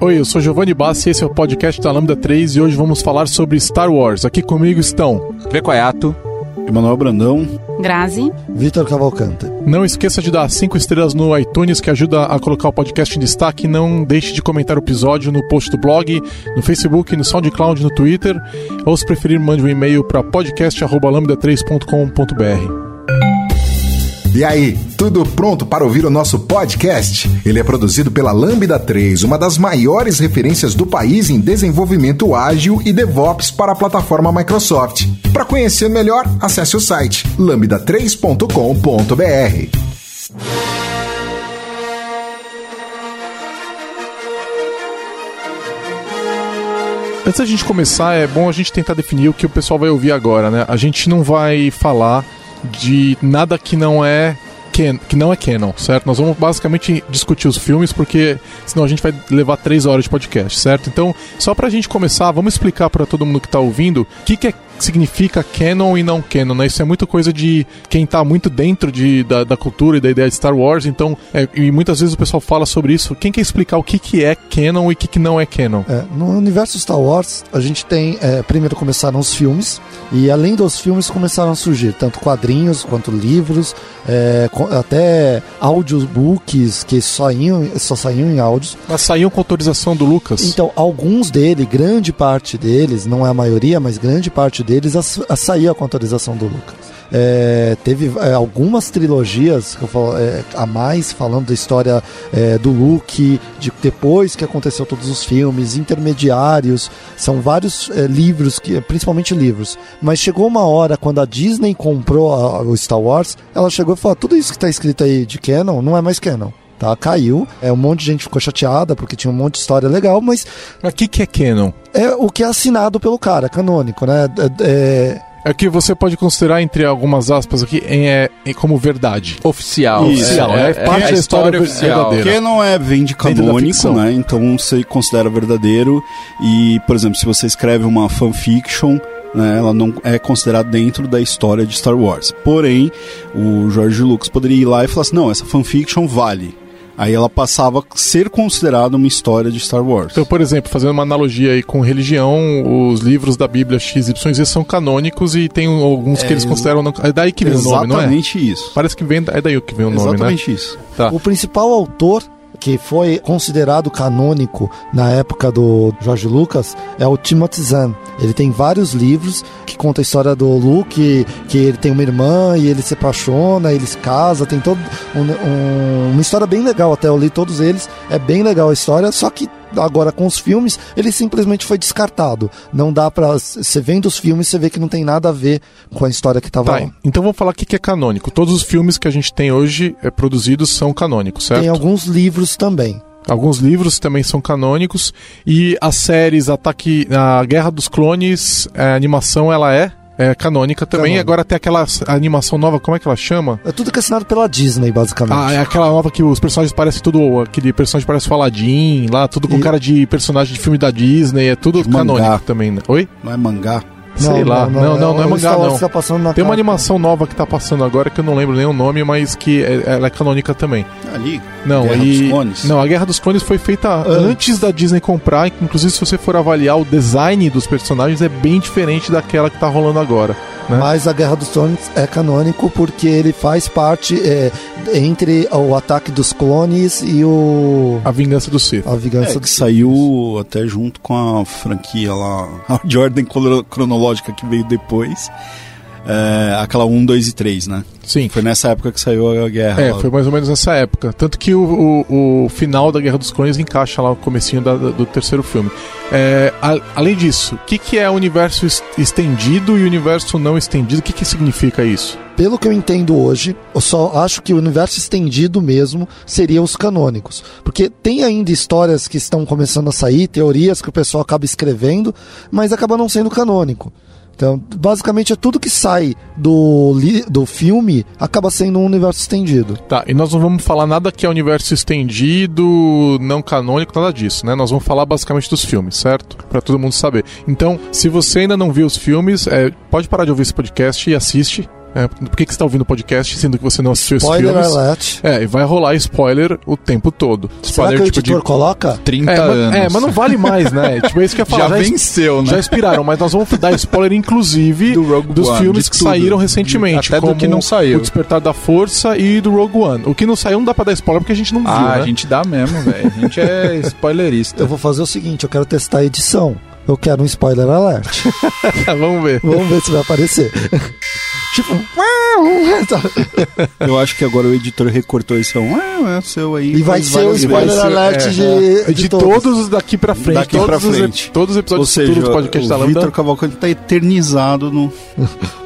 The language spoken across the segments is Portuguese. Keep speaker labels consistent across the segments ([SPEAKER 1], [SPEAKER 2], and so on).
[SPEAKER 1] Oi, eu sou Giovanni Bassi e esse é o podcast da Lambda 3 e hoje vamos falar sobre Star Wars. Aqui comigo estão
[SPEAKER 2] Precoiato.
[SPEAKER 3] Emanuel Brandão.
[SPEAKER 4] Grazi.
[SPEAKER 5] Vitor Cavalcante.
[SPEAKER 1] Não esqueça de dar cinco estrelas no iTunes, que ajuda a colocar o podcast em destaque. Não deixe de comentar o episódio no post do blog, no Facebook, no SoundCloud, no Twitter. Ou, se preferir, mande um e-mail para podcast.lambda3.com.br.
[SPEAKER 6] E aí, tudo pronto para ouvir o nosso podcast? Ele é produzido pela Lambda 3, uma das maiores referências do país em desenvolvimento ágil e DevOps para a plataforma Microsoft. Para conhecer melhor, acesse o site lambda3.com.br.
[SPEAKER 1] Antes da gente começar, é bom a gente tentar definir o que o pessoal vai ouvir agora, né? A gente não vai falar de nada que não é can, que não é canon, certo? Nós vamos basicamente discutir os filmes porque senão a gente vai levar três horas de podcast, certo? Então, só pra gente começar, vamos explicar para todo mundo que tá ouvindo o que, que é, significa canon e não canon, né? Isso é muita coisa de quem tá muito dentro de, da, da cultura e da ideia de Star Wars, então, é, e muitas vezes o pessoal fala sobre isso. Quem quer explicar o que, que é canon e o que, que não é canon?
[SPEAKER 5] É, no universo Star Wars, a gente tem. é, primeiro começaram os filmes, e além dos filmes começaram a surgir tanto quadrinhos quanto livros, é, co- até audiobooks que só, iam, só saíam em áudios.
[SPEAKER 1] Mas saiu com autorização do Lucas.
[SPEAKER 5] Então, alguns dele, grande parte deles, não é a maioria, mas grande parte deles as- a- saía com autorização do Lucas. É, teve é, algumas trilogias que eu falo, é, a mais falando da história é, do Luke, de depois que aconteceu todos os filmes, intermediários, são vários é, livros, que, principalmente livros. Mas chegou uma hora quando a Disney comprou a- o Star Wars, ela chegou e falou: tudo isso que está escrito aí de Canon não é mais Canon. Tá, caiu. É, um monte de gente ficou chateada porque tinha um monte de história legal, mas
[SPEAKER 1] Mas o que, que é canon?
[SPEAKER 5] é o que é assinado pelo cara, canônico, né? É- é-
[SPEAKER 1] É o que você pode considerar, entre algumas aspas aqui, em, é, em- como verdade.
[SPEAKER 2] Oficial.
[SPEAKER 1] Oficial, é, parte
[SPEAKER 2] a
[SPEAKER 1] da história
[SPEAKER 2] oficial.
[SPEAKER 1] verdadeira.
[SPEAKER 3] Que não é, vem de
[SPEAKER 1] Vem da
[SPEAKER 3] canônico,
[SPEAKER 1] ficção.
[SPEAKER 3] né? Então você considera verdadeiro. E, por exemplo, se você escreve uma fanfiction. Né, ela não é considerada dentro da história de Star Wars. Porém, o George Lucas poderia ir lá e falar assim: não, essa fanfiction vale. Aí ela passava a ser considerada uma história de Star Wars.
[SPEAKER 1] Então, por exemplo, fazendo uma analogia aí com religião, os livros da Bíblia XYZ são canônicos e tem um, alguns que eles consideram. Não, é daí que vem o nome, não é?
[SPEAKER 3] Exatamente isso.
[SPEAKER 1] Parece que vem, é daí que vem o nome, né?
[SPEAKER 3] Exatamente isso.
[SPEAKER 1] Tá.
[SPEAKER 5] O principal autor que foi considerado canônico na época do Jorge Lucas é o Timothy Zahn. Ele tem vários livros que conta a história do Luke, que ele tem uma irmã e ele se apaixona, ele se casa, tem todo um- um- uma história bem legal até eu li todos eles. É bem legal a história, só que agora com os filmes ele simplesmente foi descartado. Não dá pra. você vendo os filmes você vê que não tem nada a ver com a história que tava
[SPEAKER 1] Tá,
[SPEAKER 5] lá.
[SPEAKER 1] então vamos falar o que que é canônico. Todos os filmes que a gente tem hoje é, produzidos são canônicos, certo?
[SPEAKER 5] Tem alguns livros também.
[SPEAKER 1] Alguns livros também são canônicos. E as séries Ataque. A Guerra dos Clones, a animação, ela é, é canônica também.
[SPEAKER 5] Canônica.
[SPEAKER 1] Agora tem aquela s- animação nova, como é que ela chama?
[SPEAKER 5] É tudo que é assinado pela Disney, basicamente.
[SPEAKER 1] Ah, é aquela nova que os personagens parecem tudo. Aquele personagem parece o Aladdin, lá, tudo com
[SPEAKER 5] E-
[SPEAKER 1] cara de personagem de filme da Disney, é tudo
[SPEAKER 3] De
[SPEAKER 1] canônico
[SPEAKER 3] mangá.
[SPEAKER 1] também, né? Oi?
[SPEAKER 3] Não é mangá.
[SPEAKER 1] Sei lá. Não, não, não, é
[SPEAKER 5] o
[SPEAKER 1] mangá,
[SPEAKER 5] Star Wars
[SPEAKER 1] não.
[SPEAKER 5] Tá passando na
[SPEAKER 1] Tem uma
[SPEAKER 5] cara.
[SPEAKER 1] animação nova que tá passando agora que eu não lembro nem o nome, mas que é- ela é canônica também.
[SPEAKER 3] É Ali.
[SPEAKER 1] Não,
[SPEAKER 3] Guerra
[SPEAKER 1] e...
[SPEAKER 3] dos Clones. Ah.
[SPEAKER 1] Não, a Guerra dos Clones foi feita
[SPEAKER 5] Antes.
[SPEAKER 1] antes da Disney comprar. Inclusive, se você for avaliar o design dos personagens, é bem diferente daquela que tá rolando agora. né?
[SPEAKER 5] Mas a Guerra dos Clones é canônico porque ele faz parte é, entre o ataque dos clones e o.
[SPEAKER 1] A Vingança do Sith.
[SPEAKER 5] A vingança
[SPEAKER 3] É, que
[SPEAKER 5] dos
[SPEAKER 3] saiu até junto com a franquia lá, a de ordem colo- cronológica que veio depois. É, aquela 1, 2 e 3, né?
[SPEAKER 1] Sim.
[SPEAKER 3] Foi nessa época que saiu a guerra.
[SPEAKER 1] É,
[SPEAKER 3] lá.
[SPEAKER 1] foi mais ou menos nessa época. Tanto que o, o- o final da Guerra dos Clones encaixa lá o comecinho da- da- do terceiro filme. É, a- além disso, o que, que é universo es- estendido e universo não estendido? O que, que significa isso?
[SPEAKER 5] Pelo que eu entendo hoje, eu só acho que o universo estendido mesmo seria os canônicos. Porque tem ainda histórias que estão começando a sair, teorias que o pessoal acaba escrevendo, mas acaba não sendo canônico. Então, basicamente, é tudo que sai do, li- do filme acaba sendo um universo estendido.
[SPEAKER 1] Tá, e nós não vamos falar nada que é universo estendido, não canônico, nada disso, né? Nós vamos falar basicamente dos filmes, certo? Pra todo mundo saber. Então, se você ainda não viu os filmes, é, pode parar de ouvir esse podcast e assiste. É, por que, que você tá ouvindo o podcast sendo que você não assistiu
[SPEAKER 5] Spoiler
[SPEAKER 1] esses filmes?
[SPEAKER 5] alert.
[SPEAKER 1] É, e vai rolar spoiler o tempo todo.
[SPEAKER 5] Será
[SPEAKER 1] Spoiler
[SPEAKER 5] que o
[SPEAKER 1] tipo de.
[SPEAKER 5] editor coloca?
[SPEAKER 2] 30
[SPEAKER 1] É,
[SPEAKER 2] anos.
[SPEAKER 1] mas, é, mas não vale mais, né? tipo, é isso que eu ia falar.
[SPEAKER 2] Já
[SPEAKER 1] es-
[SPEAKER 2] venceu, né?
[SPEAKER 1] Já expiraram, mas nós vamos dar spoiler, inclusive,
[SPEAKER 2] Do Rogue
[SPEAKER 1] dos
[SPEAKER 2] One,
[SPEAKER 1] filmes
[SPEAKER 2] de
[SPEAKER 1] que
[SPEAKER 2] tudo.
[SPEAKER 1] saíram recentemente.
[SPEAKER 2] Até do
[SPEAKER 1] como
[SPEAKER 2] que não saiu.
[SPEAKER 1] O Despertar da Força e do Rogue One. O que não saiu não dá pra dar spoiler porque a gente não viu,
[SPEAKER 2] Ah,
[SPEAKER 1] né?
[SPEAKER 2] a gente dá mesmo, velho. A gente é spoilerista.
[SPEAKER 5] Eu vou fazer o seguinte, eu quero testar a edição. Eu quero um spoiler alert.
[SPEAKER 1] vamos ver.
[SPEAKER 5] Vamos ver se vai aparecer. tipo,
[SPEAKER 3] Eu acho que agora o editor recortou esse um, ah, é o seu aí.
[SPEAKER 5] e vai
[SPEAKER 3] fez
[SPEAKER 5] ser o
[SPEAKER 3] várias
[SPEAKER 5] spoiler
[SPEAKER 3] vezes.
[SPEAKER 5] alert
[SPEAKER 1] é,
[SPEAKER 5] de,
[SPEAKER 1] De, todos. daqui pra frente.
[SPEAKER 3] Daqui
[SPEAKER 1] todos
[SPEAKER 3] pra
[SPEAKER 1] os ep-
[SPEAKER 3] frente.
[SPEAKER 1] todos os episódios
[SPEAKER 3] Ou seja,
[SPEAKER 1] futuros do podcast da
[SPEAKER 3] o
[SPEAKER 1] Lambda.
[SPEAKER 3] Vitor Cavalcante tá eternizado no.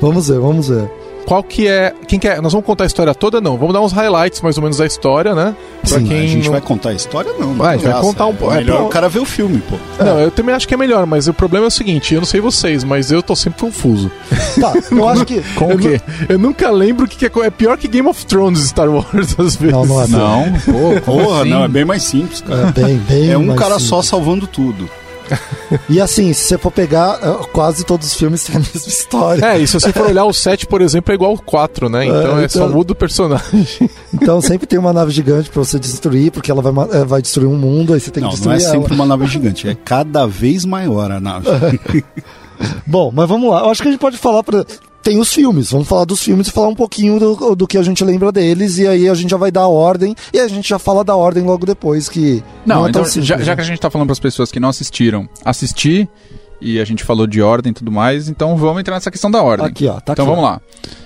[SPEAKER 5] Vamos ver, vamos ver.
[SPEAKER 1] Qual que é... Quem quer... Nós vamos contar a história toda? Não. Vamos dar uns highlights, mais ou menos, da história, né? Pra
[SPEAKER 5] Sim,
[SPEAKER 1] quem
[SPEAKER 3] a gente
[SPEAKER 1] não-
[SPEAKER 3] vai contar a história, não.
[SPEAKER 1] Vai, a gente vai contar um pouco.
[SPEAKER 3] pouco.
[SPEAKER 1] É,
[SPEAKER 3] melhor
[SPEAKER 1] pô.
[SPEAKER 3] o cara ver o filme, pô.
[SPEAKER 1] Não, eu também acho que é melhor, mas o problema é o seguinte, eu não sei vocês, mas eu tô sempre confuso.
[SPEAKER 5] Tá, eu acho que.
[SPEAKER 1] Com o quê? Eu nunca lembro o que, que é. co- É pior que Game of Thrones Star Wars, às vezes.
[SPEAKER 5] Não, não é
[SPEAKER 2] Não, pô, como
[SPEAKER 3] Porra,
[SPEAKER 2] assim?
[SPEAKER 3] não, é bem mais simples, cara.
[SPEAKER 5] É, bem, bem
[SPEAKER 3] É um
[SPEAKER 5] mais
[SPEAKER 3] cara
[SPEAKER 5] simples.
[SPEAKER 3] só salvando tudo.
[SPEAKER 5] E assim, se você for pegar, eh, quase todos os filmes têm a mesma história.
[SPEAKER 1] É, e se você for olhar o 7, por exemplo, é igual o 4, né? Então é,
[SPEAKER 5] então-
[SPEAKER 1] só muda o personagem.
[SPEAKER 5] Então sempre tem uma nave gigante pra você destruir, porque ela vai, ma- eh, vai destruir um mundo, aí você tem
[SPEAKER 3] Não,
[SPEAKER 5] que
[SPEAKER 3] não é
[SPEAKER 5] destruir ela.
[SPEAKER 3] sempre uma nave gigante, é cada vez maior a nave.
[SPEAKER 5] Bom, mas vamos lá. Eu acho que a gente pode falar pra. Tem os filmes, vamos falar dos filmes e falar um pouquinho do, do que a gente lembra deles, e aí a gente já vai dar a ordem, e a gente já fala da ordem logo depois, que não,
[SPEAKER 2] Não,
[SPEAKER 5] é
[SPEAKER 2] então,
[SPEAKER 5] tão simples.
[SPEAKER 2] já, já
[SPEAKER 5] né?
[SPEAKER 2] que a gente tá falando pras pessoas que não assistiram, assistir e a gente falou de ordem e tudo mais, então vamos entrar nessa questão da ordem.
[SPEAKER 5] Aqui, ó, tá
[SPEAKER 2] então
[SPEAKER 5] aqui,
[SPEAKER 2] vamos lá.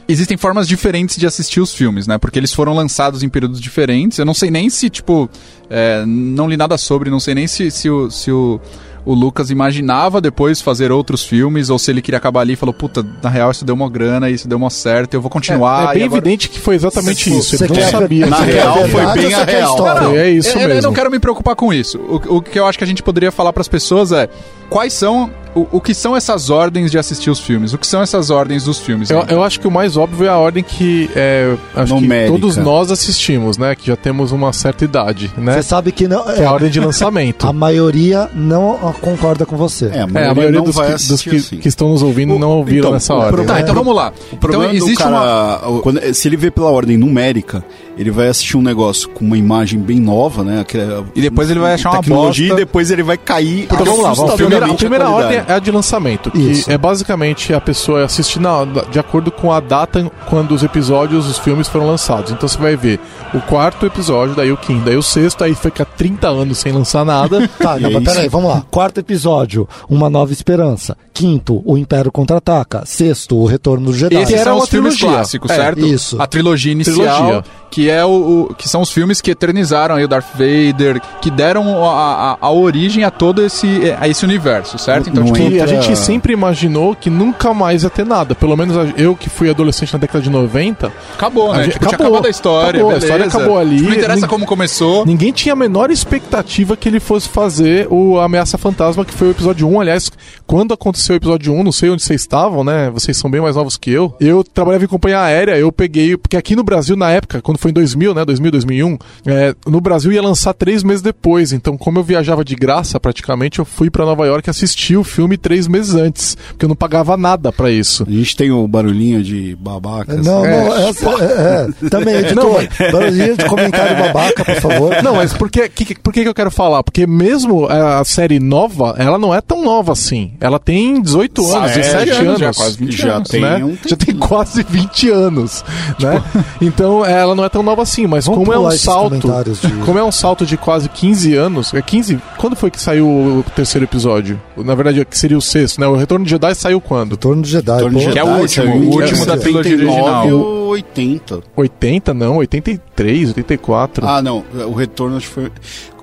[SPEAKER 2] Existem formas diferentes de assistir os filmes, né? Porque eles foram lançados em períodos diferentes. Eu não sei nem se, tipo, é, não li nada sobre, não sei nem se, se, o, se o, o Lucas imaginava depois fazer outros filmes, ou se ele queria acabar ali e falou, puta, na real isso deu uma grana, isso deu uma certa, eu vou continuar.
[SPEAKER 1] é,
[SPEAKER 3] Ah,
[SPEAKER 1] é bem
[SPEAKER 2] e agora-
[SPEAKER 1] evidente que foi exatamente
[SPEAKER 5] Você-
[SPEAKER 1] isso.
[SPEAKER 5] você
[SPEAKER 1] Ele não
[SPEAKER 5] quer-
[SPEAKER 1] sabia.
[SPEAKER 3] Na
[SPEAKER 5] você quer
[SPEAKER 3] real,
[SPEAKER 5] a
[SPEAKER 3] foi
[SPEAKER 5] verdade
[SPEAKER 3] bem
[SPEAKER 5] ou você
[SPEAKER 3] a
[SPEAKER 5] quer
[SPEAKER 3] real.
[SPEAKER 5] história?
[SPEAKER 1] Não, assim. é isso
[SPEAKER 2] eu, eu
[SPEAKER 1] mesmo.
[SPEAKER 2] não quero me preocupar com isso. O, o que eu acho que a gente poderia falar para as pessoas é quais são o, o que são essas ordens de assistir os filmes? O que são essas ordens dos filmes?
[SPEAKER 1] Eu,
[SPEAKER 2] né?
[SPEAKER 1] eu acho que o mais óbvio é a ordem que, é, acho que
[SPEAKER 3] Numérica.
[SPEAKER 1] todos nós assistimos, né? Que já temos uma certa idade, né?
[SPEAKER 5] Você sabe que não.
[SPEAKER 1] Que é
[SPEAKER 5] é,
[SPEAKER 1] a ordem de lançamento.
[SPEAKER 5] a maioria não ah, concorda com você.
[SPEAKER 3] É, a
[SPEAKER 1] É,
[SPEAKER 3] maioria,
[SPEAKER 1] a maioria
[SPEAKER 3] não
[SPEAKER 1] dos,
[SPEAKER 3] vai
[SPEAKER 1] que, dos
[SPEAKER 3] assistir
[SPEAKER 1] que,
[SPEAKER 3] assim.
[SPEAKER 1] que estão nos ouvindo
[SPEAKER 3] O-
[SPEAKER 1] não ouviram
[SPEAKER 3] então,
[SPEAKER 1] nessa
[SPEAKER 3] o
[SPEAKER 1] ordem.
[SPEAKER 3] problema-
[SPEAKER 2] Tá, então vamos lá.
[SPEAKER 3] O problema
[SPEAKER 2] então existe
[SPEAKER 3] do cara, tá. o- quando- se ele vê pela ordem numérica, ele vai assistir um negócio com uma imagem bem nova, né? aquela-
[SPEAKER 2] E depois ele vai achar uma
[SPEAKER 3] tecnologia
[SPEAKER 2] bosta.
[SPEAKER 3] e depois ele vai cair.
[SPEAKER 1] Então vamos lá, vamos. A primeira, a
[SPEAKER 3] assustadoramente
[SPEAKER 1] primeira ordem
[SPEAKER 3] qualidade.
[SPEAKER 1] é a de lançamento, que
[SPEAKER 5] Isso.
[SPEAKER 1] é basicamente a pessoa assiste na, de acordo com a data quando os episódios, os filmes foram lançados. Então você vai ver o quarto episódio, daí o quinto, daí o sexto, aí fica 30 anos sem lançar nada.
[SPEAKER 5] Tá, não,
[SPEAKER 3] E é
[SPEAKER 5] mas
[SPEAKER 3] isso.
[SPEAKER 5] peraí, vamos lá. Quarto episódio, Uma Nova Esperança. Quinto, O Império Contra-Ataca. Sexto, O Retorno do Jedi.
[SPEAKER 2] Esses
[SPEAKER 1] era
[SPEAKER 2] são
[SPEAKER 1] uma
[SPEAKER 2] os filmes
[SPEAKER 1] trilogia.
[SPEAKER 2] clássicos,
[SPEAKER 1] É,
[SPEAKER 2] certo?
[SPEAKER 5] isso.
[SPEAKER 2] A trilogia inicial,
[SPEAKER 1] Trilogia.
[SPEAKER 2] que é o, o- que são os filmes que eternizaram aí o Darth Vader, que deram a, a- a origem a todo esse a esse universo, certo? Então,
[SPEAKER 3] Não
[SPEAKER 2] tipo,
[SPEAKER 1] E a
[SPEAKER 3] entra-
[SPEAKER 1] gente sempre imaginou que nunca mais ia ter nada. Pelo menos a- eu que fui adolescente na década de 90,
[SPEAKER 2] acabou,
[SPEAKER 1] é. A
[SPEAKER 2] né?
[SPEAKER 1] gente-
[SPEAKER 2] Tipo,
[SPEAKER 1] acabou.
[SPEAKER 2] tinha acabado a história,
[SPEAKER 1] Acabou, a
[SPEAKER 2] beleza.
[SPEAKER 1] história acabou ali.
[SPEAKER 2] Tipo, não interessa
[SPEAKER 1] Nin-
[SPEAKER 2] como começou.
[SPEAKER 1] Ninguém tinha a menor expectativa que ele fosse fazer o Ameaça Fantasma, que foi o episódio 1. Aliás, quando aconteceu o episódio 1, não sei onde vocês estavam, né? Vocês são bem mais novos que eu. Eu trabalhava em companhia aérea, eu peguei. Porque aqui no Brasil, na época, quando foi em 2000, né? 2000, 2001, é, no Brasil ia lançar três meses depois. Então, como eu viajava de graça praticamente, eu fui pra Nova York assistir o filme três meses antes. Porque eu não pagava nada pra isso.
[SPEAKER 3] A gente tem o barulhinho de babaca.
[SPEAKER 5] Não,
[SPEAKER 3] assim.
[SPEAKER 5] não, essa, é, é, também, editor. Barulhinho de comentário babaca, por favor. é
[SPEAKER 1] Não, mas por que, que- por que que eu quero falar? Porque mesmo é, a série nova, ela não é tão nova assim. Ela tem 18 anos,
[SPEAKER 3] é,
[SPEAKER 1] 17
[SPEAKER 2] já,
[SPEAKER 1] anos.
[SPEAKER 2] já quase 20
[SPEAKER 3] Já
[SPEAKER 2] anos,
[SPEAKER 3] tem
[SPEAKER 1] né?
[SPEAKER 3] um
[SPEAKER 1] já tem quase 20 anos, né? Então ela não é tão nova assim, mas
[SPEAKER 5] Tipo, Vamos
[SPEAKER 1] como é um
[SPEAKER 5] pular esses
[SPEAKER 1] salto,
[SPEAKER 5] comentários de-
[SPEAKER 1] como é um salto de quase 15 anos, é 15. Quando foi que saiu o terceiro episódio? Na verdade, que seria o sexto, né? O Retorno de Jedi saiu quando?
[SPEAKER 5] Retorno do Jedi.
[SPEAKER 3] Retorno de
[SPEAKER 5] pô.
[SPEAKER 2] Que é o último,
[SPEAKER 3] Jedi, saiu em
[SPEAKER 2] o último da
[SPEAKER 3] 1989
[SPEAKER 2] trilogia original.
[SPEAKER 3] ou 80.
[SPEAKER 1] 80 não, 83, 84.
[SPEAKER 3] Ah, não. O retorno acho que foi.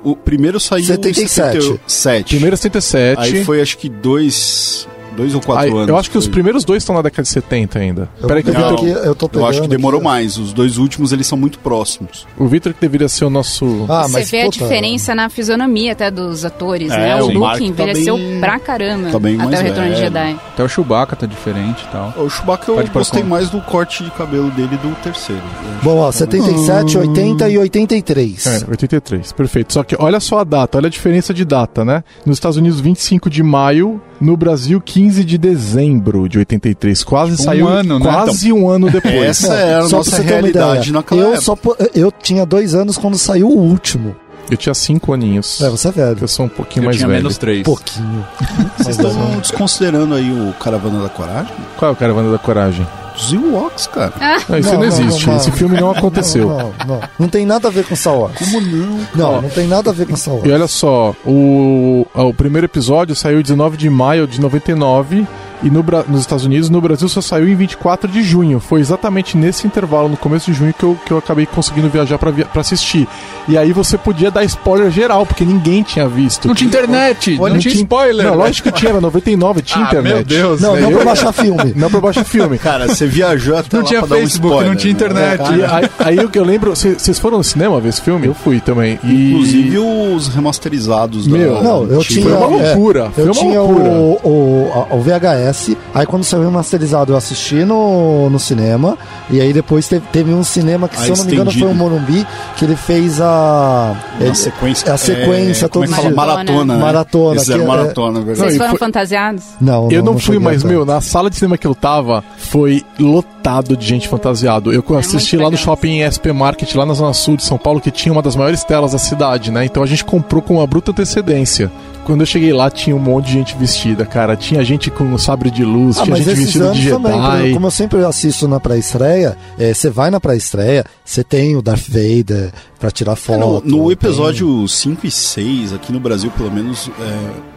[SPEAKER 3] O primeiro saiu em
[SPEAKER 5] 77.
[SPEAKER 3] 77.
[SPEAKER 1] Primeiro 77.
[SPEAKER 3] Aí foi acho que dois, dois ou
[SPEAKER 1] Aí,
[SPEAKER 3] quatro anos.
[SPEAKER 1] eu acho que os
[SPEAKER 3] foi.
[SPEAKER 1] primeiros dois estão na década de 70 ainda.
[SPEAKER 5] Eu
[SPEAKER 1] Peraí que o
[SPEAKER 5] vou
[SPEAKER 1] Vitor
[SPEAKER 5] pegar aqui, eu tô
[SPEAKER 3] Eu acho que
[SPEAKER 5] pegando
[SPEAKER 3] demorou
[SPEAKER 5] aqui.
[SPEAKER 3] mais. Os dois últimos eles são muito próximos.
[SPEAKER 1] O Vitor que deveria ser o nosso.
[SPEAKER 5] Ah,
[SPEAKER 4] Você
[SPEAKER 5] mas,
[SPEAKER 4] vê a
[SPEAKER 5] puta,
[SPEAKER 4] diferença na fisionomia até dos atores,
[SPEAKER 3] É,
[SPEAKER 4] né?
[SPEAKER 3] o
[SPEAKER 4] O
[SPEAKER 3] Mark
[SPEAKER 4] Luke
[SPEAKER 3] tá
[SPEAKER 4] envelheceu
[SPEAKER 3] bem-
[SPEAKER 4] pra caramba
[SPEAKER 3] tá bem
[SPEAKER 4] até
[SPEAKER 3] mais
[SPEAKER 4] o Retorno de
[SPEAKER 3] velho.
[SPEAKER 4] Jedi.
[SPEAKER 2] Até o Chewbacca tá diferente e tal.
[SPEAKER 3] O Chewbacca eu
[SPEAKER 2] Pode pôr
[SPEAKER 3] gostei
[SPEAKER 2] com-
[SPEAKER 3] mais do corte de cabelo dele do terceiro.
[SPEAKER 5] Bom, ó, 77,
[SPEAKER 3] Hum.
[SPEAKER 5] 80 e 83.
[SPEAKER 1] É, 83, perfeito. Só que olha só a data, olha a diferença de data, né? Nos Estados Unidos, 25 de maio no Brasil 15 de dezembro de 83. Quase
[SPEAKER 2] Tipo, um
[SPEAKER 1] saiu.
[SPEAKER 2] ano, né?
[SPEAKER 1] quase um ano depois.
[SPEAKER 3] Essa era a
[SPEAKER 5] Só
[SPEAKER 3] nossa
[SPEAKER 5] pra você ter uma
[SPEAKER 3] realidade
[SPEAKER 5] ideia,
[SPEAKER 3] naquela
[SPEAKER 5] eu
[SPEAKER 3] época.
[SPEAKER 5] só po- eu tinha dois anos quando saiu o último.
[SPEAKER 1] Eu tinha cinco aninhos.
[SPEAKER 5] É, você é velho.
[SPEAKER 1] Eu sou um pouquinho
[SPEAKER 2] Eu
[SPEAKER 1] mais
[SPEAKER 2] tinha
[SPEAKER 1] velho.
[SPEAKER 2] menos três.
[SPEAKER 5] Pouquinho.
[SPEAKER 3] Vocês estão desconsiderando aí o Caravana da Coragem?
[SPEAKER 1] Qual é o Caravana da Coragem?
[SPEAKER 3] Dos Ewoks, cara.
[SPEAKER 1] Não, isso não,
[SPEAKER 5] Não, não,
[SPEAKER 1] existe.
[SPEAKER 5] não, não.
[SPEAKER 1] Esse filme não aconteceu.
[SPEAKER 5] Não, não, não. Não tem nada a ver com Star Wars.
[SPEAKER 3] Como não?
[SPEAKER 5] Não, não tem nada a ver com Star Wars.
[SPEAKER 1] E olha só, o, o primeiro episódio saiu 19 de maio de 99 e no, Bra- nos Estados Unidos, no Brasil só saiu em 24 de junho. Foi exatamente nesse intervalo, no começo de junho, que eu, que eu acabei conseguindo viajar pra, via- pra assistir. E aí você podia dar spoiler geral, porque ninguém tinha visto.
[SPEAKER 2] Não tinha internet,
[SPEAKER 1] Olha,
[SPEAKER 2] não tinha spoiler. né?
[SPEAKER 1] Não, Ah, lógico que tinha, era 99, tinha internet.
[SPEAKER 2] meu Deus.
[SPEAKER 5] Não,
[SPEAKER 2] né?
[SPEAKER 5] não
[SPEAKER 1] Eu-
[SPEAKER 5] pra baixar filme.
[SPEAKER 1] Não pra baixar filme.
[SPEAKER 3] Cara, você viajou até
[SPEAKER 2] Não
[SPEAKER 3] lá
[SPEAKER 2] tinha
[SPEAKER 3] pra dar um
[SPEAKER 2] Facebook,
[SPEAKER 3] spoiler,
[SPEAKER 2] não tinha
[SPEAKER 3] né?
[SPEAKER 2] internet.
[SPEAKER 1] E aí, aí o que eu lembro, vocês foram no cinema ver esse filme? Eu fui também. E-
[SPEAKER 3] Inclusive os remasterizados
[SPEAKER 1] Meu, tipo,
[SPEAKER 3] da...
[SPEAKER 5] Não, eu
[SPEAKER 3] antiga.
[SPEAKER 5] tinha.
[SPEAKER 1] Foi uma
[SPEAKER 5] é,
[SPEAKER 1] loucura, foi
[SPEAKER 5] eu
[SPEAKER 1] uma
[SPEAKER 5] tinha
[SPEAKER 1] loucura.
[SPEAKER 5] o, o, a- o VHS, aí quando saiu remasterizado eu assisti no, no cinema, e aí depois teve, teve um cinema que,
[SPEAKER 3] Ah,
[SPEAKER 5] se eu não me engano, foi
[SPEAKER 3] estendido.
[SPEAKER 5] o Morumbi, que ele fez a.
[SPEAKER 3] Na
[SPEAKER 5] ele-
[SPEAKER 3] é sequência.
[SPEAKER 5] a sequência,
[SPEAKER 3] como é que
[SPEAKER 5] todos
[SPEAKER 3] fala?
[SPEAKER 5] os-
[SPEAKER 3] Maratona. né?
[SPEAKER 5] Maratona,
[SPEAKER 3] Eles fizeram
[SPEAKER 5] que é-
[SPEAKER 3] maratona, é verdade.
[SPEAKER 4] Vocês
[SPEAKER 1] e
[SPEAKER 4] foram
[SPEAKER 1] foi-
[SPEAKER 4] fantasiados?
[SPEAKER 5] Não,
[SPEAKER 1] Eu não, fui,
[SPEAKER 5] cheguei
[SPEAKER 1] mas,
[SPEAKER 5] até.
[SPEAKER 1] meu, na sala de cinema que eu tava, foi lotado de gente fantasiado. Eu assisti
[SPEAKER 4] É muito
[SPEAKER 1] lá no
[SPEAKER 4] legal.
[SPEAKER 1] shopping SP Market, lá na Zona Sul de São Paulo, que tinha uma das maiores telas da cidade, né? Então a gente comprou com uma bruta antecedência. Quando eu cheguei lá, tinha um monte de gente vestida, cara. Tinha gente com um sabre de luz,
[SPEAKER 5] Ah,
[SPEAKER 1] tinha
[SPEAKER 5] mas
[SPEAKER 1] gente
[SPEAKER 5] esses
[SPEAKER 1] vestida
[SPEAKER 5] anos
[SPEAKER 1] de Jedi.
[SPEAKER 5] também, por exemplo, como eu sempre assisto na pré-estreia, eh, você vai na pré-estreia, você tem o Darth Vader pra tirar
[SPEAKER 1] É,
[SPEAKER 3] Cara, É, no-
[SPEAKER 5] foto.
[SPEAKER 3] no
[SPEAKER 5] tem-
[SPEAKER 3] episódio 5 e 6, aqui no Brasil, pelo menos, é,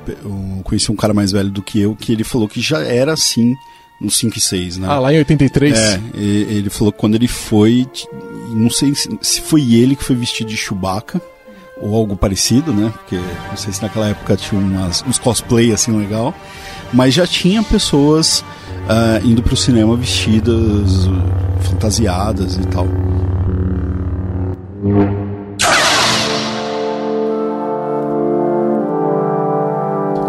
[SPEAKER 3] pe- eu conheci um cara mais velho do que eu, que ele falou que já era assim no 5 e 6, né?
[SPEAKER 1] Ah, lá em 83?
[SPEAKER 3] É, e- ele falou que quando ele foi, t- não sei se se foi ele que foi vestido de Chewbacca ou algo parecido, né? Porque não sei se naquela época tinha umas, uns cosplay assim legal, mas já tinha pessoas ah, indo pro cinema vestidas, uh, fantasiadas e tal.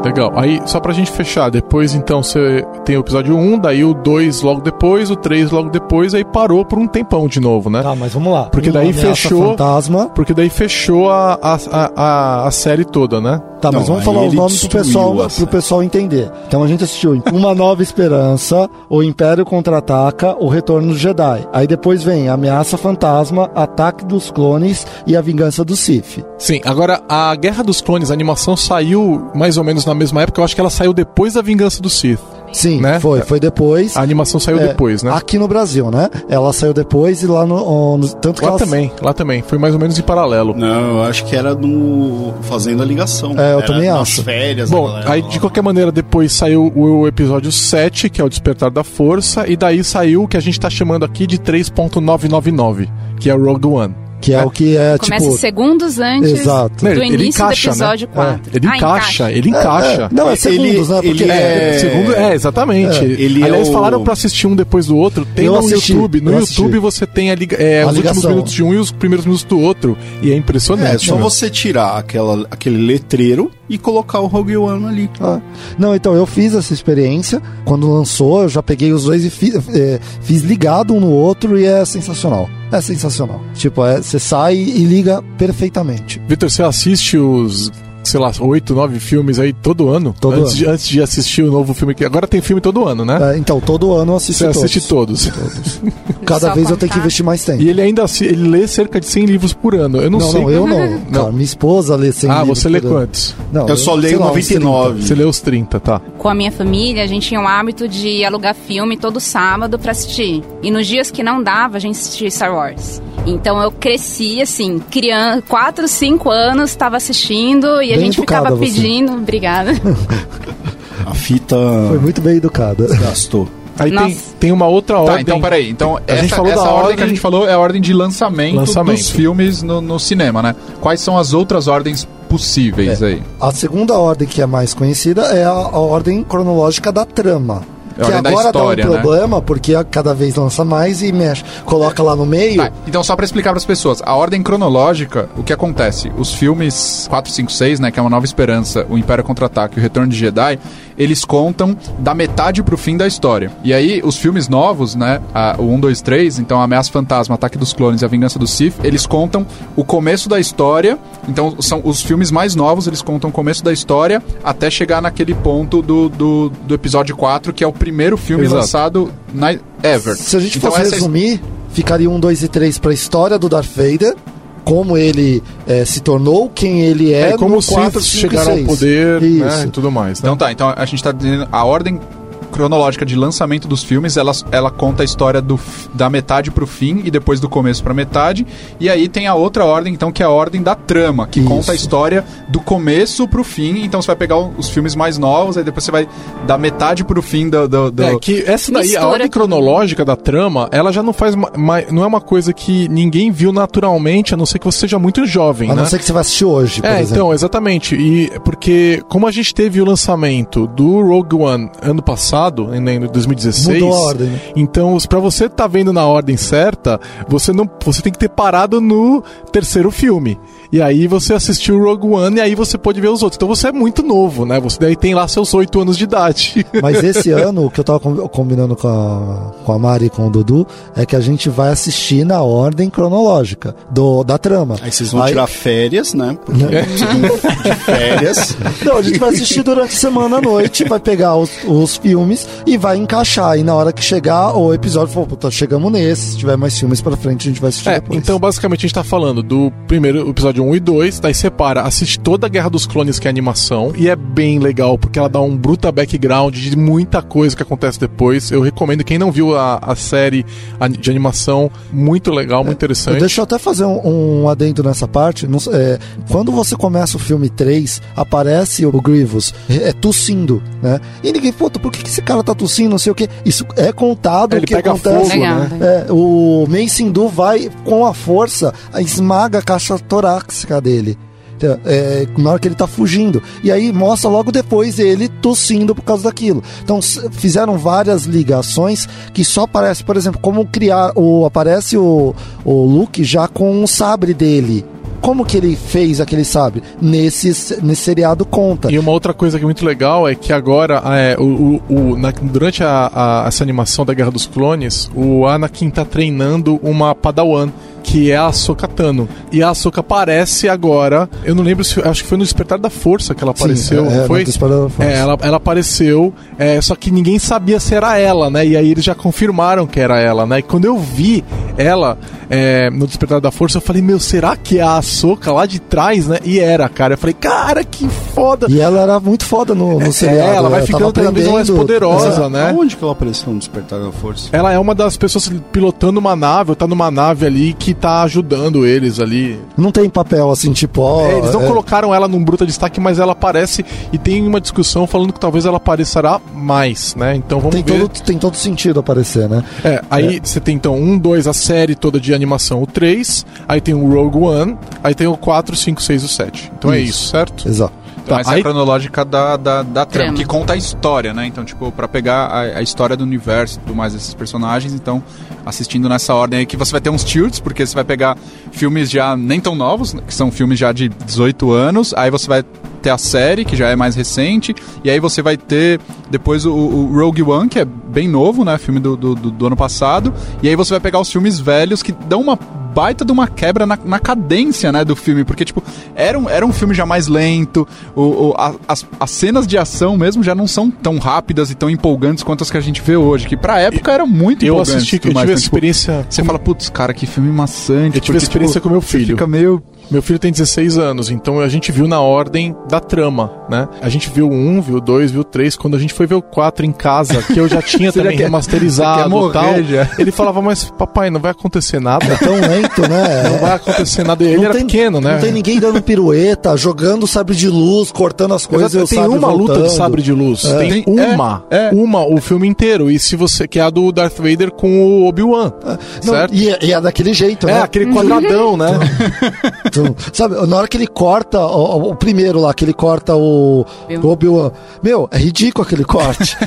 [SPEAKER 1] Legal. Aí, só pra gente fechar, depois então você tem o episódio 1, daí o 2 logo depois, o 3 logo depois, aí parou por um tempão de novo, né?
[SPEAKER 5] Tá, mas vamos lá.
[SPEAKER 1] Porque daí
[SPEAKER 5] Ameaça
[SPEAKER 1] fechou-
[SPEAKER 5] Fantasma.
[SPEAKER 1] Porque daí fechou a, a, a, a série toda, né?
[SPEAKER 5] Tá,
[SPEAKER 3] Não,
[SPEAKER 5] mas vamos
[SPEAKER 3] aí
[SPEAKER 5] falar os
[SPEAKER 3] ele
[SPEAKER 5] nomes pro
[SPEAKER 3] destruiu
[SPEAKER 5] pessoal,
[SPEAKER 3] a
[SPEAKER 5] pro
[SPEAKER 3] série.
[SPEAKER 5] pessoal entender. Então a gente assistiu Uma Nova Esperança, O Império Contra-Ataca, O Retorno do Jedi. Aí depois vem Ameaça Fantasma, Ataque dos Clones e A Vingança do Sith.
[SPEAKER 1] Sim, agora a Guerra dos Clones, a animação saiu mais ou menos na mesma época, eu acho que ela saiu depois da Vingança do Sith.
[SPEAKER 5] Sim,
[SPEAKER 1] Né?
[SPEAKER 5] foi. Foi depois.
[SPEAKER 1] A animação saiu
[SPEAKER 5] É,
[SPEAKER 1] depois, né?
[SPEAKER 5] Aqui no Brasil, né? Ela saiu depois e lá no. no- tanto que
[SPEAKER 1] Lá
[SPEAKER 5] ela-
[SPEAKER 1] também, lá também. Foi mais ou menos em paralelo.
[SPEAKER 3] Não, eu acho que era no fazendo a ligação.
[SPEAKER 5] É, eu
[SPEAKER 3] Era
[SPEAKER 5] também
[SPEAKER 3] nas
[SPEAKER 5] acho.
[SPEAKER 3] férias,
[SPEAKER 1] Bom,
[SPEAKER 3] a galera
[SPEAKER 1] aí
[SPEAKER 3] lá.
[SPEAKER 1] de qualquer maneira, depois saiu o episódio 7, que é o Despertar da Força, e daí saiu o que a gente tá chamando aqui de 3.999, que é o Rogue One.
[SPEAKER 5] Que é, o que é
[SPEAKER 4] Começa
[SPEAKER 5] tipo.
[SPEAKER 4] segundos antes
[SPEAKER 5] Exato. É,
[SPEAKER 4] do
[SPEAKER 1] Ele- ele
[SPEAKER 4] início
[SPEAKER 1] encaixa,
[SPEAKER 4] do episódio
[SPEAKER 1] né?
[SPEAKER 4] 4.
[SPEAKER 1] Ele
[SPEAKER 4] Ah,
[SPEAKER 1] encaixa, ele encaixa.
[SPEAKER 5] Não, é segundos,
[SPEAKER 3] Ele-
[SPEAKER 5] né? Porque
[SPEAKER 3] ele
[SPEAKER 1] É,
[SPEAKER 3] É.
[SPEAKER 1] segundo, é, exatamente.
[SPEAKER 3] Ele
[SPEAKER 1] Aliás,
[SPEAKER 3] é o-
[SPEAKER 1] falaram pra assistir um depois do outro. Tem
[SPEAKER 5] Eu
[SPEAKER 1] no
[SPEAKER 5] assisti,
[SPEAKER 1] YouTube. No
[SPEAKER 5] eu
[SPEAKER 1] YouTube
[SPEAKER 5] assisti.
[SPEAKER 1] você tem a liga- é,
[SPEAKER 5] A
[SPEAKER 1] os últimos
[SPEAKER 5] ligação.
[SPEAKER 1] minutos de um e os primeiros minutos do outro. E é
[SPEAKER 3] É,
[SPEAKER 1] impressionante.
[SPEAKER 3] só
[SPEAKER 1] meu.
[SPEAKER 3] você tirar aquela, aquele letreiro e colocar o Rogue One ali.
[SPEAKER 5] Ah, Não, então eu fiz essa experiência quando lançou, eu já peguei os dois e fi- eh, fiz ligado um no outro e é sensacional. É sensacional. Tipo, é, você sai e liga perfeitamente.
[SPEAKER 1] Vitor, você assiste os, sei lá, oito, nove filmes aí todo ano?
[SPEAKER 5] Todo
[SPEAKER 1] antes,
[SPEAKER 5] ano.
[SPEAKER 1] De, antes de assistir o novo filme. que Agora tem filme todo ano, né?
[SPEAKER 5] É, então, todo ano eu assisto
[SPEAKER 1] Você
[SPEAKER 5] todos.
[SPEAKER 1] assiste todos.
[SPEAKER 5] Cada
[SPEAKER 4] Só
[SPEAKER 5] vez eu tenho que
[SPEAKER 4] contar.
[SPEAKER 5] investir mais tempo.
[SPEAKER 1] E ele ainda assi- ele lê cerca de 100 livros por ano. Eu não,
[SPEAKER 5] não,
[SPEAKER 1] sei. é.
[SPEAKER 5] não, eu não. Cara, minha esposa lê 100
[SPEAKER 1] ah,
[SPEAKER 5] livros
[SPEAKER 1] você lê
[SPEAKER 5] por ano.
[SPEAKER 1] quantos?
[SPEAKER 5] Não,
[SPEAKER 3] Eu, só
[SPEAKER 5] sei
[SPEAKER 3] leio
[SPEAKER 5] lá, uns
[SPEAKER 3] 99.
[SPEAKER 1] Você lê os 30, tá.
[SPEAKER 4] com a minha família, a gente tinha o hábito de alugar filme todo sábado pra assistir. E nos dias que não dava, a gente assistia Star Wars. Então eu cresci assim, criança, 4, 5 anos, estava assistindo e a
[SPEAKER 5] Bem
[SPEAKER 4] gente
[SPEAKER 5] educada
[SPEAKER 4] ficava
[SPEAKER 5] você.
[SPEAKER 4] pedindo, obrigada.
[SPEAKER 3] A fita
[SPEAKER 5] Foi muito bem educada.
[SPEAKER 3] gastou.
[SPEAKER 1] Aí tem,
[SPEAKER 4] Nossa.
[SPEAKER 1] tem uma outra
[SPEAKER 2] Tá,
[SPEAKER 1] ordem.
[SPEAKER 2] então peraí. Então, essa,
[SPEAKER 1] gente falou
[SPEAKER 2] essa
[SPEAKER 1] da
[SPEAKER 2] ordem,
[SPEAKER 1] ordem-
[SPEAKER 2] que a gente falou é a ordem de lançamento,
[SPEAKER 1] Lançamento.
[SPEAKER 2] dos filmes no, no cinema, né? Quais são as outras ordens possíveis aí?
[SPEAKER 5] é A segunda ordem que é mais conhecida é a, a ordem cronológica da trama.
[SPEAKER 2] É
[SPEAKER 5] que
[SPEAKER 2] ordem da
[SPEAKER 5] agora
[SPEAKER 2] história,
[SPEAKER 5] dá um
[SPEAKER 2] né?
[SPEAKER 5] problema, porque a- cada vez lança mais e mexe. Coloca lá no meio.
[SPEAKER 2] Tá, então só pra explicar pras pessoas, a ordem cronológica, o que acontece? Os filmes 4, 5, 6, né, que é uma nova esperança, o Império Contra-Ataque e o Retorno de Jedi, eles contam da metade pro fim da história. E aí, os filmes novos, né, a- o 1, 2, 3, então Ameaça Fantasma, Ataque dos Clones e A Vingança do Sith, eles contam o começo da história, então são os filmes mais novos, eles contam o começo da história até chegar naquele ponto do, do, do episódio 4, que é o primeiro filme
[SPEAKER 1] Exato.
[SPEAKER 2] lançado na ever.
[SPEAKER 5] Se a gente
[SPEAKER 2] então,
[SPEAKER 5] fosse
[SPEAKER 2] essa é a his-
[SPEAKER 5] resumir, ficaria um, dois e três pra história do Darth Vader, como ele eh, se tornou, quem ele é,
[SPEAKER 1] É, como
[SPEAKER 5] no
[SPEAKER 1] os
[SPEAKER 5] 4,
[SPEAKER 1] Siths
[SPEAKER 5] 5
[SPEAKER 1] chegaram ao
[SPEAKER 5] seis.
[SPEAKER 1] poder né,
[SPEAKER 5] Isso.
[SPEAKER 1] e tudo mais. Né?
[SPEAKER 2] Então tá, então a gente tá dizendo a ordem cronológica de lançamento dos filmes, ela, ela conta a história do, f- da metade pro fim e depois do começo pra metade, e aí tem a outra ordem, então, que é a ordem da trama, que
[SPEAKER 5] Isso.
[SPEAKER 2] conta a história do começo pro fim, então você vai pegar o- os filmes mais novos, aí depois você vai da metade pro fim do... do, do-
[SPEAKER 1] É que essa daí, a
[SPEAKER 4] Mistura
[SPEAKER 1] ordem
[SPEAKER 4] tudo.
[SPEAKER 1] cronológica da trama, ela já não faz. ma- ma- não é uma coisa que ninguém viu naturalmente, a não ser que você seja muito jovem,
[SPEAKER 5] A
[SPEAKER 1] né?
[SPEAKER 5] não ser que você vai assistir hoje, por
[SPEAKER 1] É,
[SPEAKER 5] exemplo.
[SPEAKER 1] então, exatamente. E porque como a gente teve o lançamento do Rogue One ano passado, em em 2016,
[SPEAKER 5] Mudou a ordem, né?
[SPEAKER 1] então para você tá vendo na ordem certa, você não, você tem que ter parado no terceiro filme. E aí você assistiu o Rogue One e aí você pode ver os outros. Então você é muito novo, né? Você daí tem lá seus oito anos de idade.
[SPEAKER 5] Mas esse ano, o que eu tava com- combinando com a, com a Mari e com o Dudu, é que a gente vai assistir na ordem cronológica do, da trama.
[SPEAKER 3] Aí vocês vão tirar férias, né? Porque de férias.
[SPEAKER 5] Não, a gente vai assistir durante a semana à noite, vai pegar os, os filmes e vai encaixar. E na hora que chegar o episódio, falou, puta, chegamos nesse. Se tiver mais filmes pra frente, a gente vai assistir
[SPEAKER 1] É,
[SPEAKER 5] depois.
[SPEAKER 1] então basicamente a gente tá falando do primeiro episódio 1 e 2, daí separa, assiste toda a Guerra dos Clones, que é animação, e é bem legal, porque ela dá um bruta background de muita coisa que acontece depois. Eu recomendo, quem não viu a, a série ani- de animação, muito legal, muito
[SPEAKER 5] Eu-
[SPEAKER 1] interessante.
[SPEAKER 5] Deixa eu até fazer um, um adendo nessa parte. Não s- é, quando você começa o filme 3, aparece o Grievous é, tossindo, né? E ninguém, puta, por que que esse cara tá tossindo, não sei o quê. Isso é contado
[SPEAKER 1] É,
[SPEAKER 5] o
[SPEAKER 1] ele
[SPEAKER 5] que
[SPEAKER 1] pega
[SPEAKER 5] acontece.
[SPEAKER 1] fogo,
[SPEAKER 4] Legal.
[SPEAKER 1] né?
[SPEAKER 5] É, o Mace Sindu vai com a força, esmaga a caixa torácica dele. Então, é, na hora que ele tá fugindo. E aí mostra logo depois ele tossindo por causa daquilo. Então s- fizeram várias ligações que só aparece, por exemplo, como criar. O, aparece o, o Luke já com o sabre dele. Como que ele fez aquele sabre? Nesse, s- nesse seriado conta.
[SPEAKER 1] E uma outra coisa que é muito legal é que agora, é, o, o- o- na- durante a, a- essa animação da Guerra dos Clones, o Anakin tá treinando uma Padawan. Que é a Ahsoka Tano. E a Ahsoka aparece agora. Eu não lembro se. Acho que foi no Despertar da Força que ela apareceu.
[SPEAKER 5] é,
[SPEAKER 1] não
[SPEAKER 5] é,
[SPEAKER 1] foi?
[SPEAKER 5] no Despertar da Força.
[SPEAKER 1] É, ela, ela apareceu, é, só que ninguém sabia se era ela, né? E aí eles já confirmaram que era ela, né? E quando eu vi ela é, no Despertar da Força, eu falei, meu, será que é a Ahsoka lá de trás, né? E era, cara. Eu falei, cara, que foda.
[SPEAKER 5] E ela era muito foda no, no
[SPEAKER 1] É,
[SPEAKER 5] seriado.
[SPEAKER 1] ela vai
[SPEAKER 5] tava
[SPEAKER 1] ficando cada vez mais
[SPEAKER 5] aprendendo.
[SPEAKER 1] poderosa.
[SPEAKER 5] Exato.
[SPEAKER 1] né?
[SPEAKER 3] Onde que ela apareceu no Despertar da Força?
[SPEAKER 1] Ela é uma das pessoas pilotando uma nave, ou tá numa nave ali que tá ajudando eles ali.
[SPEAKER 5] Não tem papel assim, tipo, ó.
[SPEAKER 1] É, eles não
[SPEAKER 5] é,
[SPEAKER 1] colocaram ela num bruta destaque, mas ela aparece e tem uma discussão falando que talvez ela aparecerá mais, né? Então vamos
[SPEAKER 5] tem
[SPEAKER 1] ver.
[SPEAKER 5] todo, tem todo sentido aparecer, né?
[SPEAKER 1] É, aí você tem então um, dois, a série toda de animação, o 3, aí tem o Rogue One, aí tem o 4, 5, 6 e o 7. Então é
[SPEAKER 5] Isso.
[SPEAKER 1] isso, certo?
[SPEAKER 5] Exato.
[SPEAKER 2] Então,
[SPEAKER 1] tá,
[SPEAKER 2] essa é
[SPEAKER 1] aí-
[SPEAKER 2] a cronológica da, da, da trama,
[SPEAKER 4] Trama.
[SPEAKER 2] que conta a história, né? Então, tipo, pra pegar a, a história do universo e tudo mais desses personagens, então, assistindo nessa ordem aí, que você vai ter uns tilts, porque você vai pegar filmes já nem tão novos, né, que são filmes já de 18 anos, aí você vai ter a série, que já é mais recente, e aí você vai ter depois o, o Rogue One, que é bem novo, né? Filme do, do, do- do ano passado, e aí você vai pegar os filmes velhos que dão uma baita de uma quebra na, na cadência, né, do filme, porque, tipo, era um, era um filme já mais lento, o, o- a- as, as cenas de ação mesmo já não são tão rápidas e tão empolgantes quanto as que a gente vê hoje, que pra época era muito
[SPEAKER 1] Eu
[SPEAKER 2] empolgante.
[SPEAKER 1] assisti,
[SPEAKER 2] e
[SPEAKER 1] eu
[SPEAKER 2] tudo
[SPEAKER 1] tive
[SPEAKER 2] mais,
[SPEAKER 1] a
[SPEAKER 2] né, tipo,
[SPEAKER 1] experiência.
[SPEAKER 2] você fala, putz, cara, que filme maçante.
[SPEAKER 1] Eu tive
[SPEAKER 2] porque,
[SPEAKER 1] experiência
[SPEAKER 2] tipo,
[SPEAKER 1] com meu
[SPEAKER 2] você
[SPEAKER 1] filho.
[SPEAKER 2] Fica meio...
[SPEAKER 1] Meu filho tem 16 anos, então a gente viu na ordem da trama, né? A gente viu o 1, viu o 2, viu o 3. Quando a gente foi ver o 4 em casa, que eu já tinha
[SPEAKER 2] Você
[SPEAKER 1] também
[SPEAKER 2] já quer- você quer
[SPEAKER 1] remasterizado e
[SPEAKER 2] morrer
[SPEAKER 1] tal,
[SPEAKER 2] já.
[SPEAKER 1] ele falava, mas papai, não vai acontecer nada.
[SPEAKER 5] É Tão lento,
[SPEAKER 1] Não
[SPEAKER 5] né?
[SPEAKER 1] vai acontecer nada. E Ele
[SPEAKER 5] Não
[SPEAKER 1] era
[SPEAKER 5] tem-
[SPEAKER 1] pequeno, né?
[SPEAKER 5] Não tem ninguém dando pirueta, jogando sabre de luz, cortando as coisas.
[SPEAKER 1] Exato,
[SPEAKER 5] e o
[SPEAKER 1] tem
[SPEAKER 5] sabre
[SPEAKER 1] uma luta
[SPEAKER 5] voltando.
[SPEAKER 1] de sabre de luz.
[SPEAKER 5] É.
[SPEAKER 1] Tem,
[SPEAKER 2] Tem- é,
[SPEAKER 1] uma.
[SPEAKER 2] é.
[SPEAKER 1] Uma o filme inteiro. E se você. Que é a do Darth Vader com o Obi-Wan.
[SPEAKER 5] Não,
[SPEAKER 1] certo?
[SPEAKER 5] E, é- e é daquele jeito,
[SPEAKER 1] É,
[SPEAKER 5] né?
[SPEAKER 1] aquele quadradão, né?
[SPEAKER 5] Tum. Sabe, na hora que ele corta, o, o primeiro lá, que ele corta o
[SPEAKER 4] Viu?
[SPEAKER 5] o Obi-Wan. Meu, é ridículo aquele corte.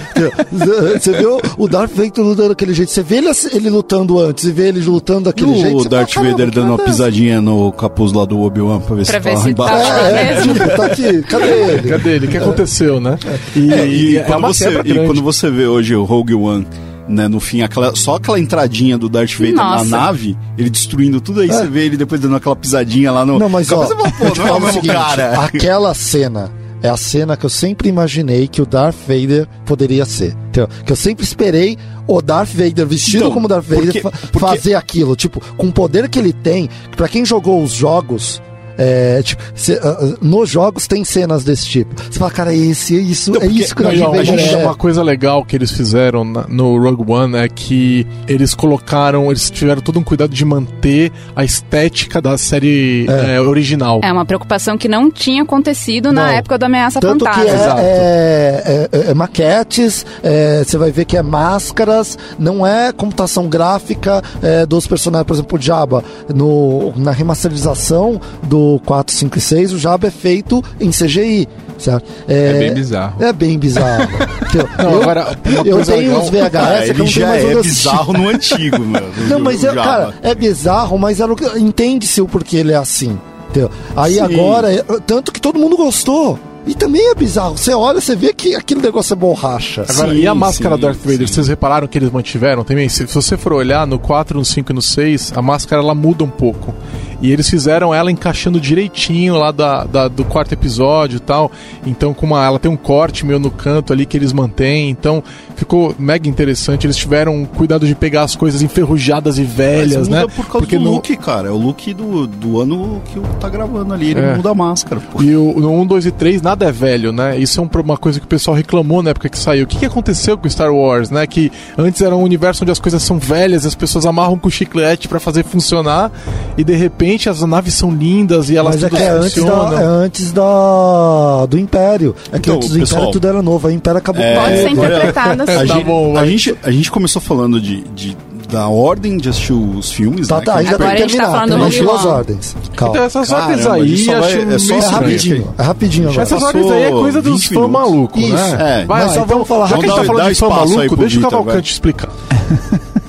[SPEAKER 5] Entendeu? Você viu o Darth Vader lutando daquele jeito. Você vê ele, ass- ele lutando antes e vê ele lutando daquele
[SPEAKER 3] E
[SPEAKER 5] jeito.
[SPEAKER 3] o
[SPEAKER 5] você fala,
[SPEAKER 3] Darth
[SPEAKER 5] "Caramba,
[SPEAKER 3] Vader
[SPEAKER 5] que
[SPEAKER 3] dando uma
[SPEAKER 5] merda é essa?"
[SPEAKER 3] pisadinha no capuz lá do Obi-Wan pra ver
[SPEAKER 4] Pra
[SPEAKER 3] se
[SPEAKER 4] ver
[SPEAKER 3] tá lá
[SPEAKER 4] se tá
[SPEAKER 3] embaixo.
[SPEAKER 5] É, é,
[SPEAKER 4] mesmo.
[SPEAKER 5] tipo, tá aqui, cadê ele?
[SPEAKER 1] Cadê ele? O que aconteceu, né? E,
[SPEAKER 3] É, e,
[SPEAKER 1] é
[SPEAKER 3] quando
[SPEAKER 1] uma
[SPEAKER 3] você,
[SPEAKER 1] quebra
[SPEAKER 3] e
[SPEAKER 1] grande.
[SPEAKER 3] quando você vê hoje o Rogue One, né, no fim, aquela- só aquela entradinha do Darth Vader
[SPEAKER 4] Nossa.
[SPEAKER 3] na nave, ele destruindo tudo aí, você vê ele depois dando aquela pisadinha lá no.
[SPEAKER 5] Não, mas ó,
[SPEAKER 3] Você fala, pô,
[SPEAKER 5] eu te
[SPEAKER 3] não é
[SPEAKER 5] falo
[SPEAKER 3] o
[SPEAKER 5] o
[SPEAKER 3] mesmo
[SPEAKER 5] seguinte,
[SPEAKER 3] cara.
[SPEAKER 5] aquela cena é a cena que eu sempre imaginei que o Darth Vader poderia ser. Entendeu? Que eu sempre esperei o Darth Vader vestido
[SPEAKER 3] Então,
[SPEAKER 5] como Darth Vader
[SPEAKER 3] porque-
[SPEAKER 5] fa-
[SPEAKER 3] porque-
[SPEAKER 5] fazer aquilo, tipo, com o poder que ele tem, que pra quem jogou os jogos é, tipo, cê- ah, ah, nos jogos tem cenas desse tipo. Você fala, cara, é esse, é isso,
[SPEAKER 3] Então,
[SPEAKER 5] é
[SPEAKER 3] porque-
[SPEAKER 5] isso que o
[SPEAKER 1] Não,
[SPEAKER 5] Darth
[SPEAKER 1] e, ó,
[SPEAKER 5] Vader
[SPEAKER 1] uma-
[SPEAKER 5] é.
[SPEAKER 1] Uma coisa legal que eles fizeram na- no Rogue One é que eles colocaram, eles tiveram todo um cuidado de manter a estética da série eh, original.
[SPEAKER 4] É uma preocupação que não tinha acontecido na
[SPEAKER 5] Não.
[SPEAKER 4] época do Ameaça
[SPEAKER 5] Tanto que
[SPEAKER 4] Fantasma.
[SPEAKER 2] Exato.
[SPEAKER 5] é, é- é- é maquetes, é, você vai ver que é máscaras, não é computação gráfica é, dos personagens. Por exemplo, o Jabba, no, na remasterização do 4, 5 e 6, o Jabba é feito em CGI, certo?
[SPEAKER 2] É bem bizarro.
[SPEAKER 5] É bem bizarro. Entendeu?
[SPEAKER 1] Não,
[SPEAKER 5] eu,
[SPEAKER 1] agora, uma
[SPEAKER 5] eu
[SPEAKER 1] coisa
[SPEAKER 5] tenho
[SPEAKER 1] legal-
[SPEAKER 5] uns VHS
[SPEAKER 3] Cara,
[SPEAKER 5] que eu
[SPEAKER 3] ele
[SPEAKER 5] não tenho
[SPEAKER 3] já
[SPEAKER 5] mais onde
[SPEAKER 3] é
[SPEAKER 5] assistir.
[SPEAKER 3] bizarro no antigo, mano.
[SPEAKER 5] Não, mas é,
[SPEAKER 3] eu,
[SPEAKER 5] cara, é bizarro, mas era o que- entende-se o porquê ele é assim. entendeu? Aí
[SPEAKER 3] Sim.
[SPEAKER 5] agora, é- tanto que todo mundo gostou. E também é bizarro. Você olha, você vê que aquele negócio é borracha.
[SPEAKER 1] Agora,
[SPEAKER 3] Sim,
[SPEAKER 1] e a máscara
[SPEAKER 3] sim,
[SPEAKER 1] do Darth Vader,
[SPEAKER 3] sim.
[SPEAKER 1] vocês repararam que eles mantiveram também? Se, se você for olhar no 4, no 5 e no 6, a máscara ela muda um pouco. E eles fizeram ela encaixando direitinho lá da, da- do quarto episódio e tal. Então, com uma, ela tem um corte meio no canto ali que eles mantêm. Então, ficou mega interessante. Eles tiveram cuidado de pegar as coisas enferrujadas e velhas, né?
[SPEAKER 3] por causa do look, cara. É o look do, do ano que o tá gravando ali. Ele
[SPEAKER 1] É.
[SPEAKER 3] muda a máscara, pô.
[SPEAKER 1] E o, no 1, 2 e 3 nada é velho, né? Isso é um pro- uma coisa que o pessoal reclamou na época que saiu. O que, que aconteceu com Star Wars, né? Que antes era um universo onde as coisas são velhas, as pessoas amarram com chiclete pra fazer funcionar, e de repente as naves são lindas e elas
[SPEAKER 5] Mas é que
[SPEAKER 1] todas
[SPEAKER 5] é antes,
[SPEAKER 1] funcionam.
[SPEAKER 5] da, é antes da- do Império. É que
[SPEAKER 3] Então,
[SPEAKER 5] antes do
[SPEAKER 3] pessoal,
[SPEAKER 5] Império tudo era novo. Aí o Império acabou
[SPEAKER 3] é,
[SPEAKER 5] com
[SPEAKER 4] Pode ser
[SPEAKER 5] tudo.
[SPEAKER 4] interpretada
[SPEAKER 3] A,
[SPEAKER 1] Tá
[SPEAKER 4] assim.
[SPEAKER 3] gente,
[SPEAKER 1] bom,
[SPEAKER 3] a,
[SPEAKER 1] vai.
[SPEAKER 3] gente, a gente começou falando de, de- da ordem de assistir os filmes,
[SPEAKER 5] Tá,
[SPEAKER 3] né?
[SPEAKER 5] tá,
[SPEAKER 3] que
[SPEAKER 5] ainda
[SPEAKER 4] Agora
[SPEAKER 5] tem
[SPEAKER 4] a
[SPEAKER 5] que
[SPEAKER 4] gente tá
[SPEAKER 5] terminar.
[SPEAKER 4] falando do
[SPEAKER 5] tem
[SPEAKER 4] Rogue
[SPEAKER 5] duas
[SPEAKER 4] One.
[SPEAKER 5] ordens.
[SPEAKER 1] Então
[SPEAKER 5] Calma.
[SPEAKER 1] essas
[SPEAKER 3] Caramba,
[SPEAKER 1] ordens
[SPEAKER 3] é isso
[SPEAKER 1] aí,
[SPEAKER 3] só vai-
[SPEAKER 1] acho
[SPEAKER 3] é só
[SPEAKER 1] meio
[SPEAKER 5] É
[SPEAKER 1] estranho.
[SPEAKER 5] rapidinho, é rapidinho agora.
[SPEAKER 1] Essas
[SPEAKER 3] Passou
[SPEAKER 1] ordens aí é coisa dos
[SPEAKER 3] 20
[SPEAKER 1] fãs
[SPEAKER 3] minutos.
[SPEAKER 1] malucos,
[SPEAKER 5] Isso,
[SPEAKER 1] né?
[SPEAKER 3] é.
[SPEAKER 1] Vai,
[SPEAKER 5] Mas só
[SPEAKER 1] então,
[SPEAKER 5] vamos falar
[SPEAKER 1] já que a gente
[SPEAKER 3] rapidinho.
[SPEAKER 1] tá falando
[SPEAKER 3] Dá
[SPEAKER 1] de fã
[SPEAKER 3] espaço aí
[SPEAKER 1] maluco,
[SPEAKER 3] pro
[SPEAKER 1] deixa o
[SPEAKER 3] Vitor, vai.
[SPEAKER 1] Cavalcante explicar.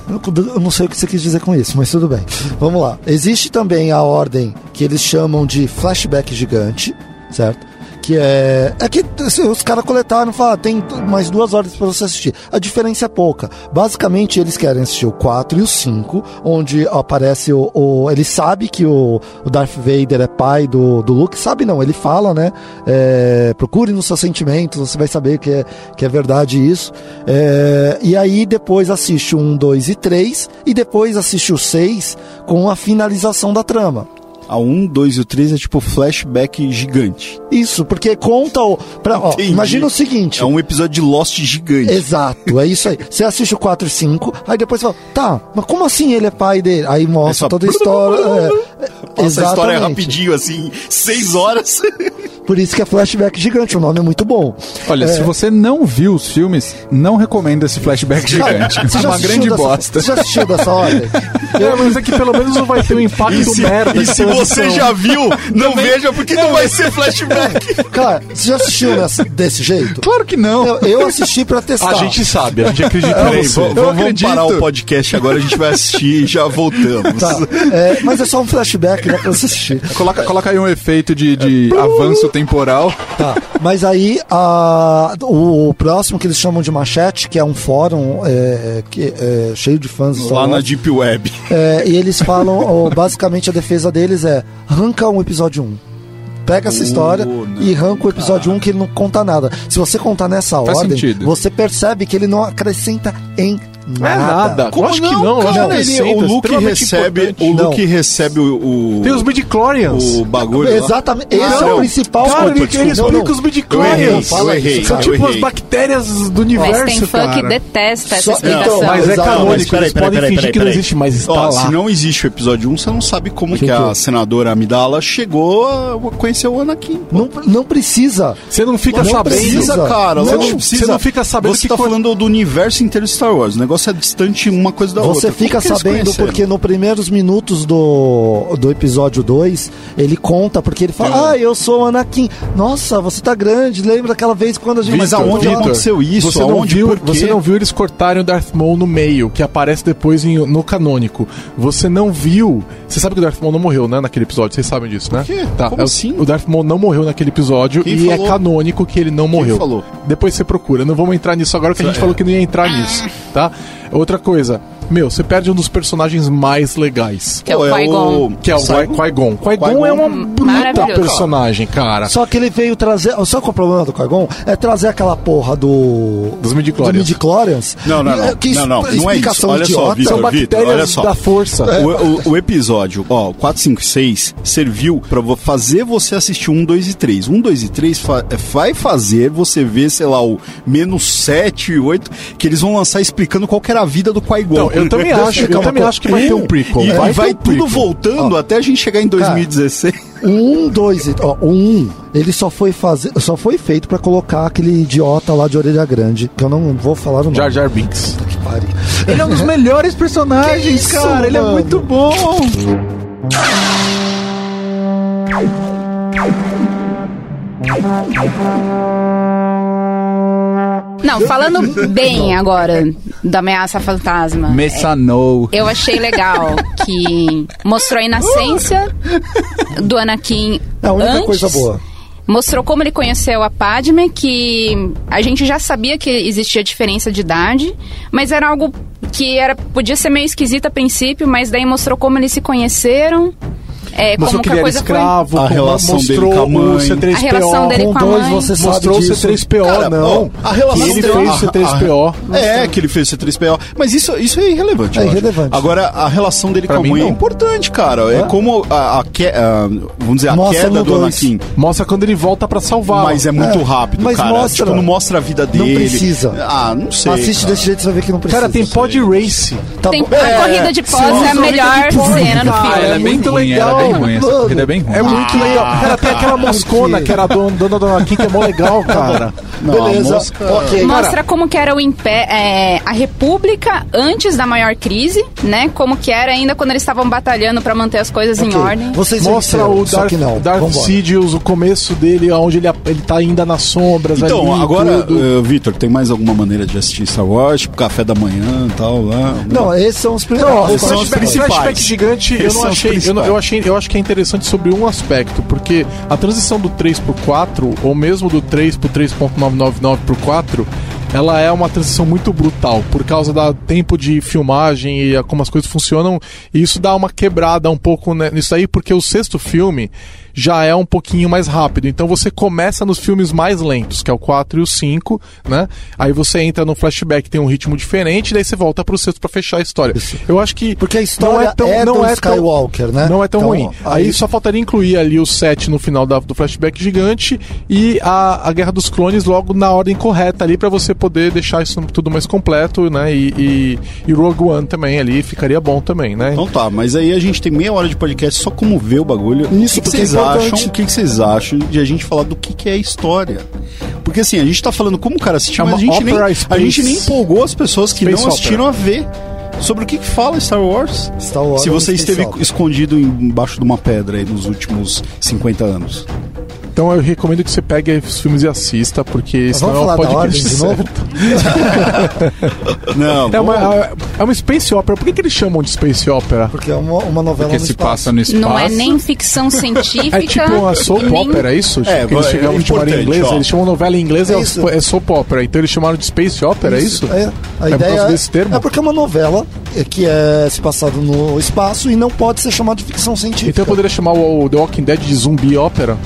[SPEAKER 5] Eu não sei o que você quis dizer com isso, mas tudo bem. Vamos lá. Existe também a ordem que eles chamam de flashback gigante, certo? Que é. É que assim, os caras coletaram e falaram, "Ah, tem mais duas ordens pra você assistir. A diferença é pouca. Basicamente, eles querem assistir o 4 e o 5, onde aparece o. o- ele sabe que o, o Darth Vader é pai do, do Luke. Sabe não, ele fala, né? É, procure nos seus sentimentos, você vai saber que é, que é verdade isso. É, e aí depois assiste o 1, 2 e 3, e depois assiste o 6 com a finalização da trama.
[SPEAKER 3] A 1, 2 e o 3 é tipo flashback gigante.
[SPEAKER 5] Isso, porque conta o. pra- ó,
[SPEAKER 3] Entendi.
[SPEAKER 5] imagina o seguinte.
[SPEAKER 3] É um episódio de Lost gigante.
[SPEAKER 5] Exato, é isso aí. Você assiste o 4 e 5, aí depois você fala, tá, mas como assim ele é pai dele? Aí mostra
[SPEAKER 3] só-
[SPEAKER 5] toda a história. é, é,
[SPEAKER 3] Passa a história
[SPEAKER 5] exatamente.
[SPEAKER 3] rapidinho, assim, 6 horas.
[SPEAKER 5] Por isso que é flashback gigante, o nome é muito bom.
[SPEAKER 2] Olha,
[SPEAKER 1] É.
[SPEAKER 2] se você não viu os filmes, não recomendo esse flashback gigante.
[SPEAKER 5] Você
[SPEAKER 2] É
[SPEAKER 5] já
[SPEAKER 2] uma
[SPEAKER 5] assistiu
[SPEAKER 2] grande
[SPEAKER 5] dessa-
[SPEAKER 2] bosta.
[SPEAKER 5] Você já assistiu dessa ordem?
[SPEAKER 1] É, mas é que pelo menos não vai ter um impacto merda. assim.
[SPEAKER 3] e
[SPEAKER 1] de
[SPEAKER 3] se você
[SPEAKER 1] transição.
[SPEAKER 3] já viu, não veja, porque não vai ser flashback.
[SPEAKER 5] Cara, você já assistiu nessa- desse jeito?
[SPEAKER 2] Claro que não.
[SPEAKER 1] É,
[SPEAKER 5] Eu, eu assisti pra testar.
[SPEAKER 1] A gente sabe, a gente acredita
[SPEAKER 3] Peraí,
[SPEAKER 1] nisso.
[SPEAKER 3] vamos,
[SPEAKER 2] eu
[SPEAKER 3] vamos
[SPEAKER 2] acredito.
[SPEAKER 3] parar o podcast agora, a gente vai assistir e já voltamos.
[SPEAKER 5] Tá, é, mas é só um flashback, dá pra você assistir.
[SPEAKER 2] Coloca, coloca aí um efeito de, de avanço temporal.
[SPEAKER 5] Tá. Mas aí, a, o, próximo que eles chamam de Machete, que é um fórum é, que, é, cheio de fãs. de Star
[SPEAKER 3] Lá na
[SPEAKER 5] Wars,
[SPEAKER 3] Deep Web.
[SPEAKER 5] é, e eles falam, ó, basicamente a defesa deles é, arranca um episódio 1. Pega essa história
[SPEAKER 3] não,
[SPEAKER 5] e arranca o episódio 1 que ele não conta nada. Se você contar nessa
[SPEAKER 2] Faz
[SPEAKER 5] ordem,
[SPEAKER 2] sentido.
[SPEAKER 5] você percebe que ele não acrescenta em
[SPEAKER 1] Não é nada. Lógico que não, é lógico que
[SPEAKER 3] Cara, ele-
[SPEAKER 1] acrescenta,
[SPEAKER 3] o Luke
[SPEAKER 1] extremamente
[SPEAKER 3] recebe,
[SPEAKER 1] importante.
[SPEAKER 3] o
[SPEAKER 5] Não.
[SPEAKER 3] Luke recebe o, o,
[SPEAKER 1] Tem os midi-chlorians.
[SPEAKER 3] o bagulho lá.
[SPEAKER 5] Exatamente. Esse
[SPEAKER 3] Ah,
[SPEAKER 5] é
[SPEAKER 3] não.
[SPEAKER 5] o principal
[SPEAKER 1] Cara,
[SPEAKER 3] Desculpa,
[SPEAKER 1] ele,
[SPEAKER 3] desculpa,
[SPEAKER 1] ele
[SPEAKER 5] não,
[SPEAKER 1] explica
[SPEAKER 5] não.
[SPEAKER 1] os
[SPEAKER 3] Eu errei,
[SPEAKER 1] midi-chlorians.
[SPEAKER 5] fala
[SPEAKER 3] eu errei.
[SPEAKER 1] São
[SPEAKER 3] eu
[SPEAKER 1] tipo as
[SPEAKER 3] errei.
[SPEAKER 1] bactérias do
[SPEAKER 4] Mas
[SPEAKER 1] universo,
[SPEAKER 4] tem fã que
[SPEAKER 1] cara.
[SPEAKER 4] detesta essa
[SPEAKER 5] Só-
[SPEAKER 4] explicação.
[SPEAKER 5] Então,
[SPEAKER 1] Mas é
[SPEAKER 5] Exato.
[SPEAKER 1] canônico,
[SPEAKER 5] Mas
[SPEAKER 1] eles podem fingir que não existe, mas está
[SPEAKER 3] Ó,
[SPEAKER 1] lá.
[SPEAKER 3] Se não existe o episódio 1, você não sabe como que,
[SPEAKER 5] que
[SPEAKER 3] a
[SPEAKER 5] é?
[SPEAKER 3] senadora Amidala chegou a conhecer o Anakin.
[SPEAKER 5] Não, não precisa.
[SPEAKER 1] Você não fica
[SPEAKER 5] Não
[SPEAKER 1] sabendo.
[SPEAKER 5] precisa,
[SPEAKER 3] cara.
[SPEAKER 1] Você
[SPEAKER 3] lógico que
[SPEAKER 1] não, você não fica sabendo
[SPEAKER 3] Você
[SPEAKER 1] que
[SPEAKER 3] tá
[SPEAKER 1] quando-
[SPEAKER 3] falando do universo inteiro de Star Wars. O negócio negócio é distante uma coisa da
[SPEAKER 5] Você
[SPEAKER 3] outra. Como
[SPEAKER 5] fica
[SPEAKER 3] que eles
[SPEAKER 5] sabendo
[SPEAKER 3] conheceram?
[SPEAKER 5] porque nos primeiros minutos do, do episódio 2, ele conta, porque ele
[SPEAKER 3] Hum.
[SPEAKER 5] fala, ah, eu sou o Anakin. Nossa, você tá grande, lembra aquela vez quando a gente...
[SPEAKER 3] Mas aonde
[SPEAKER 1] Vitor,
[SPEAKER 3] aconteceu isso?
[SPEAKER 1] Você não,
[SPEAKER 3] aonde?
[SPEAKER 1] viu,
[SPEAKER 3] por quê?
[SPEAKER 1] você não viu eles cortarem o Darth Maul no meio, que aparece depois em- no canônico. Você não viu. Você sabe que o Darth Maul não morreu, né? Naquele episódio, vocês sabem disso, né?
[SPEAKER 3] quê?
[SPEAKER 1] Tá,
[SPEAKER 3] Como
[SPEAKER 1] é o-
[SPEAKER 3] assim?
[SPEAKER 1] O Darth Maul não morreu naquele episódio
[SPEAKER 3] Quem
[SPEAKER 1] e
[SPEAKER 3] falou?
[SPEAKER 1] é canônico que ele não morreu.
[SPEAKER 3] falou?
[SPEAKER 1] Depois você procura. Não vamos entrar nisso agora, que a gente
[SPEAKER 3] É.
[SPEAKER 1] falou que não ia entrar nisso, tá? Outra coisa. Meu, você perde um dos personagens mais legais.
[SPEAKER 4] Que é o
[SPEAKER 3] Pô,
[SPEAKER 4] Qui-Gon.
[SPEAKER 1] Que é o
[SPEAKER 3] Sai-
[SPEAKER 1] Qui-Gon. Qui-Gon
[SPEAKER 3] Qui-Gon
[SPEAKER 1] é uma bruta
[SPEAKER 4] Hum, maravilhoso.
[SPEAKER 1] personagem, cara.
[SPEAKER 5] Só que ele veio trazer. Só que o problema do Qui-Gon é trazer aquela porra do.
[SPEAKER 1] Dos midi-chlorians.
[SPEAKER 5] do midi-chlorians. eh,
[SPEAKER 3] Não, não, não.
[SPEAKER 5] Que
[SPEAKER 3] Não, não,
[SPEAKER 5] expl-
[SPEAKER 3] não é isso.
[SPEAKER 5] explicação
[SPEAKER 3] Olha só,
[SPEAKER 5] idiota.
[SPEAKER 3] Vitor,
[SPEAKER 1] São
[SPEAKER 3] Vitor, olha
[SPEAKER 1] bactérias
[SPEAKER 3] só.
[SPEAKER 1] da força.
[SPEAKER 3] É. O, o- o episódio, ó, 4, 5 e 6 serviu pra vo- fazer você assistir 1, 2 e 3. 1, 2 e 3 fa- é, vai fazer você ver, sei lá, o menos 7 e 8, que eles vão lançar explicando qual que era a vida do
[SPEAKER 1] Então, eu
[SPEAKER 3] Qui-Gon.
[SPEAKER 1] também
[SPEAKER 3] Deixa
[SPEAKER 1] acho,
[SPEAKER 3] explicar
[SPEAKER 1] eu
[SPEAKER 3] uma
[SPEAKER 1] também
[SPEAKER 3] coisa.
[SPEAKER 1] acho que vai ter um prequel.
[SPEAKER 3] E
[SPEAKER 1] Vai ter
[SPEAKER 3] vai,
[SPEAKER 1] um
[SPEAKER 3] tudo
[SPEAKER 1] prequel.
[SPEAKER 3] voltando até a gente chegar em 2016.
[SPEAKER 5] O um, dois, e- ó, o um, ele só foi fazer, só foi feito pra colocar aquele idiota lá de orelha grande, que eu não vou falar o nome.
[SPEAKER 1] Jar Jar Binks.
[SPEAKER 5] Que pariu.
[SPEAKER 2] Ele é um dos melhores personagens,
[SPEAKER 5] Que isso,
[SPEAKER 2] cara. Ele é
[SPEAKER 5] mano?
[SPEAKER 2] muito bom.
[SPEAKER 4] Não, falando bem agora da ameaça fantasma.
[SPEAKER 2] Messanou.
[SPEAKER 4] Eu achei legal que mostrou a inocência do Anakin.
[SPEAKER 5] É a única
[SPEAKER 4] antes,
[SPEAKER 5] coisa boa.
[SPEAKER 4] Mostrou como ele conheceu a Padme, que a gente já sabia que existia diferença de idade, mas era algo que era podia ser meio esquisito a princípio, mas daí mostrou como eles se conheceram. É,
[SPEAKER 1] Mostrou
[SPEAKER 4] como
[SPEAKER 1] que
[SPEAKER 4] que a
[SPEAKER 1] ele era
[SPEAKER 4] coisa
[SPEAKER 1] escravo,
[SPEAKER 3] A
[SPEAKER 1] como
[SPEAKER 3] relação dele
[SPEAKER 1] mostrou
[SPEAKER 3] com a mãe.
[SPEAKER 1] o C3PO.
[SPEAKER 4] A relação dele
[SPEAKER 5] Com
[SPEAKER 4] com a
[SPEAKER 5] dois
[SPEAKER 4] mãe.
[SPEAKER 5] você sabe
[SPEAKER 1] Mostrou o né?
[SPEAKER 5] disso.
[SPEAKER 1] C3PO,
[SPEAKER 3] Cara,
[SPEAKER 1] não.
[SPEAKER 3] ó, a relação
[SPEAKER 1] que ele
[SPEAKER 3] dele-
[SPEAKER 1] fez
[SPEAKER 3] a-
[SPEAKER 1] o C3PO.
[SPEAKER 3] É, que ele fez o C3PO. Mas isso, isso é irrelevante.
[SPEAKER 5] É
[SPEAKER 3] eu acho.
[SPEAKER 5] irrelevante.
[SPEAKER 3] Agora, a relação dele
[SPEAKER 1] Pra
[SPEAKER 3] com a
[SPEAKER 1] mim,
[SPEAKER 3] mãe é
[SPEAKER 1] não.
[SPEAKER 3] importante, cara. É como a, a que- a- vamos dizer, a
[SPEAKER 5] Mostra
[SPEAKER 3] queda
[SPEAKER 5] no
[SPEAKER 3] do
[SPEAKER 5] dois.
[SPEAKER 3] Anakin.
[SPEAKER 1] Mostra quando ele volta pra salvar.
[SPEAKER 3] Mas é muito
[SPEAKER 5] É,
[SPEAKER 3] rápido,
[SPEAKER 5] mas
[SPEAKER 3] cara.
[SPEAKER 5] mostra.
[SPEAKER 3] Tipo, não mostra a vida dele.
[SPEAKER 5] precisa.
[SPEAKER 3] Ah, não sei.
[SPEAKER 5] Assiste
[SPEAKER 3] cara.
[SPEAKER 5] desse jeito, você vai ver que não precisa.
[SPEAKER 1] Cara, tem pod race.
[SPEAKER 5] Tá
[SPEAKER 4] Tem
[SPEAKER 5] bom.
[SPEAKER 4] a corrida de pós é a melhor cena do
[SPEAKER 1] cara,
[SPEAKER 4] filme.
[SPEAKER 1] ela é bem
[SPEAKER 2] muito
[SPEAKER 1] ruim,
[SPEAKER 2] legal.
[SPEAKER 1] ela é
[SPEAKER 2] Ah,
[SPEAKER 1] bem
[SPEAKER 2] bem ruim.
[SPEAKER 1] ruim,
[SPEAKER 5] essa corrida
[SPEAKER 2] é
[SPEAKER 5] é
[SPEAKER 2] bem
[SPEAKER 5] bem
[SPEAKER 2] ruim.
[SPEAKER 1] É muito legal. Cara, tem aquela moscona que era a dona, dona do Anakin, que é mó legal, cara.
[SPEAKER 3] Não, a
[SPEAKER 5] Beleza.
[SPEAKER 3] mosca-
[SPEAKER 5] Ok.
[SPEAKER 4] Mostra como que era o impé é, a república antes da maior crise, né? Como que era ainda quando eles estavam batalhando pra manter as coisas em
[SPEAKER 5] Ok.
[SPEAKER 4] ordem.
[SPEAKER 5] Vocês
[SPEAKER 1] Mostra
[SPEAKER 5] venceram,
[SPEAKER 1] o
[SPEAKER 5] só
[SPEAKER 1] Darth,
[SPEAKER 5] que não.
[SPEAKER 1] Darth
[SPEAKER 5] Vambora.
[SPEAKER 1] Sidious, o começo dele, onde ele, ele tá ainda nas sombras
[SPEAKER 3] Então,
[SPEAKER 1] ali,
[SPEAKER 3] agora,
[SPEAKER 1] tudo.
[SPEAKER 3] eh, Vitor, tem mais alguma maneira de assistir Star Wars? Tipo, café da manhã e tal, lá?
[SPEAKER 5] Não, esses são os primeiros.
[SPEAKER 1] Não, o
[SPEAKER 5] Esses são
[SPEAKER 1] flashback,
[SPEAKER 5] os primeiros.
[SPEAKER 3] principais.
[SPEAKER 1] flashback gigante eu
[SPEAKER 3] Esses
[SPEAKER 1] não
[SPEAKER 3] são os
[SPEAKER 1] achei. Eu, não- eu achei. Eu acho que é interessante sobre um aspecto, porque a transição do 3 pro 4, ou mesmo do 3 pro 3.999 pro 4, ela é uma transição muito brutal, por causa do tempo de filmagem e a- como as coisas funcionam, e isso dá uma quebrada um pouco né, nisso aí, porque o sexto filme já é um pouquinho mais rápido. Então você começa nos filmes mais lentos, que é o 4 e o 5, né? Aí você entra no flashback, tem um ritmo diferente, daí você volta pro sexto pra fechar a história. Eu acho que
[SPEAKER 5] Porque a história é do Skywalker, né?
[SPEAKER 1] não é tão
[SPEAKER 5] Então,
[SPEAKER 1] ruim. Aí,
[SPEAKER 5] aí-
[SPEAKER 1] só faltaria incluir ali o 7 no final da- do flashback gigante e a, a Guerra dos Clones logo na ordem correta ali pra você poder deixar isso tudo mais completo, né? E, e, e Rogue One também ali ficaria bom também, né?
[SPEAKER 3] Então tá, mas aí a gente tem meia hora de podcast só como ver o bagulho.
[SPEAKER 5] Isso,
[SPEAKER 3] o que, que
[SPEAKER 5] porque é
[SPEAKER 3] vocês
[SPEAKER 5] importante.
[SPEAKER 3] acham? O que, que vocês acham de a gente falar do que, que é história? Porque assim, a gente tá falando como o cara assistiu,
[SPEAKER 1] É
[SPEAKER 3] mas a
[SPEAKER 1] uma
[SPEAKER 3] gente, nem,
[SPEAKER 1] opera
[SPEAKER 3] a
[SPEAKER 1] space.
[SPEAKER 3] gente nem empolgou as pessoas que
[SPEAKER 1] Space
[SPEAKER 3] não assistiram a ver sobre o que, que fala Star Wars.
[SPEAKER 5] Star Wars
[SPEAKER 3] Se
[SPEAKER 5] é um
[SPEAKER 3] você
[SPEAKER 5] space
[SPEAKER 3] esteve
[SPEAKER 5] opera.
[SPEAKER 3] escondido embaixo de uma pedra aí nos últimos 50 anos.
[SPEAKER 1] Então eu recomendo que você pegue os filmes e assista, porque senão é um
[SPEAKER 5] falar da
[SPEAKER 1] podcast
[SPEAKER 5] ordem de novo?
[SPEAKER 1] certo.
[SPEAKER 3] Não,
[SPEAKER 1] É uma,
[SPEAKER 3] vamos-
[SPEAKER 1] é uma Space Opera. Por que, que eles chamam de Space Opera?
[SPEAKER 5] Porque é uma, uma novela
[SPEAKER 2] Porque
[SPEAKER 5] no
[SPEAKER 2] se
[SPEAKER 5] espaço.
[SPEAKER 2] passa no espaço.
[SPEAKER 4] Não é nem ficção científica.
[SPEAKER 1] É tipo uma soap
[SPEAKER 4] nem-
[SPEAKER 1] opera, é isso?
[SPEAKER 3] É,
[SPEAKER 1] Tipo, que eles
[SPEAKER 3] vai-
[SPEAKER 1] chegavam
[SPEAKER 3] é
[SPEAKER 1] a chamar em
[SPEAKER 3] importante,
[SPEAKER 1] inglês,
[SPEAKER 3] ó.
[SPEAKER 1] eles chamam novela em inglês, é, o-
[SPEAKER 5] Isso.
[SPEAKER 1] é soap opera. Então eles chamaram de space opera, é isso?
[SPEAKER 5] É, a
[SPEAKER 1] É por
[SPEAKER 5] ideia
[SPEAKER 1] causa desse termo?
[SPEAKER 5] é porque é uma novela é, que é se passada no espaço e não pode ser chamada de ficção científica.
[SPEAKER 1] Então eu poderia chamar o, o The Walking Dead de zumbi ópera?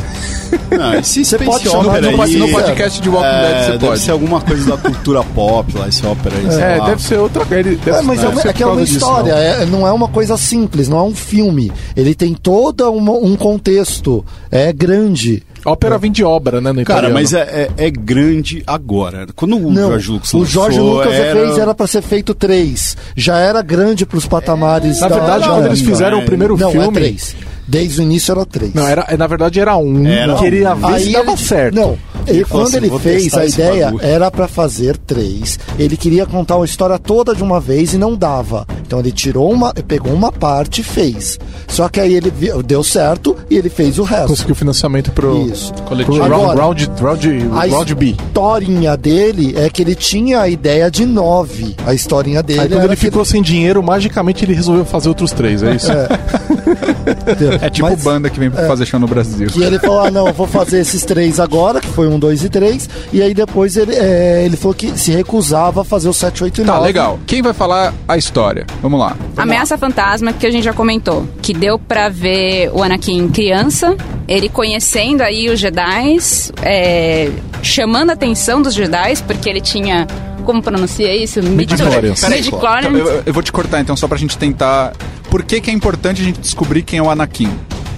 [SPEAKER 3] Não, esse Space
[SPEAKER 5] pode chamar
[SPEAKER 3] Opera
[SPEAKER 5] no
[SPEAKER 3] aí,
[SPEAKER 5] pod-
[SPEAKER 3] é,
[SPEAKER 5] no
[SPEAKER 2] podcast de Walking Dead você
[SPEAKER 3] Deve
[SPEAKER 2] pode.
[SPEAKER 3] ser alguma coisa da cultura pop lá, esse ópera aí. sei
[SPEAKER 1] É,
[SPEAKER 3] lá.
[SPEAKER 1] deve ser outra. Ele, deve,
[SPEAKER 5] É, mas é,
[SPEAKER 1] deve
[SPEAKER 5] uma,
[SPEAKER 1] ser
[SPEAKER 5] é que é
[SPEAKER 1] por
[SPEAKER 5] uma
[SPEAKER 1] causa disso,
[SPEAKER 5] história,
[SPEAKER 1] não.
[SPEAKER 5] é- não é uma coisa simples, não é um filme. Ele tem todo um contexto, é grande.
[SPEAKER 1] Ópera vem de obra, né? No
[SPEAKER 3] Cara,
[SPEAKER 1] italiano.
[SPEAKER 3] mas é, é- é grande agora. Quando o
[SPEAKER 5] Não,
[SPEAKER 3] Jorge Lucas
[SPEAKER 5] o Jorge
[SPEAKER 3] lançou,
[SPEAKER 5] Lucas fez era para ser feito três, já era grande para os patamares.
[SPEAKER 1] Na
[SPEAKER 5] da
[SPEAKER 1] verdade, quando
[SPEAKER 5] da
[SPEAKER 1] eles
[SPEAKER 5] época.
[SPEAKER 1] fizeram o primeiro
[SPEAKER 5] não,
[SPEAKER 1] filme.
[SPEAKER 5] é três. Desde o início era três.
[SPEAKER 1] Não, era, na verdade era um.
[SPEAKER 3] Era
[SPEAKER 1] que ele ia
[SPEAKER 3] um.
[SPEAKER 1] ver se
[SPEAKER 5] Aí
[SPEAKER 1] dava
[SPEAKER 5] ele-
[SPEAKER 1] certo.
[SPEAKER 5] Não, ele-
[SPEAKER 3] Ele falou
[SPEAKER 5] quando
[SPEAKER 3] assim,
[SPEAKER 5] ele
[SPEAKER 3] "Vou
[SPEAKER 5] fez,
[SPEAKER 3] testar
[SPEAKER 5] a
[SPEAKER 3] esse
[SPEAKER 5] ideia
[SPEAKER 3] bagulho."
[SPEAKER 5] era pra fazer três. Ele queria contar uma história toda de uma vez e não dava. Então ele tirou uma, pegou uma parte e fez. Só que aí ele viu- deu certo e ele fez o resto.
[SPEAKER 1] Conseguiu financiamento pro,
[SPEAKER 5] Isso.
[SPEAKER 1] pro
[SPEAKER 2] Coletivo.
[SPEAKER 1] round,
[SPEAKER 5] Agora-
[SPEAKER 1] round, round,
[SPEAKER 5] A
[SPEAKER 1] round B.
[SPEAKER 5] historinha dele é que ele tinha a ideia de nove. A historinha dele
[SPEAKER 1] Aí quando
[SPEAKER 5] era
[SPEAKER 1] ele
[SPEAKER 5] que-
[SPEAKER 1] ficou sem dinheiro, magicamente ele resolveu fazer outros três, é isso?
[SPEAKER 2] É tipo
[SPEAKER 5] Mas-
[SPEAKER 2] banda que vem pra fazer show no Brasil.
[SPEAKER 5] Que ele falou, ah, não, eu vou fazer esses três agora, que foi um, dois e três. E aí depois ele, é, ele falou que se recusava a fazer o 7, 8 e 9.
[SPEAKER 2] Tá, legal. Quem vai falar a história? Vamos lá.
[SPEAKER 4] Ameaça Fantasma, que a gente já comentou, que deu pra ver o Anakin criança, ele conhecendo aí os Jedi, chamando a atenção dos Jedi, porque ele tinha, como pronuncia isso?
[SPEAKER 1] Midichlorians.
[SPEAKER 2] Então, eu,
[SPEAKER 4] Midichlorians.
[SPEAKER 2] eu- eu vou te cortar então, só pra gente tentar. Por que, que é importante a gente descobrir quem é o Anakin?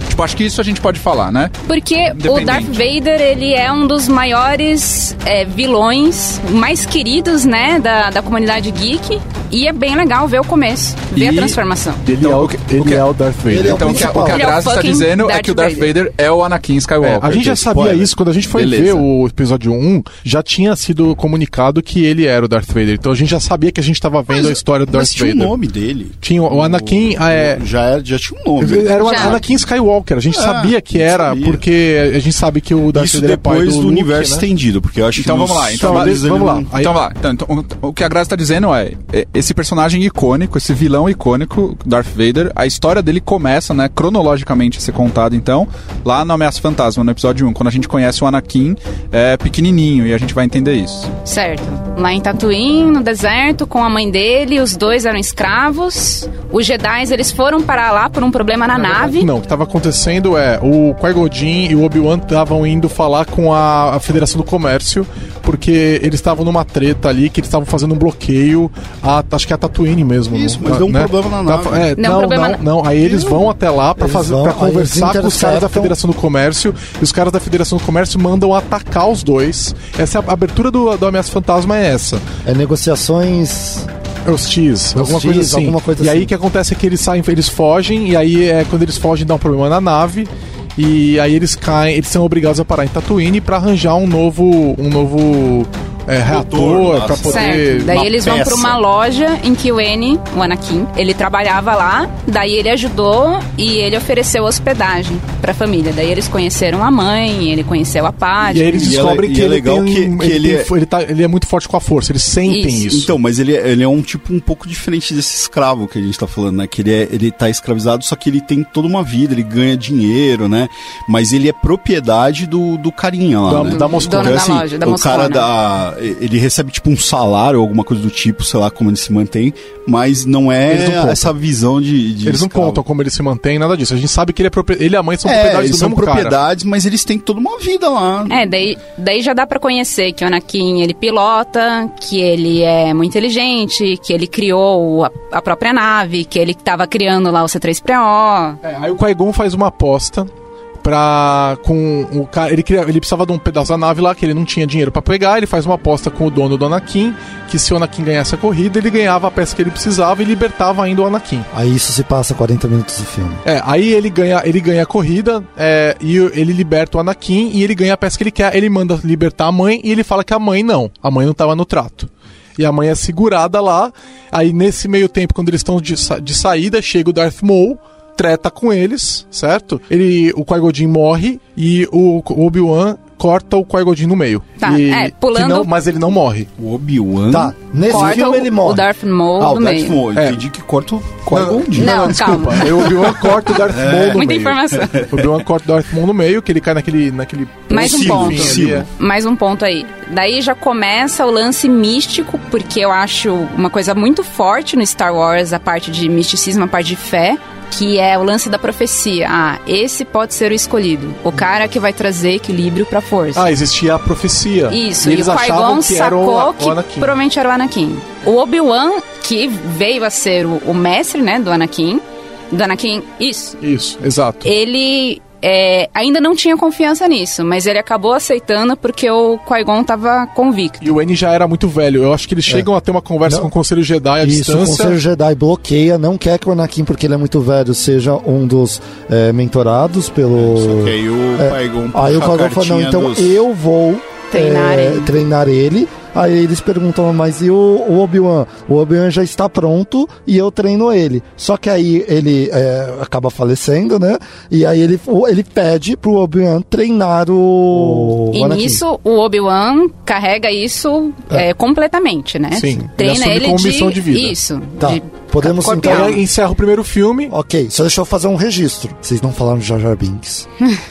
[SPEAKER 2] Tipo, acho que isso a gente pode falar, né?
[SPEAKER 4] Porque o
[SPEAKER 2] Independente.
[SPEAKER 4] Darth Vader, ele é um dos maiores é, vilões, mais queridos, né, da, da comunidade geek. E é bem legal ver o começo, ver a
[SPEAKER 2] E-
[SPEAKER 4] transformação.
[SPEAKER 1] Ele,
[SPEAKER 2] Então,
[SPEAKER 1] é, o,
[SPEAKER 2] o que-
[SPEAKER 1] ele
[SPEAKER 2] o que-
[SPEAKER 1] é o Darth Vader.
[SPEAKER 5] Ele é o
[SPEAKER 2] então, o que, a- o que a
[SPEAKER 5] principal.
[SPEAKER 4] Ele é o
[SPEAKER 2] Grazi está
[SPEAKER 4] fucking
[SPEAKER 2] dizendo é
[SPEAKER 4] Darth
[SPEAKER 2] que o Darth
[SPEAKER 4] Vader.
[SPEAKER 2] Vader é o Anakin
[SPEAKER 1] É,
[SPEAKER 2] Skywalker.
[SPEAKER 1] a gente já
[SPEAKER 2] Tem
[SPEAKER 1] sabia
[SPEAKER 2] spoiler.
[SPEAKER 1] isso quando a gente foi
[SPEAKER 2] Beleza.
[SPEAKER 1] ver o episódio 1, já tinha sido comunicado que ele era o Darth Vader. Então a gente já sabia que a gente estava vendo a história do Darth
[SPEAKER 3] Mas tinha o
[SPEAKER 1] Vader.
[SPEAKER 3] nome dele.
[SPEAKER 1] Tinha o Anakin, ah, é,
[SPEAKER 3] Já, era- já tinha um nome.
[SPEAKER 1] era o
[SPEAKER 4] Já.
[SPEAKER 1] Anakin Skywalker. A gente
[SPEAKER 3] Ah,
[SPEAKER 1] sabia que
[SPEAKER 3] não
[SPEAKER 1] era
[SPEAKER 3] sabia.
[SPEAKER 1] porque a gente sabe que o Darth
[SPEAKER 3] Isso
[SPEAKER 1] Vader é pai
[SPEAKER 3] depois
[SPEAKER 1] do,
[SPEAKER 3] do,
[SPEAKER 1] Luke,
[SPEAKER 3] universo
[SPEAKER 1] né?
[SPEAKER 3] estendido, porque eu acho
[SPEAKER 2] Então
[SPEAKER 3] que
[SPEAKER 2] vamos
[SPEAKER 3] nos
[SPEAKER 2] lá, então
[SPEAKER 3] filmes
[SPEAKER 1] vamos
[SPEAKER 3] ele
[SPEAKER 1] lá.
[SPEAKER 3] não-
[SPEAKER 1] Aí-
[SPEAKER 2] Então vamos lá. Então, então, o que a Grazi está dizendo é, é, esse personagem icônico, esse vilão icônico, Darth Vader, a história dele começa, né, cronologicamente a ser contada, então, lá no Ameaça Fantasma, no episódio 1, quando a gente conhece o Anakin é, pequenininho, e a gente vai entender isso.
[SPEAKER 4] Certo. Lá em Tatooine, no deserto, com a mãe dele, os dois eram escravos. Os Jedi, eles foram parar lá por um problema na, nave.
[SPEAKER 1] Não, o que estava acontecendo é o Qui-Gon Jinn e o Obi-Wan estavam indo falar com a, a Federação do Comércio porque eles estavam numa treta ali que eles estavam fazendo um bloqueio a acho que é a Tatooine mesmo.
[SPEAKER 3] Isso,
[SPEAKER 1] não-
[SPEAKER 3] mas deu um
[SPEAKER 1] né?
[SPEAKER 3] problema na
[SPEAKER 1] Tá-
[SPEAKER 3] nave.
[SPEAKER 1] é,
[SPEAKER 4] Não,
[SPEAKER 1] não,
[SPEAKER 4] um problema
[SPEAKER 1] não, não. Aí eles vão até lá para
[SPEAKER 5] Eles
[SPEAKER 1] fazer
[SPEAKER 5] vão,
[SPEAKER 1] para
[SPEAKER 5] aí eles
[SPEAKER 1] conversar com os caras da
[SPEAKER 5] interceptam.
[SPEAKER 1] Federação do Comércio e os caras da Federação do Comércio mandam atacar os dois. Essa é a a abertura do, do Ameaça Fantasma é essa.
[SPEAKER 5] É negociações.
[SPEAKER 1] É Os Ts, alguma,
[SPEAKER 5] Ts,
[SPEAKER 1] coisa assim.
[SPEAKER 5] alguma coisa
[SPEAKER 1] E aí
[SPEAKER 5] assim.
[SPEAKER 1] o que acontece é que eles saem, eles fogem, e aí é quando eles fogem dá um problema na nave. E aí eles caem, eles são obrigados a parar em Tatooine pra arranjar um novo. um novo é, reator
[SPEAKER 3] nossa.
[SPEAKER 1] pra poder.
[SPEAKER 4] Certo. Daí
[SPEAKER 3] uma
[SPEAKER 4] eles vão
[SPEAKER 3] peça.
[SPEAKER 4] pra uma loja em que o N, o Anakin, ele trabalhava lá. Daí ele ajudou e ele ofereceu hospedagem pra família. Daí eles conheceram a mãe, ele conheceu a
[SPEAKER 1] E
[SPEAKER 4] Padme.
[SPEAKER 1] aí eles
[SPEAKER 3] E é le-
[SPEAKER 1] descobrem
[SPEAKER 3] e
[SPEAKER 1] que,
[SPEAKER 3] é
[SPEAKER 1] ele
[SPEAKER 3] legal
[SPEAKER 1] tem,
[SPEAKER 3] que- que
[SPEAKER 1] ele,
[SPEAKER 3] ele
[SPEAKER 1] tem
[SPEAKER 3] é-
[SPEAKER 1] fo- ele tá- ele é muito forte com a força, eles sentem
[SPEAKER 4] Isso.
[SPEAKER 1] isso.
[SPEAKER 3] Então, mas ele é, ele é um tipo um pouco diferente desse escravo que a gente tá falando, né? Que ele, é, ele tá escravizado, só que ele tem toda uma vida, ele ganha dinheiro, né? Mas ele é propriedade do, do carinha lá,
[SPEAKER 1] Da-
[SPEAKER 3] né?
[SPEAKER 1] da Moscou.
[SPEAKER 4] Dono da
[SPEAKER 3] assim,
[SPEAKER 4] loja, da
[SPEAKER 3] o
[SPEAKER 4] Moscou,
[SPEAKER 3] cara
[SPEAKER 4] né?
[SPEAKER 3] da, ele recebe tipo um salário ou alguma coisa do tipo, sei lá como ele se mantém, mas não
[SPEAKER 1] Eles
[SPEAKER 3] é
[SPEAKER 1] não contam.
[SPEAKER 3] essa visão de, de
[SPEAKER 1] eles não
[SPEAKER 3] escravo.
[SPEAKER 1] contam como ele se mantém, nada disso. A gente sabe que ele, é propri- ele e a mãe são
[SPEAKER 3] É,
[SPEAKER 1] propriedades
[SPEAKER 3] eles
[SPEAKER 1] do
[SPEAKER 3] são
[SPEAKER 1] mesmo cara.
[SPEAKER 3] propriedades, mas eles têm toda uma vida lá.
[SPEAKER 4] É, daí, daí já dá pra conhecer que o Anakin ele pilota, que ele é muito inteligente, que ele criou a, a própria nave, que ele tava criando lá o C3PO.
[SPEAKER 1] É, aí o Qui-Gon faz uma aposta pra com o cara, ele queria, ele precisava de um pedaço da nave lá que ele não tinha dinheiro pra pegar, ele faz uma aposta com o dono do Anakin, que se o Anakin ganhasse a corrida, ele ganhava a peça que ele precisava e libertava ainda o Anakin.
[SPEAKER 5] Aí isso se passa 40 minutos do filme.
[SPEAKER 1] É, aí ele ganha, ele ganha a corrida, é, e o- ele liberta o Anakin e ele ganha a peça que ele quer. Ele manda libertar a mãe e ele fala que a mãe não. A mãe não tava no trato. E a mãe é segurada lá. Aí nesse meio tempo, quando eles estão de, sa- de saída, chega o Darth Maul, treta com eles, certo? Ele, o Qui-Gon Jinn morre e o Obi-Wan corta o Qui-Gon Jinn no meio.
[SPEAKER 4] Tá,
[SPEAKER 1] E-
[SPEAKER 4] é,
[SPEAKER 1] que
[SPEAKER 4] pulando-
[SPEAKER 1] não- mas ele não morre.
[SPEAKER 3] O Obi-Wan.
[SPEAKER 5] Tá, nesse
[SPEAKER 4] Corta
[SPEAKER 5] filme
[SPEAKER 4] o,
[SPEAKER 5] ele morre.
[SPEAKER 4] o Darth Maul
[SPEAKER 3] Ah,
[SPEAKER 4] do
[SPEAKER 3] o Darth
[SPEAKER 4] meio.
[SPEAKER 3] Maul.
[SPEAKER 1] É.
[SPEAKER 3] Entendi que corta o Qui-Gon Jinn.
[SPEAKER 4] Não,
[SPEAKER 1] desculpa.
[SPEAKER 4] calma.
[SPEAKER 1] Aí O Obi-Wan corta o
[SPEAKER 5] É.
[SPEAKER 1] Darth Maul no
[SPEAKER 4] Muita
[SPEAKER 1] meio.
[SPEAKER 4] informação.
[SPEAKER 1] O Obi-Wan corta o Darth Maul no meio, que ele cai naquele... naquele
[SPEAKER 4] Mais um
[SPEAKER 1] enfim,
[SPEAKER 4] ponto.
[SPEAKER 1] ali,
[SPEAKER 3] Silo.
[SPEAKER 1] é.
[SPEAKER 4] Mais um ponto aí. Daí já começa o lance místico, porque eu acho uma coisa muito forte no Star Wars, a parte de misticismo, a parte de fé, que é o lance da profecia. Ah, esse pode ser o escolhido. O cara que vai trazer equilíbrio pra força.
[SPEAKER 1] Ah, existia a profecia.
[SPEAKER 4] Isso, e, o Qui-Gon sacou que provavelmente era o Anakin. O Obi-Wan, que veio a ser o, o mestre, né, do Anakin, do Anakin, isso,
[SPEAKER 1] Isso, exato.
[SPEAKER 4] ele é, ainda não tinha confiança nisso, mas ele acabou aceitando porque o Qui-Gon tava convicto.
[SPEAKER 1] E o N já era muito velho. Eu acho que eles chegam a ter uma conversa
[SPEAKER 5] É. Não.
[SPEAKER 1] com o Conselho Jedi à
[SPEAKER 5] Isso, o
[SPEAKER 1] distância.
[SPEAKER 5] Conselho Jedi bloqueia, não quer que o Anakin, porque ele é muito velho, seja um dos eh, mentorados pelo.
[SPEAKER 3] Só que aí o
[SPEAKER 5] É.
[SPEAKER 3] Qui-Gon
[SPEAKER 5] Aí o
[SPEAKER 3] puxa a
[SPEAKER 5] Qui-Gon fala, não,
[SPEAKER 3] cartinha
[SPEAKER 5] então
[SPEAKER 3] dos-
[SPEAKER 5] eu vou
[SPEAKER 4] Treinar
[SPEAKER 5] eh,
[SPEAKER 4] ele.
[SPEAKER 5] treinar ele. Aí eles perguntam, mas e o, o Obi-Wan? O Obi-Wan já está pronto e eu treino ele. Só que aí ele eh, acaba falecendo, né? E aí ele, o- ele pede pro Obi-Wan treinar o,
[SPEAKER 4] E
[SPEAKER 5] o Anakin.
[SPEAKER 4] nisso, o Obi-Wan carrega isso é, completamente, né?
[SPEAKER 1] Sim, ele
[SPEAKER 4] Treina
[SPEAKER 1] assume
[SPEAKER 4] ele
[SPEAKER 1] como
[SPEAKER 4] de...
[SPEAKER 1] missão de vida.
[SPEAKER 4] Isso.
[SPEAKER 5] Tá,
[SPEAKER 4] de
[SPEAKER 5] podemos
[SPEAKER 4] corpo e
[SPEAKER 5] então-
[SPEAKER 1] Então,
[SPEAKER 4] alma.
[SPEAKER 1] encerra o primeiro filme.
[SPEAKER 5] Ok, só deixa eu fazer um registro. Vocês não falaram de Jar Jar Binks.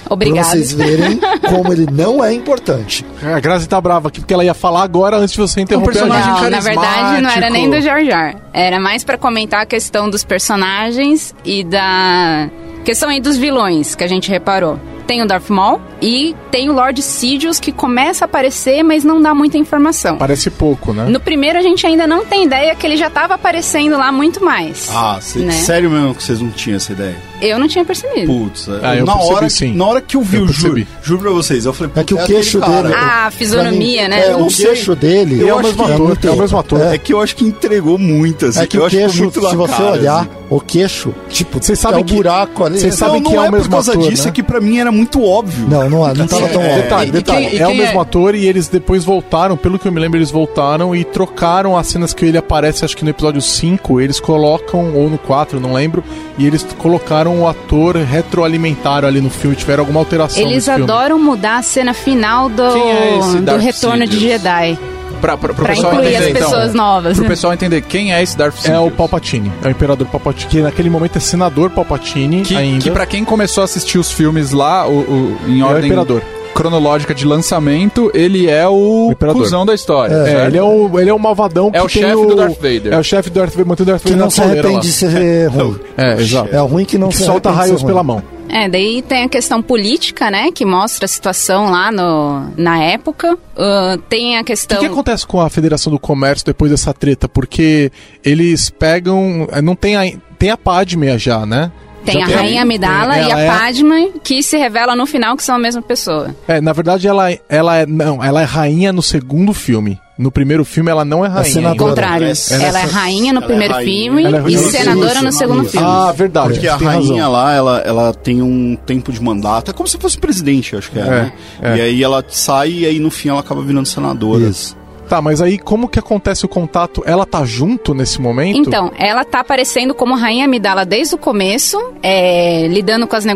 [SPEAKER 4] Obrigado.
[SPEAKER 5] Pra vocês verem como ele não é importante.
[SPEAKER 1] A Grazi tá brava aqui porque ela ia falar agora antes de você interromper a
[SPEAKER 2] personagem
[SPEAKER 4] Um Não,
[SPEAKER 1] gente.
[SPEAKER 4] na verdade não era nem do
[SPEAKER 1] Carismático.
[SPEAKER 4] Jar Jar. Era mais pra comentar a questão dos personagens e da questão aí dos vilões que a gente reparou. Tem o Darth Maul e tem o Lord Sidious que começa a aparecer, mas não dá muita informação.
[SPEAKER 1] Parece pouco, né?
[SPEAKER 4] No primeiro a gente ainda não tem ideia que ele já tava aparecendo lá muito mais.
[SPEAKER 3] Ah, cê-
[SPEAKER 4] Né?
[SPEAKER 3] sério mesmo que vocês não tinham essa ideia?
[SPEAKER 4] Eu não tinha percebido.
[SPEAKER 3] Putz, é,
[SPEAKER 1] Ah, eu
[SPEAKER 3] na,
[SPEAKER 1] percebi,
[SPEAKER 3] hora, que-
[SPEAKER 1] sim.
[SPEAKER 3] na hora que eu vi,
[SPEAKER 1] Eu
[SPEAKER 3] eu juro,
[SPEAKER 1] percebi.
[SPEAKER 3] juro pra vocês, eu falei,
[SPEAKER 5] É que o
[SPEAKER 3] "Puta,
[SPEAKER 5] queixo
[SPEAKER 3] aquele assim, cara."
[SPEAKER 5] dele- é
[SPEAKER 4] Ah, a fisionomia,
[SPEAKER 5] Pra
[SPEAKER 4] né?
[SPEAKER 5] mim, É,
[SPEAKER 3] Eu não
[SPEAKER 5] o
[SPEAKER 3] sei.
[SPEAKER 5] queixo dele.
[SPEAKER 3] Eu
[SPEAKER 5] é o
[SPEAKER 3] acho
[SPEAKER 5] mesmo
[SPEAKER 3] que-
[SPEAKER 5] ator.
[SPEAKER 1] é o mesmo ator.
[SPEAKER 5] É,
[SPEAKER 3] É que eu acho que entregou muito, assim.
[SPEAKER 5] é que o
[SPEAKER 3] eu acho
[SPEAKER 5] queixo,
[SPEAKER 3] muito
[SPEAKER 5] se você
[SPEAKER 3] lacrado,
[SPEAKER 5] olhar,
[SPEAKER 3] assim.
[SPEAKER 5] o queixo, tipo,
[SPEAKER 1] Vocês sabem
[SPEAKER 5] é o
[SPEAKER 1] que-
[SPEAKER 5] buraco ali.
[SPEAKER 1] vocês
[SPEAKER 5] Não,
[SPEAKER 1] sabem
[SPEAKER 3] não,
[SPEAKER 1] que é
[SPEAKER 3] não
[SPEAKER 1] o
[SPEAKER 3] é, por
[SPEAKER 1] mesmo
[SPEAKER 3] causa
[SPEAKER 1] ator,
[SPEAKER 3] disso,
[SPEAKER 1] né?
[SPEAKER 3] é que pra mim era muito óbvio.
[SPEAKER 5] Não, não, não tava tão
[SPEAKER 3] É,
[SPEAKER 5] óbvio.
[SPEAKER 1] Detalhe,
[SPEAKER 2] e
[SPEAKER 1] detalhe.
[SPEAKER 2] quem- e
[SPEAKER 1] é o
[SPEAKER 2] quem
[SPEAKER 1] mesmo
[SPEAKER 2] é?
[SPEAKER 1] ator e eles depois voltaram, pelo que eu me lembro, eles voltaram e trocaram as cenas que ele aparece, acho que no episódio 5, eles colocam, ou no 4, não lembro, e eles colocaram o ator retroalimentaram ali no filme, tiveram alguma alteração
[SPEAKER 4] Eles
[SPEAKER 1] nesse filme.
[SPEAKER 4] adoram mudar a cena final do,
[SPEAKER 2] Quem é esse
[SPEAKER 4] do
[SPEAKER 2] Darth
[SPEAKER 4] retorno de
[SPEAKER 2] Sidious?
[SPEAKER 4] Jedi.
[SPEAKER 2] Pra, pra, pro
[SPEAKER 4] Pra
[SPEAKER 2] pessoal
[SPEAKER 4] incluir
[SPEAKER 2] entender,
[SPEAKER 4] as pessoas
[SPEAKER 2] então.
[SPEAKER 4] novas.
[SPEAKER 2] Pro
[SPEAKER 4] né?
[SPEAKER 2] pessoal entender quem é esse Darth
[SPEAKER 1] É
[SPEAKER 2] Sidious.
[SPEAKER 1] o Palpatine, é o Imperador Palpatine, que naquele momento é senador Palpatine
[SPEAKER 2] Que,
[SPEAKER 1] ainda.
[SPEAKER 2] que pra quem começou a assistir os filmes lá, o, o- em
[SPEAKER 1] é o
[SPEAKER 2] ordem
[SPEAKER 1] Imperador.
[SPEAKER 2] cronológica de lançamento, ele é o,
[SPEAKER 1] O Imperador.
[SPEAKER 2] cuzão da história.
[SPEAKER 1] É,
[SPEAKER 2] certo?
[SPEAKER 1] ele é o, ele é o malvadão que
[SPEAKER 2] É o
[SPEAKER 1] tem
[SPEAKER 2] chefe
[SPEAKER 1] o...
[SPEAKER 2] do Darth Vader.
[SPEAKER 1] É o chefe do Darth Vader, mantendo o Darth
[SPEAKER 5] Que
[SPEAKER 1] Vader
[SPEAKER 5] não
[SPEAKER 1] na
[SPEAKER 5] se
[SPEAKER 1] coleira
[SPEAKER 5] arrepende de
[SPEAKER 1] lá.
[SPEAKER 5] ser ruim.
[SPEAKER 1] É, exato.
[SPEAKER 5] É ruim que não
[SPEAKER 1] Que
[SPEAKER 5] se
[SPEAKER 1] solta
[SPEAKER 5] arrepende de
[SPEAKER 1] raios
[SPEAKER 5] ser ruim.
[SPEAKER 1] pela mão.
[SPEAKER 4] É, daí tem a questão política, né? Que mostra a situação lá no, na época. Ahn, tem a
[SPEAKER 1] O
[SPEAKER 4] questão.
[SPEAKER 1] que, que acontece com a Federação do Comércio depois dessa treta? Porque eles pegam. eh, Não tem a, tem a Padme já, né?
[SPEAKER 4] tem
[SPEAKER 1] Já
[SPEAKER 4] a
[SPEAKER 1] tem-
[SPEAKER 4] Rainha Amidala
[SPEAKER 1] tem-
[SPEAKER 4] e a
[SPEAKER 1] ela é-
[SPEAKER 4] Padma, que se revela no final que são a mesma pessoa.
[SPEAKER 1] É, na verdade, ela, é- ela é. Não, ela é rainha no segundo filme. No primeiro filme, ela não é rainha.
[SPEAKER 4] Ao
[SPEAKER 5] senadora.
[SPEAKER 1] ainda.
[SPEAKER 4] contrário.
[SPEAKER 3] Essa-
[SPEAKER 4] ela é
[SPEAKER 3] essa-
[SPEAKER 4] rainha no
[SPEAKER 3] ela é
[SPEAKER 4] primeiro
[SPEAKER 3] rainha.
[SPEAKER 4] filme
[SPEAKER 1] Ela é-
[SPEAKER 4] e
[SPEAKER 1] isso,
[SPEAKER 4] senadora no
[SPEAKER 5] isso,
[SPEAKER 4] segundo
[SPEAKER 5] isso.
[SPEAKER 4] filme.
[SPEAKER 1] Ah, verdade.
[SPEAKER 3] Porque é a
[SPEAKER 5] tem
[SPEAKER 3] rainha
[SPEAKER 5] razão.
[SPEAKER 3] lá, ela, ela tem um tempo de mandato. É como se fosse presidente, acho que é, né? E aí ela sai e aí no fim ela acaba virando senadora.
[SPEAKER 5] Isso.
[SPEAKER 1] Tá, mas aí como que acontece o contato? Ela tá junto nesse momento?
[SPEAKER 4] Então, ela tá aparecendo como Rainha Amidala desde o começo, é, lidando com as
[SPEAKER 5] Só que tem um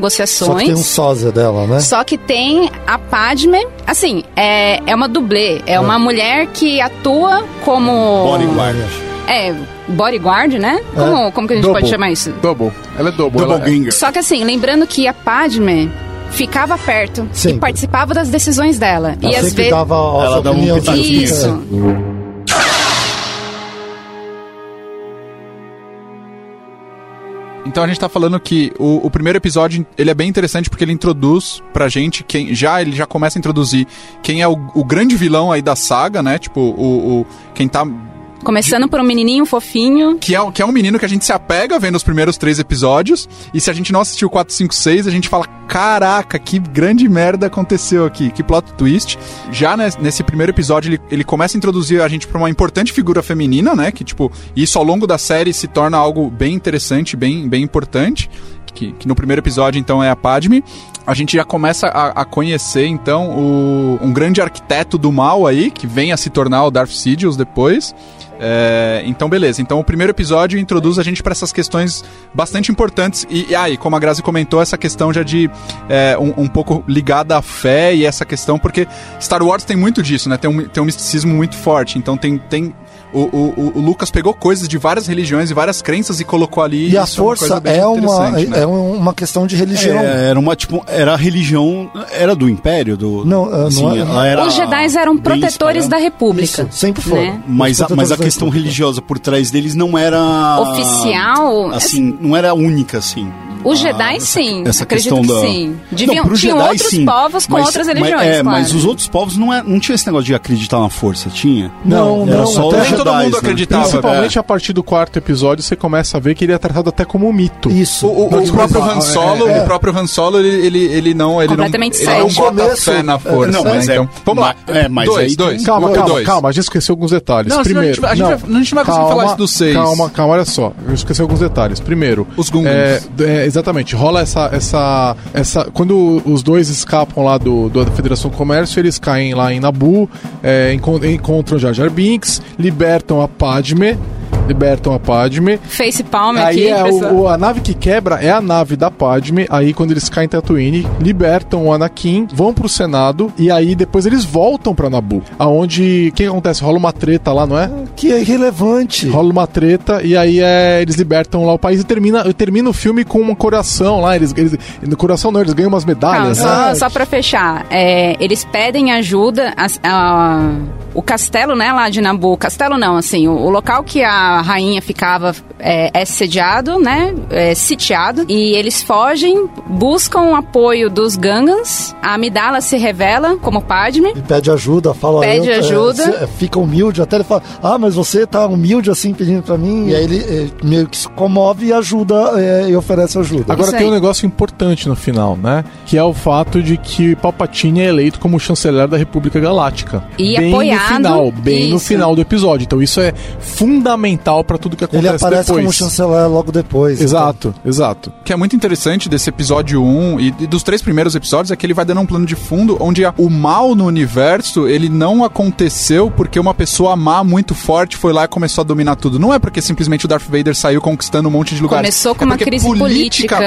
[SPEAKER 4] negociações.
[SPEAKER 5] sósia dela, né?
[SPEAKER 4] Só que tem a Padme, assim, é, é uma dublê, é uma mulher que atua como.
[SPEAKER 3] Bodyguard.
[SPEAKER 4] É, bodyguard, né?
[SPEAKER 5] É,
[SPEAKER 4] Como, como que a gente
[SPEAKER 1] Double.
[SPEAKER 4] pode chamar isso?
[SPEAKER 1] Double. Ela é double. ela é-
[SPEAKER 3] Doppelganger.
[SPEAKER 4] Só que assim, lembrando que a Padme ficava perto
[SPEAKER 5] Sempre.
[SPEAKER 4] e participava das decisões dela.
[SPEAKER 5] Ela
[SPEAKER 4] e às
[SPEAKER 5] sempre
[SPEAKER 4] vezes.
[SPEAKER 5] dava a
[SPEAKER 3] Ela
[SPEAKER 5] sua
[SPEAKER 3] dava um
[SPEAKER 5] opinião.
[SPEAKER 3] pitaquinho.
[SPEAKER 4] Isso.
[SPEAKER 2] Então a gente tá falando que o, o primeiro episódio, ele é bem interessante porque ele introduz pra gente quem já ele já começa a introduzir quem é o, o grande vilão aí da saga, né? Tipo, o, o- quem tá
[SPEAKER 4] Começando por um menininho fofinho.
[SPEAKER 2] que é, o- que é um menino que a gente se apega vendo os primeiros três episódios, e se a gente não assistiu o 4, 5, 6, a gente fala, caraca, que grande merda aconteceu aqui, que plot twist. Já nes- nesse primeiro episódio, ele, ele começa a introduzir a gente pra uma importante figura feminina, né, que tipo, isso ao longo da série se torna algo bem interessante, bem, bem importante, que, que no primeiro episódio, então, é a Padme. A gente já começa a, a conhecer, então, o, um grande arquiteto do mal aí, que vem a se tornar o Darth Sidious depois. É, então, beleza. Então, o primeiro episódio introduz a gente para essas questões bastante importantes. E, e aí, como a Grazi comentou, essa questão já de é, um, um pouco ligada à fé e essa questão, porque Star Wars tem muito disso, né? Tem um, tem um misticismo muito forte. Então, tem. tem o, o- o Lucas pegou coisas de várias religiões e várias crenças e colocou ali.
[SPEAKER 5] E a
[SPEAKER 2] isso é uma
[SPEAKER 5] força
[SPEAKER 2] coisa bem
[SPEAKER 5] é uma,
[SPEAKER 2] interessante, né?
[SPEAKER 5] é uma questão de religião.
[SPEAKER 3] É, era uma tipo, era a religião, era do império do assim,
[SPEAKER 5] Não, é, não é-
[SPEAKER 3] ela era
[SPEAKER 4] Os Jedi eram
[SPEAKER 3] bem
[SPEAKER 4] protetores
[SPEAKER 3] espalhada.
[SPEAKER 4] da República.
[SPEAKER 5] Isso, sempre foi.
[SPEAKER 4] Né?
[SPEAKER 3] Mas a, mas a
[SPEAKER 5] Portanto,
[SPEAKER 3] questão
[SPEAKER 5] todas as-
[SPEAKER 3] Ah, religiosa por trás deles não era
[SPEAKER 4] Oficial.
[SPEAKER 3] assim, não era única assim.
[SPEAKER 4] O Jedi, sim.
[SPEAKER 3] essa
[SPEAKER 4] Acredito
[SPEAKER 3] questão
[SPEAKER 4] que
[SPEAKER 3] da.
[SPEAKER 4] sim. Deviam,
[SPEAKER 3] pro
[SPEAKER 4] tinham
[SPEAKER 3] Jedi,
[SPEAKER 4] outros
[SPEAKER 3] sim,
[SPEAKER 4] povos com
[SPEAKER 3] mas-
[SPEAKER 4] outras
[SPEAKER 3] mas-
[SPEAKER 4] religiões,
[SPEAKER 3] É,
[SPEAKER 4] claro.
[SPEAKER 3] mas os outros povos não, é, não tinha esse negócio de acreditar na força, tinha?
[SPEAKER 5] Não,
[SPEAKER 3] era
[SPEAKER 5] não,
[SPEAKER 3] só
[SPEAKER 5] até
[SPEAKER 3] os
[SPEAKER 5] nem
[SPEAKER 2] todo
[SPEAKER 3] Jedis,
[SPEAKER 2] mundo
[SPEAKER 3] né?
[SPEAKER 2] acreditava. é.
[SPEAKER 1] Principalmente a partir do quarto episódio, você começa a ver que ele é tratado até como um mito.
[SPEAKER 5] Isso.
[SPEAKER 2] O, o-
[SPEAKER 5] Não,
[SPEAKER 2] o
[SPEAKER 5] tipo,
[SPEAKER 2] próprio
[SPEAKER 5] ah,
[SPEAKER 2] Han Solo,
[SPEAKER 5] é,
[SPEAKER 2] o próprio Han Solo, ele, ele, ele não, ele não,
[SPEAKER 4] Completamente
[SPEAKER 2] ele não
[SPEAKER 4] cético.
[SPEAKER 2] bota
[SPEAKER 5] Começo,
[SPEAKER 2] fé na
[SPEAKER 5] é,
[SPEAKER 2] força,
[SPEAKER 3] não,
[SPEAKER 2] né?
[SPEAKER 3] mas é-
[SPEAKER 2] então, vamos lá.
[SPEAKER 3] mas- é, mas
[SPEAKER 2] dois,
[SPEAKER 3] aí-
[SPEAKER 2] dois.
[SPEAKER 1] Calma,
[SPEAKER 2] Um e
[SPEAKER 1] calma,
[SPEAKER 2] dois.
[SPEAKER 1] calma, a gente esqueceu alguns detalhes.
[SPEAKER 2] Não, senão a
[SPEAKER 1] Primeiro,
[SPEAKER 2] gente- a gente vai- a gente não vai conseguir falar isso do seis.
[SPEAKER 1] Calma, calma, olha só. Eu esqueci alguns detalhes. Primeiro,
[SPEAKER 2] Os Gungans.
[SPEAKER 1] é, é, exatamente, rola essa, essa, essa. Quando os dois escapam lá do, do- da Federação do Comércio, eles caem lá em Nabu, é, encon- encontram Jar Jar Binks, libertam a Padme. Libertam a Padme.
[SPEAKER 4] Face palm aqui,
[SPEAKER 1] Aí é
[SPEAKER 4] pessoal.
[SPEAKER 1] o, o- a nave que quebra é a nave da Padme. Aí quando eles caem em Tatooine, libertam o Anakin, vão pro Senado e aí depois eles voltam pra Nabu, aonde o que acontece? Rola uma treta lá, não é?
[SPEAKER 5] Que é irrelevante.
[SPEAKER 1] Rola uma treta e aí é, eles libertam lá o país e termina, termina o filme com um coração lá. Eles, eles no coração não, eles ganham umas
[SPEAKER 4] Calma,
[SPEAKER 1] medalhas. né?
[SPEAKER 4] só, só pra fechar. é, eles pedem ajuda. as- a- o castelo, né, lá de Nabu. Castelo não, assim, o, o local que a rainha ficava é, é sediado, né? É sitiado. E eles fogem, buscam o apoio dos Gangans. A Amidala se revela como Padme.
[SPEAKER 5] Ele pede ajuda, fala.
[SPEAKER 4] Pede
[SPEAKER 5] eu, é,
[SPEAKER 4] ajuda.
[SPEAKER 5] se- é, fica humilde, até ele fala, ah, mas você tá humilde assim pedindo pra mim. E aí ele é, meio que se comove e ajuda é, e oferece ajuda.
[SPEAKER 1] Agora
[SPEAKER 4] Isso
[SPEAKER 1] tem um
[SPEAKER 4] aí.
[SPEAKER 1] negócio importante no final, né? Que é o fato de que Palpatine é eleito como chanceler da República Galáctica.
[SPEAKER 4] E
[SPEAKER 1] bem
[SPEAKER 4] apoiado,
[SPEAKER 1] no final, bem no
[SPEAKER 4] isso.
[SPEAKER 1] final do episódio. Então isso é fundamental pra tudo que acontece
[SPEAKER 5] ele aparece
[SPEAKER 1] depois.
[SPEAKER 5] como chanceler logo depois.
[SPEAKER 1] Exato, exato.
[SPEAKER 2] O que é muito interessante desse episódio 1 e, e dos três primeiros episódios é que ele vai dando um plano de fundo onde a- o mal no universo ele não aconteceu porque uma pessoa má muito forte foi lá e começou a dominar tudo. Não é porque simplesmente o Darth Vader saiu conquistando um monte de lugares.
[SPEAKER 4] Começou com
[SPEAKER 2] É
[SPEAKER 4] uma
[SPEAKER 2] porque
[SPEAKER 4] crise política.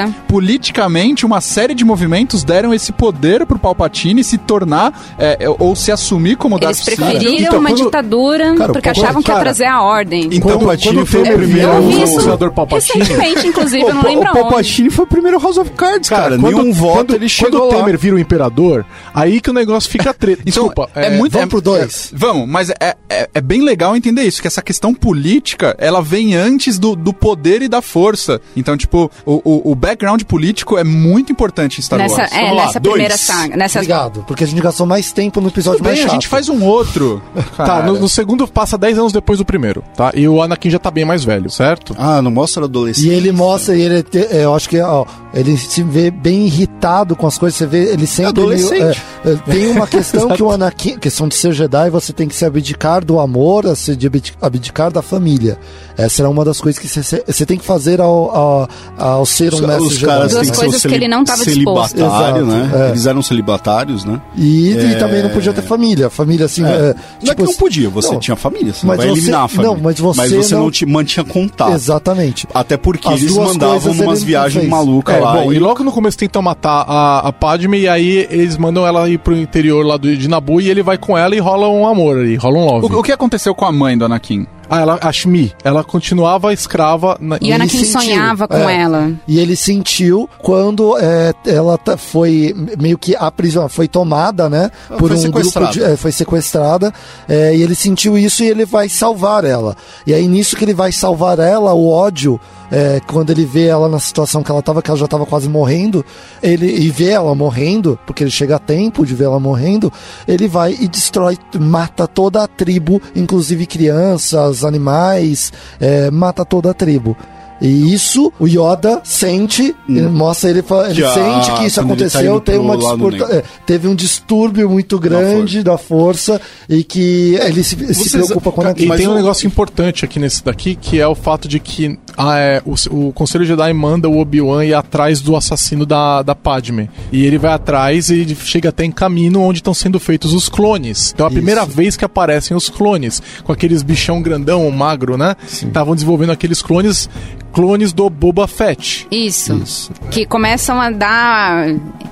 [SPEAKER 2] Politicamente, uma série de movimentos deram esse poder pro Palpatine se tornar é, é, ou se assumir como
[SPEAKER 4] Eles
[SPEAKER 2] Darth Vader.
[SPEAKER 4] preferiram
[SPEAKER 1] Então,
[SPEAKER 4] uma
[SPEAKER 1] quando-
[SPEAKER 4] ditadura
[SPEAKER 1] Cara,
[SPEAKER 4] porque
[SPEAKER 1] quando-
[SPEAKER 4] achavam que ia
[SPEAKER 1] cara,
[SPEAKER 4] trazer a ordem.
[SPEAKER 2] Então,
[SPEAKER 1] quando,
[SPEAKER 3] Palpatine
[SPEAKER 1] quando foi
[SPEAKER 3] foi
[SPEAKER 1] o
[SPEAKER 3] o
[SPEAKER 1] primeiro
[SPEAKER 4] eu vi
[SPEAKER 1] o
[SPEAKER 4] isso
[SPEAKER 1] senador Palpatine.
[SPEAKER 4] recentemente, inclusive, eu não
[SPEAKER 3] O-
[SPEAKER 4] lembro
[SPEAKER 3] o
[SPEAKER 4] onde.
[SPEAKER 3] Palpatine foi o primeiro House of Cards, cara. Nenhum voto
[SPEAKER 1] quando,
[SPEAKER 3] ele chegou
[SPEAKER 1] quando o
[SPEAKER 3] lá.
[SPEAKER 1] Temer vira o imperador, aí que o negócio fica treta.
[SPEAKER 2] Então,
[SPEAKER 1] Desculpa,
[SPEAKER 2] é, muito.
[SPEAKER 5] vamos
[SPEAKER 2] é-
[SPEAKER 5] pro dois.
[SPEAKER 2] é- vamos, mas é, é, é bem legal entender isso, que essa questão política, ela vem antes do, do poder e da força. Então, tipo, o, o, o background político é muito importante
[SPEAKER 1] tá
[SPEAKER 2] em Star
[SPEAKER 4] Nessa,
[SPEAKER 2] Wars.
[SPEAKER 4] é,
[SPEAKER 3] Vamos lá,
[SPEAKER 4] nessa
[SPEAKER 3] dois.
[SPEAKER 4] primeira saga. Nessa,
[SPEAKER 5] então. Obrigado, porque a gente gastou mais tempo no episódio
[SPEAKER 2] Tudo bem,
[SPEAKER 5] mais
[SPEAKER 2] a
[SPEAKER 5] chato.
[SPEAKER 2] gente faz um outro.
[SPEAKER 1] Tá,
[SPEAKER 2] cara.
[SPEAKER 1] no, no segundo passa 10 anos depois do primeiro, tá? E o Anakin já tá bem mais velho, certo?
[SPEAKER 3] Ah, não mostra adolescente.
[SPEAKER 5] E ele mostra, e ele te- é, eu acho que ó, ele se vê bem irritado com as coisas, você vê, ele sempre.
[SPEAKER 3] Adolescente.
[SPEAKER 5] meio- é, é, tem uma questão que o Anakin, questão de ser Jedi, você tem que se abdicar do amor, a se de abdi- abdicar da família. Essa era uma das coisas que você, você tem que fazer ao, ao, ao ser um mestre
[SPEAKER 3] os
[SPEAKER 5] Jedi.
[SPEAKER 3] caras
[SPEAKER 5] né?
[SPEAKER 3] têm
[SPEAKER 4] Duas
[SPEAKER 3] que ser
[SPEAKER 4] coisas
[SPEAKER 3] o
[SPEAKER 4] que ele não tava disposto.
[SPEAKER 3] celibatário,
[SPEAKER 5] Exato,
[SPEAKER 3] né?
[SPEAKER 5] é.
[SPEAKER 3] Eles eram celibatários, né?
[SPEAKER 5] E, e também não podia ter família. Família, assim. é,
[SPEAKER 3] não é que não podia, você
[SPEAKER 5] não.
[SPEAKER 3] tinha família, você
[SPEAKER 5] Mas
[SPEAKER 3] não vai
[SPEAKER 5] você-
[SPEAKER 3] eliminar a família.
[SPEAKER 5] não, mas você
[SPEAKER 3] não,
[SPEAKER 5] não
[SPEAKER 3] te mantinha contato.
[SPEAKER 5] Exatamente.
[SPEAKER 3] Até porque
[SPEAKER 5] As
[SPEAKER 3] eles
[SPEAKER 5] duas
[SPEAKER 3] mandavam
[SPEAKER 5] coisas ele
[SPEAKER 3] umas
[SPEAKER 5] não
[SPEAKER 3] viagens
[SPEAKER 5] fez.
[SPEAKER 3] malucas
[SPEAKER 1] É,
[SPEAKER 3] lá.
[SPEAKER 1] bom,
[SPEAKER 3] e-
[SPEAKER 1] e logo no começo tentam matar a, a Padme e aí eles mandam ela ir pro interior lá do, de Nabu e ele vai com ela e rola um amor ali, rola um love.
[SPEAKER 2] O, o que aconteceu com a mãe do Anakin?
[SPEAKER 1] Ah, ela, a Shmi, ela continuava escrava na,
[SPEAKER 4] E o
[SPEAKER 5] Ana-
[SPEAKER 4] Anakin
[SPEAKER 5] sentiu.
[SPEAKER 4] sonhava com
[SPEAKER 5] É.
[SPEAKER 4] ela.
[SPEAKER 5] E ele sentiu quando é, ela tá- foi meio que aprisionada, foi tomada, né?
[SPEAKER 3] Ela
[SPEAKER 5] Por
[SPEAKER 3] foi
[SPEAKER 5] um grupo de,
[SPEAKER 3] sequestrada.
[SPEAKER 5] é, foi sequestrada. é, e ele sentiu isso e ele vai salvar ela. E aí nisso que ele vai salvar ela, o ódio, é, quando ele vê ela na situação que ela tava, que ela já tava quase morrendo, ele e vê ela morrendo, porque ele chega a tempo de ver ela morrendo, ele vai e destrói, mata toda a tribo, inclusive crianças, animais, é, mata toda a tribo. E isso o Yoda sente, ele mostra ele, fa- ele
[SPEAKER 3] Já,
[SPEAKER 5] sente que isso
[SPEAKER 3] Hum. quando ele tá
[SPEAKER 5] aconteceu,
[SPEAKER 3] indo
[SPEAKER 5] tem
[SPEAKER 3] pro
[SPEAKER 5] uma
[SPEAKER 3] lado
[SPEAKER 5] disputa-
[SPEAKER 3] negro.
[SPEAKER 5] é, teve um distúrbio muito grande da força, e que ele se, se
[SPEAKER 3] Vocês-
[SPEAKER 5] preocupa com
[SPEAKER 3] cara,
[SPEAKER 5] aquilo.
[SPEAKER 1] E
[SPEAKER 3] Mas
[SPEAKER 1] tem um
[SPEAKER 3] o-
[SPEAKER 1] negócio importante aqui nesse daqui, que é o fato de que ah, é, o, o Conselho Jedi manda o Obi-Wan ir atrás do assassino da, da Padme. E ele vai atrás e ele chega até em caminho onde estão sendo feitos os clones. Então é a primeira vez que aparecem os clones, com aqueles bichão grandão, magro, né? Estavam desenvolvendo aqueles clones, clones do Boba Fett.
[SPEAKER 4] Isso. Que começam a dar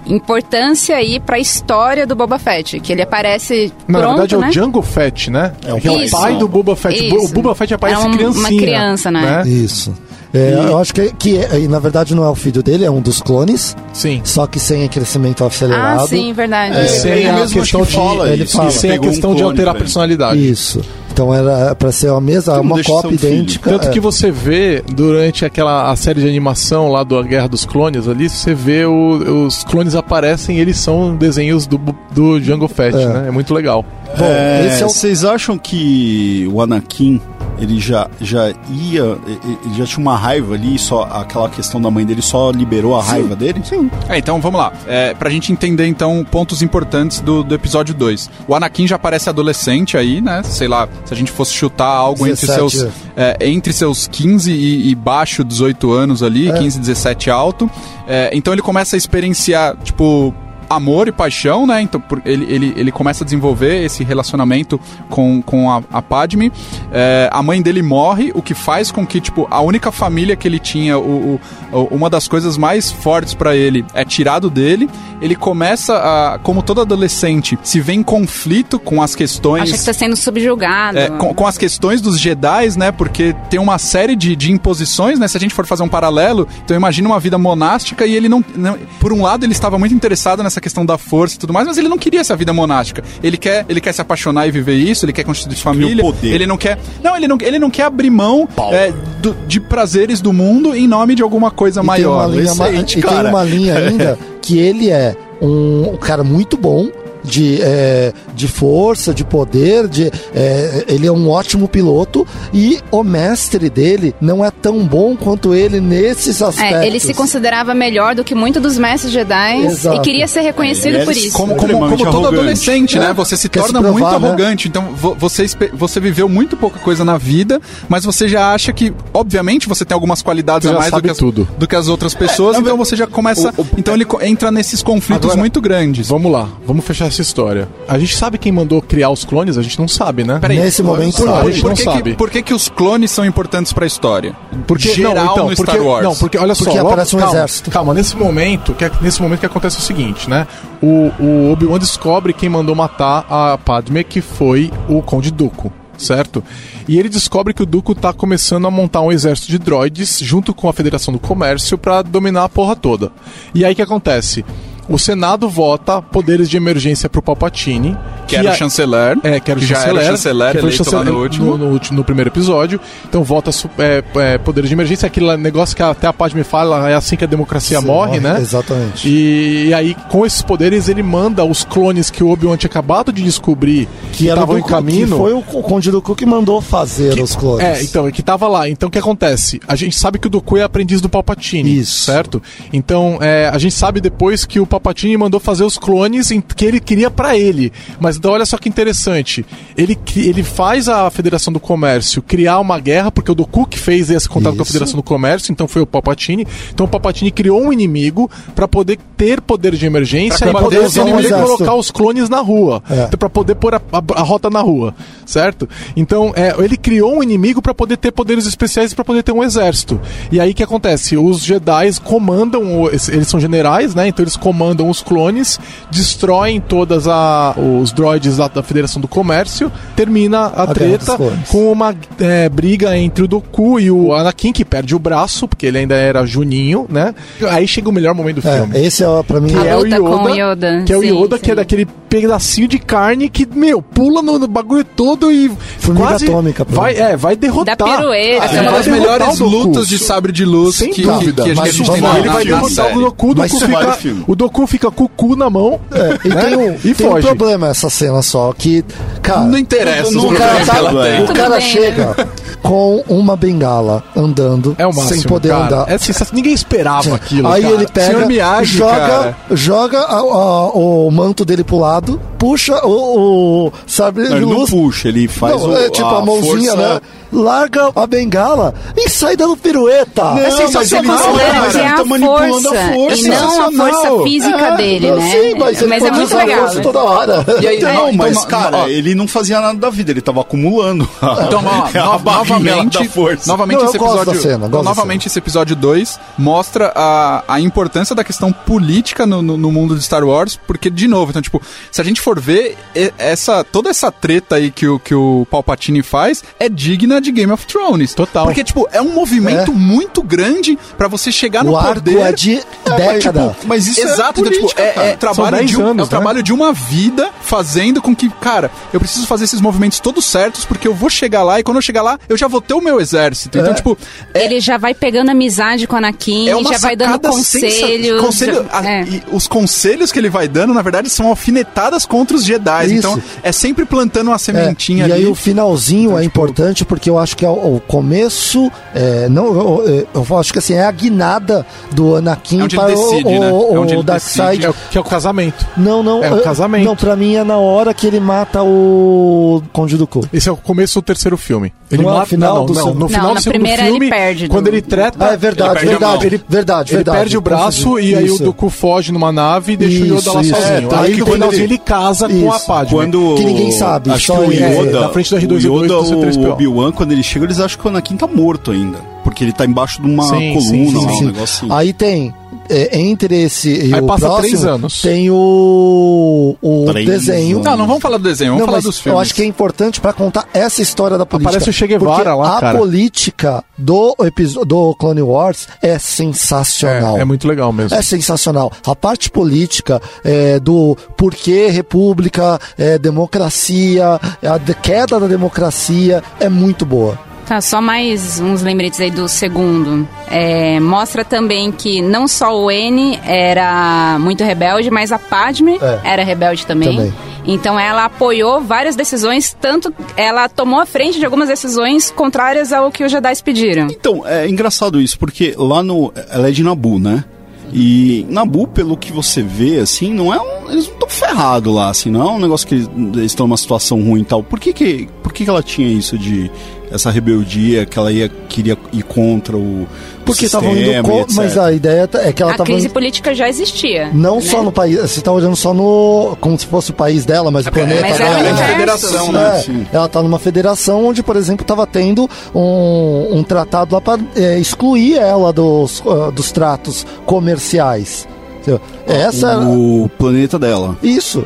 [SPEAKER 4] importância aí pra história do Boba Fett. Que ele aparece
[SPEAKER 1] Na
[SPEAKER 4] pronto,
[SPEAKER 1] verdade
[SPEAKER 4] né?
[SPEAKER 1] é o Django Fett, né?
[SPEAKER 3] É o
[SPEAKER 1] que é o
[SPEAKER 4] Isso.
[SPEAKER 1] pai do Boba Fett.
[SPEAKER 4] Isso.
[SPEAKER 1] O Boba Fett aparece
[SPEAKER 4] Era um- uma
[SPEAKER 1] criancinha.
[SPEAKER 4] criança, né?
[SPEAKER 5] Isso. É, Eu acho que, que é- e, na verdade não é o filho dele, é um dos clones,
[SPEAKER 1] Sim.
[SPEAKER 5] só que sem crescimento acelerado.
[SPEAKER 4] Ah, sim, verdade.
[SPEAKER 1] E sem
[SPEAKER 3] ele
[SPEAKER 1] a
[SPEAKER 3] mesmo
[SPEAKER 1] questão
[SPEAKER 3] acho que
[SPEAKER 1] de.
[SPEAKER 3] fala
[SPEAKER 5] ele
[SPEAKER 1] Ele
[SPEAKER 3] isso.
[SPEAKER 5] fala.
[SPEAKER 1] E sem a
[SPEAKER 3] Pegou um
[SPEAKER 1] questão de
[SPEAKER 3] clone,
[SPEAKER 1] alterar a
[SPEAKER 3] velho.
[SPEAKER 1] personalidade.
[SPEAKER 5] Isso. Então era pra ser a mesma,
[SPEAKER 3] Todo mundo
[SPEAKER 5] uma
[SPEAKER 3] deixa
[SPEAKER 5] cópia
[SPEAKER 3] seu filho.
[SPEAKER 5] idêntica.
[SPEAKER 1] Tanto
[SPEAKER 5] é.
[SPEAKER 1] que você vê, durante aquela a série de animação lá do A Guerra dos Clones ali, você vê o- os clones aparecem e eles são desenhos do, do Django Fett,
[SPEAKER 5] É.
[SPEAKER 1] né? É muito legal.
[SPEAKER 5] Bom,
[SPEAKER 3] É,
[SPEAKER 5] esse é o
[SPEAKER 3] Vocês acham que o Anakin ele já, já ia. e- e- Ele já tinha uma raiva ali, só aquela questão da mãe dele só liberou a raiva dele? Sim.
[SPEAKER 2] É, então vamos lá. É, pra gente entender, então, pontos importantes do, do episódio 2. O Anakin já parece adolescente aí, né? Sei lá, se a gente fosse chutar algo entre
[SPEAKER 5] 17
[SPEAKER 2] seus. é, entre seus 15 e, e baixo 18 anos ali, 15, 17 alto. É, então ele começa a experienciar, tipo. Amor e paixão, né? Então por- ele, ele, ele começa a desenvolver esse relacionamento com, com a, a Padme. É, a mãe dele morre, o que faz com que, tipo, a única família que ele tinha, o, o- o- uma das coisas mais fortes pra ele é tirado dele. Ele começa a, como todo adolescente, se vê em conflito com as questões.
[SPEAKER 4] Acha que tá sendo subjugado.
[SPEAKER 2] É, com, com as questões dos Jedi, né? Porque tem uma série de, de imposições, né? Se a gente for fazer um paralelo, então imagina uma vida monástica e ele não, não- Por um lado, ele estava muito interessado nessa questão da força e tudo mais, mas ele não queria essa vida monástica. Ele quer, ele quer se apaixonar e viver isso, ele quer constituir família.
[SPEAKER 3] poder.
[SPEAKER 2] Ele não quer. Não, ele não, ele não quer abrir mão é, do- de prazeres do mundo em nome de alguma coisa
[SPEAKER 5] E tem uma
[SPEAKER 2] maior.
[SPEAKER 5] linha ma-
[SPEAKER 2] Excelente,
[SPEAKER 5] e tem
[SPEAKER 2] cara.
[SPEAKER 5] uma linha ainda que ele é um, um cara muito bom de, é, de força, de poder, de, é, ele é um ótimo piloto e o mestre dele não é tão bom quanto ele nesses aspectos.
[SPEAKER 4] É, ele se considerava melhor do que muito dos mestres Jedi
[SPEAKER 5] Exato.
[SPEAKER 4] e queria ser reconhecido
[SPEAKER 3] É,
[SPEAKER 4] por
[SPEAKER 3] eles
[SPEAKER 4] isso.
[SPEAKER 2] Como, como, como
[SPEAKER 3] Extremamente
[SPEAKER 2] todo
[SPEAKER 3] arrogante.
[SPEAKER 2] adolescente, né? Você se
[SPEAKER 5] Quer se
[SPEAKER 2] torna
[SPEAKER 5] provar,
[SPEAKER 2] muito
[SPEAKER 5] né?
[SPEAKER 2] arrogante. Então, vo- você, espe- você viveu muito pouca coisa na vida, mas você já acha que, obviamente, você tem algumas qualidades
[SPEAKER 1] Você já
[SPEAKER 2] a mais do
[SPEAKER 1] sabe
[SPEAKER 2] que, as,
[SPEAKER 1] tudo.
[SPEAKER 2] do que as outras pessoas, então você já começa.
[SPEAKER 1] o- o-
[SPEAKER 2] então ele co- entra nesses conflitos
[SPEAKER 1] Agora-
[SPEAKER 2] muito grandes.
[SPEAKER 1] Vamos lá, vamos fechar essa história. A gente sabe quem mandou criar os clones? A gente não sabe, né?
[SPEAKER 2] Peraí,
[SPEAKER 5] Nesse momento,
[SPEAKER 1] por-
[SPEAKER 5] sabe.
[SPEAKER 2] Por,
[SPEAKER 1] gente
[SPEAKER 2] por
[SPEAKER 1] não
[SPEAKER 2] que,
[SPEAKER 1] sabe.
[SPEAKER 2] que, por que que os clones são importantes pra história?
[SPEAKER 1] Porque
[SPEAKER 2] Geral
[SPEAKER 1] não, então,
[SPEAKER 2] no
[SPEAKER 1] porque,
[SPEAKER 2] Star Wars.
[SPEAKER 1] Não, porque olha só,
[SPEAKER 5] Porque
[SPEAKER 1] logo-
[SPEAKER 5] aparece um
[SPEAKER 1] calma,
[SPEAKER 5] exército.
[SPEAKER 1] Calma, nesse momento, que, é, nesse momento que acontece o seguinte, né? O, o Obi-Wan descobre quem mandou matar a Padme, que foi o Conde Duco. Certo? E ele descobre que o Duco tá começando a montar um exército de droids junto com a Federação do Comércio pra dominar a porra toda. E aí o que acontece? O Senado vota poderes de emergência pro Palpatine,
[SPEAKER 2] Que era o
[SPEAKER 1] a-
[SPEAKER 2] chanceler.
[SPEAKER 1] é, que era o
[SPEAKER 2] já
[SPEAKER 1] chanceler.
[SPEAKER 2] era o chanceler,
[SPEAKER 1] que foi
[SPEAKER 2] eleito lá no último.
[SPEAKER 1] No, último- no primeiro episódio. Então volta su- é, é, poder de emergência, aquele lá- negócio que até a Paz me fala, é assim que a democracia
[SPEAKER 5] Você
[SPEAKER 1] morre, né?
[SPEAKER 5] Exatamente.
[SPEAKER 1] E, e aí, com esses poderes, ele manda os clones que o Obi-Wan tinha acabado de descobrir que
[SPEAKER 5] era
[SPEAKER 1] estavam
[SPEAKER 5] do
[SPEAKER 1] em
[SPEAKER 5] Ku-
[SPEAKER 1] caminho.
[SPEAKER 5] que foi o Conde do Cu que mandou fazer os clones.
[SPEAKER 1] É, então, é que tava lá. Então o que acontece? A gente sabe que o Dooku é aprendiz do Palpatine.
[SPEAKER 5] Isso.
[SPEAKER 1] Certo? Então, é, a gente sabe depois que o Palpatine mandou fazer os clones em- que ele queria pra ele. Mas então, olha só que interessante. Ele, cri- ele faz a Federação do Comércio criar uma guerra, porque o Dooku que fez esse contato com a
[SPEAKER 5] Isso.
[SPEAKER 1] Federação do Comércio, então foi o Palpatine. Então o Palpatine criou um inimigo pra poder ter poder de emergência
[SPEAKER 2] Pra
[SPEAKER 1] e
[SPEAKER 2] combater
[SPEAKER 1] poder
[SPEAKER 2] esse
[SPEAKER 1] usar um
[SPEAKER 5] inimigo.
[SPEAKER 1] colocar os clones na rua.
[SPEAKER 5] É.
[SPEAKER 1] Então, pra poder pôr a, a- a rota na rua, certo? Então, é, ele criou um inimigo pra poder ter poderes especiais e pra poder ter um exército. E aí o que acontece? Os Jedi comandam, o- eles são generais, né? Então eles comandam os clones, destroem todas a, os droids lá da Federação do Comércio, termina a,
[SPEAKER 5] dos
[SPEAKER 1] treta
[SPEAKER 5] Clones.
[SPEAKER 1] com uma é, briga entre o Doku e o Anakin, que perde o braço, porque ele ainda era Juninho, né? Aí chega o melhor momento do
[SPEAKER 5] É,
[SPEAKER 1] filme.
[SPEAKER 5] esse é ó, pra mim.
[SPEAKER 1] Que
[SPEAKER 4] A
[SPEAKER 1] é o
[SPEAKER 4] luta com
[SPEAKER 1] Yoda,
[SPEAKER 4] o Yoda,
[SPEAKER 1] Que é o
[SPEAKER 4] sim,
[SPEAKER 1] Yoda, que é
[SPEAKER 4] sim.
[SPEAKER 1] daquele pedacinho de carne que, meu, pula no, no bagulho todo e.
[SPEAKER 5] Formiga
[SPEAKER 1] quase
[SPEAKER 5] atômica, pô.
[SPEAKER 1] vai, é, vai derrotar.
[SPEAKER 4] Da pirueta.
[SPEAKER 2] Essa
[SPEAKER 1] Ele
[SPEAKER 2] é uma
[SPEAKER 1] vai
[SPEAKER 2] das
[SPEAKER 1] derrotar
[SPEAKER 2] melhores
[SPEAKER 1] o Goku.
[SPEAKER 2] lutas de sabre de luz
[SPEAKER 1] Sem
[SPEAKER 2] que,
[SPEAKER 1] dúvida,
[SPEAKER 2] que, que a
[SPEAKER 5] mas
[SPEAKER 2] gente
[SPEAKER 5] isso
[SPEAKER 2] tem
[SPEAKER 5] vai-
[SPEAKER 2] na-
[SPEAKER 1] Ele vai
[SPEAKER 2] na
[SPEAKER 1] derrotar o
[SPEAKER 2] série.
[SPEAKER 1] Doku, o
[SPEAKER 3] Mas
[SPEAKER 1] Doku
[SPEAKER 3] isso vale o
[SPEAKER 1] fica,
[SPEAKER 3] filme.
[SPEAKER 1] o Doku fica com o cu na mão né,
[SPEAKER 5] É, e tem, um,
[SPEAKER 1] E
[SPEAKER 5] tem um
[SPEAKER 1] foge.
[SPEAKER 5] problema essa cena só, que. Cara,
[SPEAKER 2] Não interessa os
[SPEAKER 5] o cara,
[SPEAKER 2] problemas
[SPEAKER 5] tá-
[SPEAKER 2] que ela tem.
[SPEAKER 5] o
[SPEAKER 4] Tudo
[SPEAKER 5] cara
[SPEAKER 4] bem, né?
[SPEAKER 5] chega com uma bengala andando
[SPEAKER 1] É o máximo,
[SPEAKER 5] sem poder
[SPEAKER 1] cara.
[SPEAKER 5] andar. É.
[SPEAKER 1] É sensacional. Ninguém esperava aquilo.
[SPEAKER 5] Aí
[SPEAKER 1] cara.
[SPEAKER 5] ele pega,
[SPEAKER 2] Senhor Miyagi,
[SPEAKER 5] joga,
[SPEAKER 2] cara.
[SPEAKER 5] joga a- a- o manto dele pro lado, puxa o, o sabre
[SPEAKER 3] Não,
[SPEAKER 5] de
[SPEAKER 3] ele não
[SPEAKER 5] luz.
[SPEAKER 3] puxa, ele faz
[SPEAKER 5] Não,
[SPEAKER 3] o,
[SPEAKER 5] é tipo a, mãozinha,
[SPEAKER 3] força-
[SPEAKER 5] né? Larga a bengala e sai dando pirueta.
[SPEAKER 4] é
[SPEAKER 3] Não, mas
[SPEAKER 4] Você
[SPEAKER 3] ele
[SPEAKER 4] considera
[SPEAKER 3] não, mas
[SPEAKER 4] que é
[SPEAKER 3] ele
[SPEAKER 4] a
[SPEAKER 3] tá manipulando
[SPEAKER 4] força,
[SPEAKER 3] a força.
[SPEAKER 4] e não a força física
[SPEAKER 5] É,
[SPEAKER 4] dele,
[SPEAKER 5] não,
[SPEAKER 4] né?
[SPEAKER 5] Sim, mas, ele
[SPEAKER 4] é
[SPEAKER 5] pode
[SPEAKER 4] muito
[SPEAKER 5] usar
[SPEAKER 4] legal.
[SPEAKER 5] força toda hora.
[SPEAKER 2] E aí,
[SPEAKER 3] Então,
[SPEAKER 2] no-
[SPEAKER 3] mas,
[SPEAKER 2] no-
[SPEAKER 3] cara,
[SPEAKER 2] ó,
[SPEAKER 3] ele não fazia nada da vida, ele tava acumulando.
[SPEAKER 2] Então, ó,
[SPEAKER 3] É a
[SPEAKER 2] no- novamente,
[SPEAKER 3] Ela dá força.
[SPEAKER 2] novamente
[SPEAKER 5] Não, eu
[SPEAKER 2] esse
[SPEAKER 5] gosto da
[SPEAKER 2] episódio,
[SPEAKER 5] cena,
[SPEAKER 2] então,
[SPEAKER 5] gosto da
[SPEAKER 2] novamente esse episódio 2 mostra a, a importância da questão política no, no, no mundo de Star Wars, porque de novo, então tipo, se a gente for ver e- essa toda essa treta aí que o que o Palpatine faz é digna de Game of Thrones.
[SPEAKER 1] Total.
[SPEAKER 2] Porque tipo, é um movimento muito grande pra você chegar
[SPEAKER 5] o
[SPEAKER 2] no
[SPEAKER 5] arco
[SPEAKER 2] poder.
[SPEAKER 5] é um. de década.
[SPEAKER 3] Mas isso
[SPEAKER 2] Exato,
[SPEAKER 3] é
[SPEAKER 2] então,
[SPEAKER 3] política,
[SPEAKER 2] tipo, é-
[SPEAKER 3] cara.
[SPEAKER 2] é, trabalho
[SPEAKER 1] 10
[SPEAKER 2] de um- é
[SPEAKER 1] anos, né?
[SPEAKER 2] o trabalho de uma vida fazendo com que, cara, eu preciso fazer esses movimentos todos certos, porque eu vou chegar lá, e quando eu chegar lá, eu já vou ter o meu exército. Então, tipo, é,
[SPEAKER 4] Ele já vai pegando amizade com o Anakin,
[SPEAKER 2] é uma
[SPEAKER 4] já vai dando
[SPEAKER 2] sacada sensa-
[SPEAKER 4] conselhos.
[SPEAKER 2] Conselho,
[SPEAKER 4] já-
[SPEAKER 2] a-
[SPEAKER 4] é.
[SPEAKER 2] e os conselhos que ele vai dando, na verdade, são alfinetadas contra os Jedi.
[SPEAKER 5] Isso.
[SPEAKER 2] Então, é sempre plantando uma
[SPEAKER 5] É,
[SPEAKER 2] sementinha
[SPEAKER 5] e
[SPEAKER 2] ali.
[SPEAKER 5] aí o finalzinho
[SPEAKER 2] Então,
[SPEAKER 5] é
[SPEAKER 2] tipo-
[SPEAKER 5] importante porque eu acho que é o, o começo é, não eu, eu- eu acho que assim é a guinada do Anakin
[SPEAKER 2] É onde ele
[SPEAKER 5] para
[SPEAKER 2] decide,
[SPEAKER 5] o,
[SPEAKER 2] né? É
[SPEAKER 5] o,
[SPEAKER 2] onde ele
[SPEAKER 5] Darkseid
[SPEAKER 2] decide.
[SPEAKER 1] É o, que é o casamento.
[SPEAKER 5] não não
[SPEAKER 1] É o
[SPEAKER 5] eu-
[SPEAKER 1] casamento.
[SPEAKER 5] não para mim é na hora que ele mata o Conde do Cu
[SPEAKER 1] Esse é o começo do terceiro filme. Ele
[SPEAKER 5] Não é o
[SPEAKER 1] mata-
[SPEAKER 5] final
[SPEAKER 1] não,
[SPEAKER 5] do
[SPEAKER 1] não,
[SPEAKER 5] segundo-
[SPEAKER 1] no final
[SPEAKER 4] Não,
[SPEAKER 1] do
[SPEAKER 4] na
[SPEAKER 1] segundo
[SPEAKER 4] primeira ele
[SPEAKER 1] filme,
[SPEAKER 4] perde do-
[SPEAKER 1] quando ele treta,
[SPEAKER 5] ah, é verdade
[SPEAKER 2] Ele perde a mão.
[SPEAKER 5] verdade ele, verdade
[SPEAKER 1] ele
[SPEAKER 5] verdade
[SPEAKER 1] perde o braço
[SPEAKER 5] confundi.
[SPEAKER 1] e aí
[SPEAKER 5] Isso.
[SPEAKER 1] o Dooku foge numa nave e deixa o Yoda lá
[SPEAKER 5] Isso, isso.
[SPEAKER 1] sozinho.
[SPEAKER 5] É, tá,
[SPEAKER 1] aí
[SPEAKER 5] que
[SPEAKER 1] no
[SPEAKER 5] quando
[SPEAKER 1] finalzinho
[SPEAKER 5] ele-
[SPEAKER 1] ele casa com
[SPEAKER 5] Isso.
[SPEAKER 1] a Padme.
[SPEAKER 3] Quando
[SPEAKER 5] Que ninguém sabe,
[SPEAKER 3] acho
[SPEAKER 5] só
[SPEAKER 3] que o
[SPEAKER 5] ele- é,
[SPEAKER 3] Yoda,
[SPEAKER 1] na frente do R2D2
[SPEAKER 3] o Yoda
[SPEAKER 1] do C3PO.
[SPEAKER 3] ou o Obi-Wan, quando ele chega, eles acham que o Anakin tá morto ainda. Porque ele tá embaixo de uma
[SPEAKER 1] Sim,
[SPEAKER 3] coluna,
[SPEAKER 1] sim,
[SPEAKER 3] lá,
[SPEAKER 5] sim.
[SPEAKER 3] um negócio assim.
[SPEAKER 5] Aí tem, é, entre esse e
[SPEAKER 1] Aí
[SPEAKER 5] o
[SPEAKER 1] passa
[SPEAKER 5] próximo,
[SPEAKER 1] três anos.
[SPEAKER 5] tem o, o
[SPEAKER 3] Três
[SPEAKER 5] desenho.
[SPEAKER 3] anos.
[SPEAKER 2] Não, não vamos falar do desenho, vamos
[SPEAKER 5] Não,
[SPEAKER 2] falar
[SPEAKER 5] mas
[SPEAKER 2] dos filmes.
[SPEAKER 5] eu acho que é importante pra contar essa história da política.
[SPEAKER 1] Aparece o Che Guevara
[SPEAKER 5] Porque
[SPEAKER 1] lá,
[SPEAKER 5] a
[SPEAKER 1] cara.
[SPEAKER 5] política do, episo- do Clone Wars é sensacional.
[SPEAKER 1] É, é muito legal mesmo.
[SPEAKER 5] É sensacional. A parte política é, do porquê república, é, democracia, a de- queda da democracia é muito boa.
[SPEAKER 4] Tá, só mais uns lembretes aí do segundo. É, mostra também que não só o N era muito rebelde, mas a Padme
[SPEAKER 5] É.
[SPEAKER 4] era rebelde também.
[SPEAKER 5] Também.
[SPEAKER 4] Então ela apoiou várias decisões, tanto ela tomou a frente de algumas decisões contrárias ao que os Jedi pediram.
[SPEAKER 3] Então, é engraçado isso, porque lá no. Ela é de Nabu, né? E Nabu, pelo que você vê, assim, não é um. Eles não estão ferrados lá, assim, não é um negócio que eles eles estão numa situação ruim e tal. Por que que, por que que ela tinha isso de. Essa rebeldia que ela ia, queria ir contra o.
[SPEAKER 5] Porque
[SPEAKER 3] o
[SPEAKER 5] estavam
[SPEAKER 3] sistema
[SPEAKER 5] indo
[SPEAKER 3] e
[SPEAKER 5] co-
[SPEAKER 3] etc.
[SPEAKER 5] mas a ideia tá- é que ela
[SPEAKER 4] a
[SPEAKER 5] estava
[SPEAKER 4] crise política já existia.
[SPEAKER 5] Não
[SPEAKER 4] né?
[SPEAKER 5] só no país, você tá olhando só no. como se fosse o país dela, mas o planeta
[SPEAKER 4] mas
[SPEAKER 5] dela.
[SPEAKER 4] ela é
[SPEAKER 5] né?
[SPEAKER 4] uma
[SPEAKER 2] federação,
[SPEAKER 3] né?
[SPEAKER 5] É,
[SPEAKER 3] Sim.
[SPEAKER 5] ela tá numa federação onde, por exemplo, tava tendo um, um tratado lá pra é, excluir ela dos, ah, dos tratos comerciais. Entendeu? É Essa era.
[SPEAKER 3] O planeta dela.
[SPEAKER 5] Isso.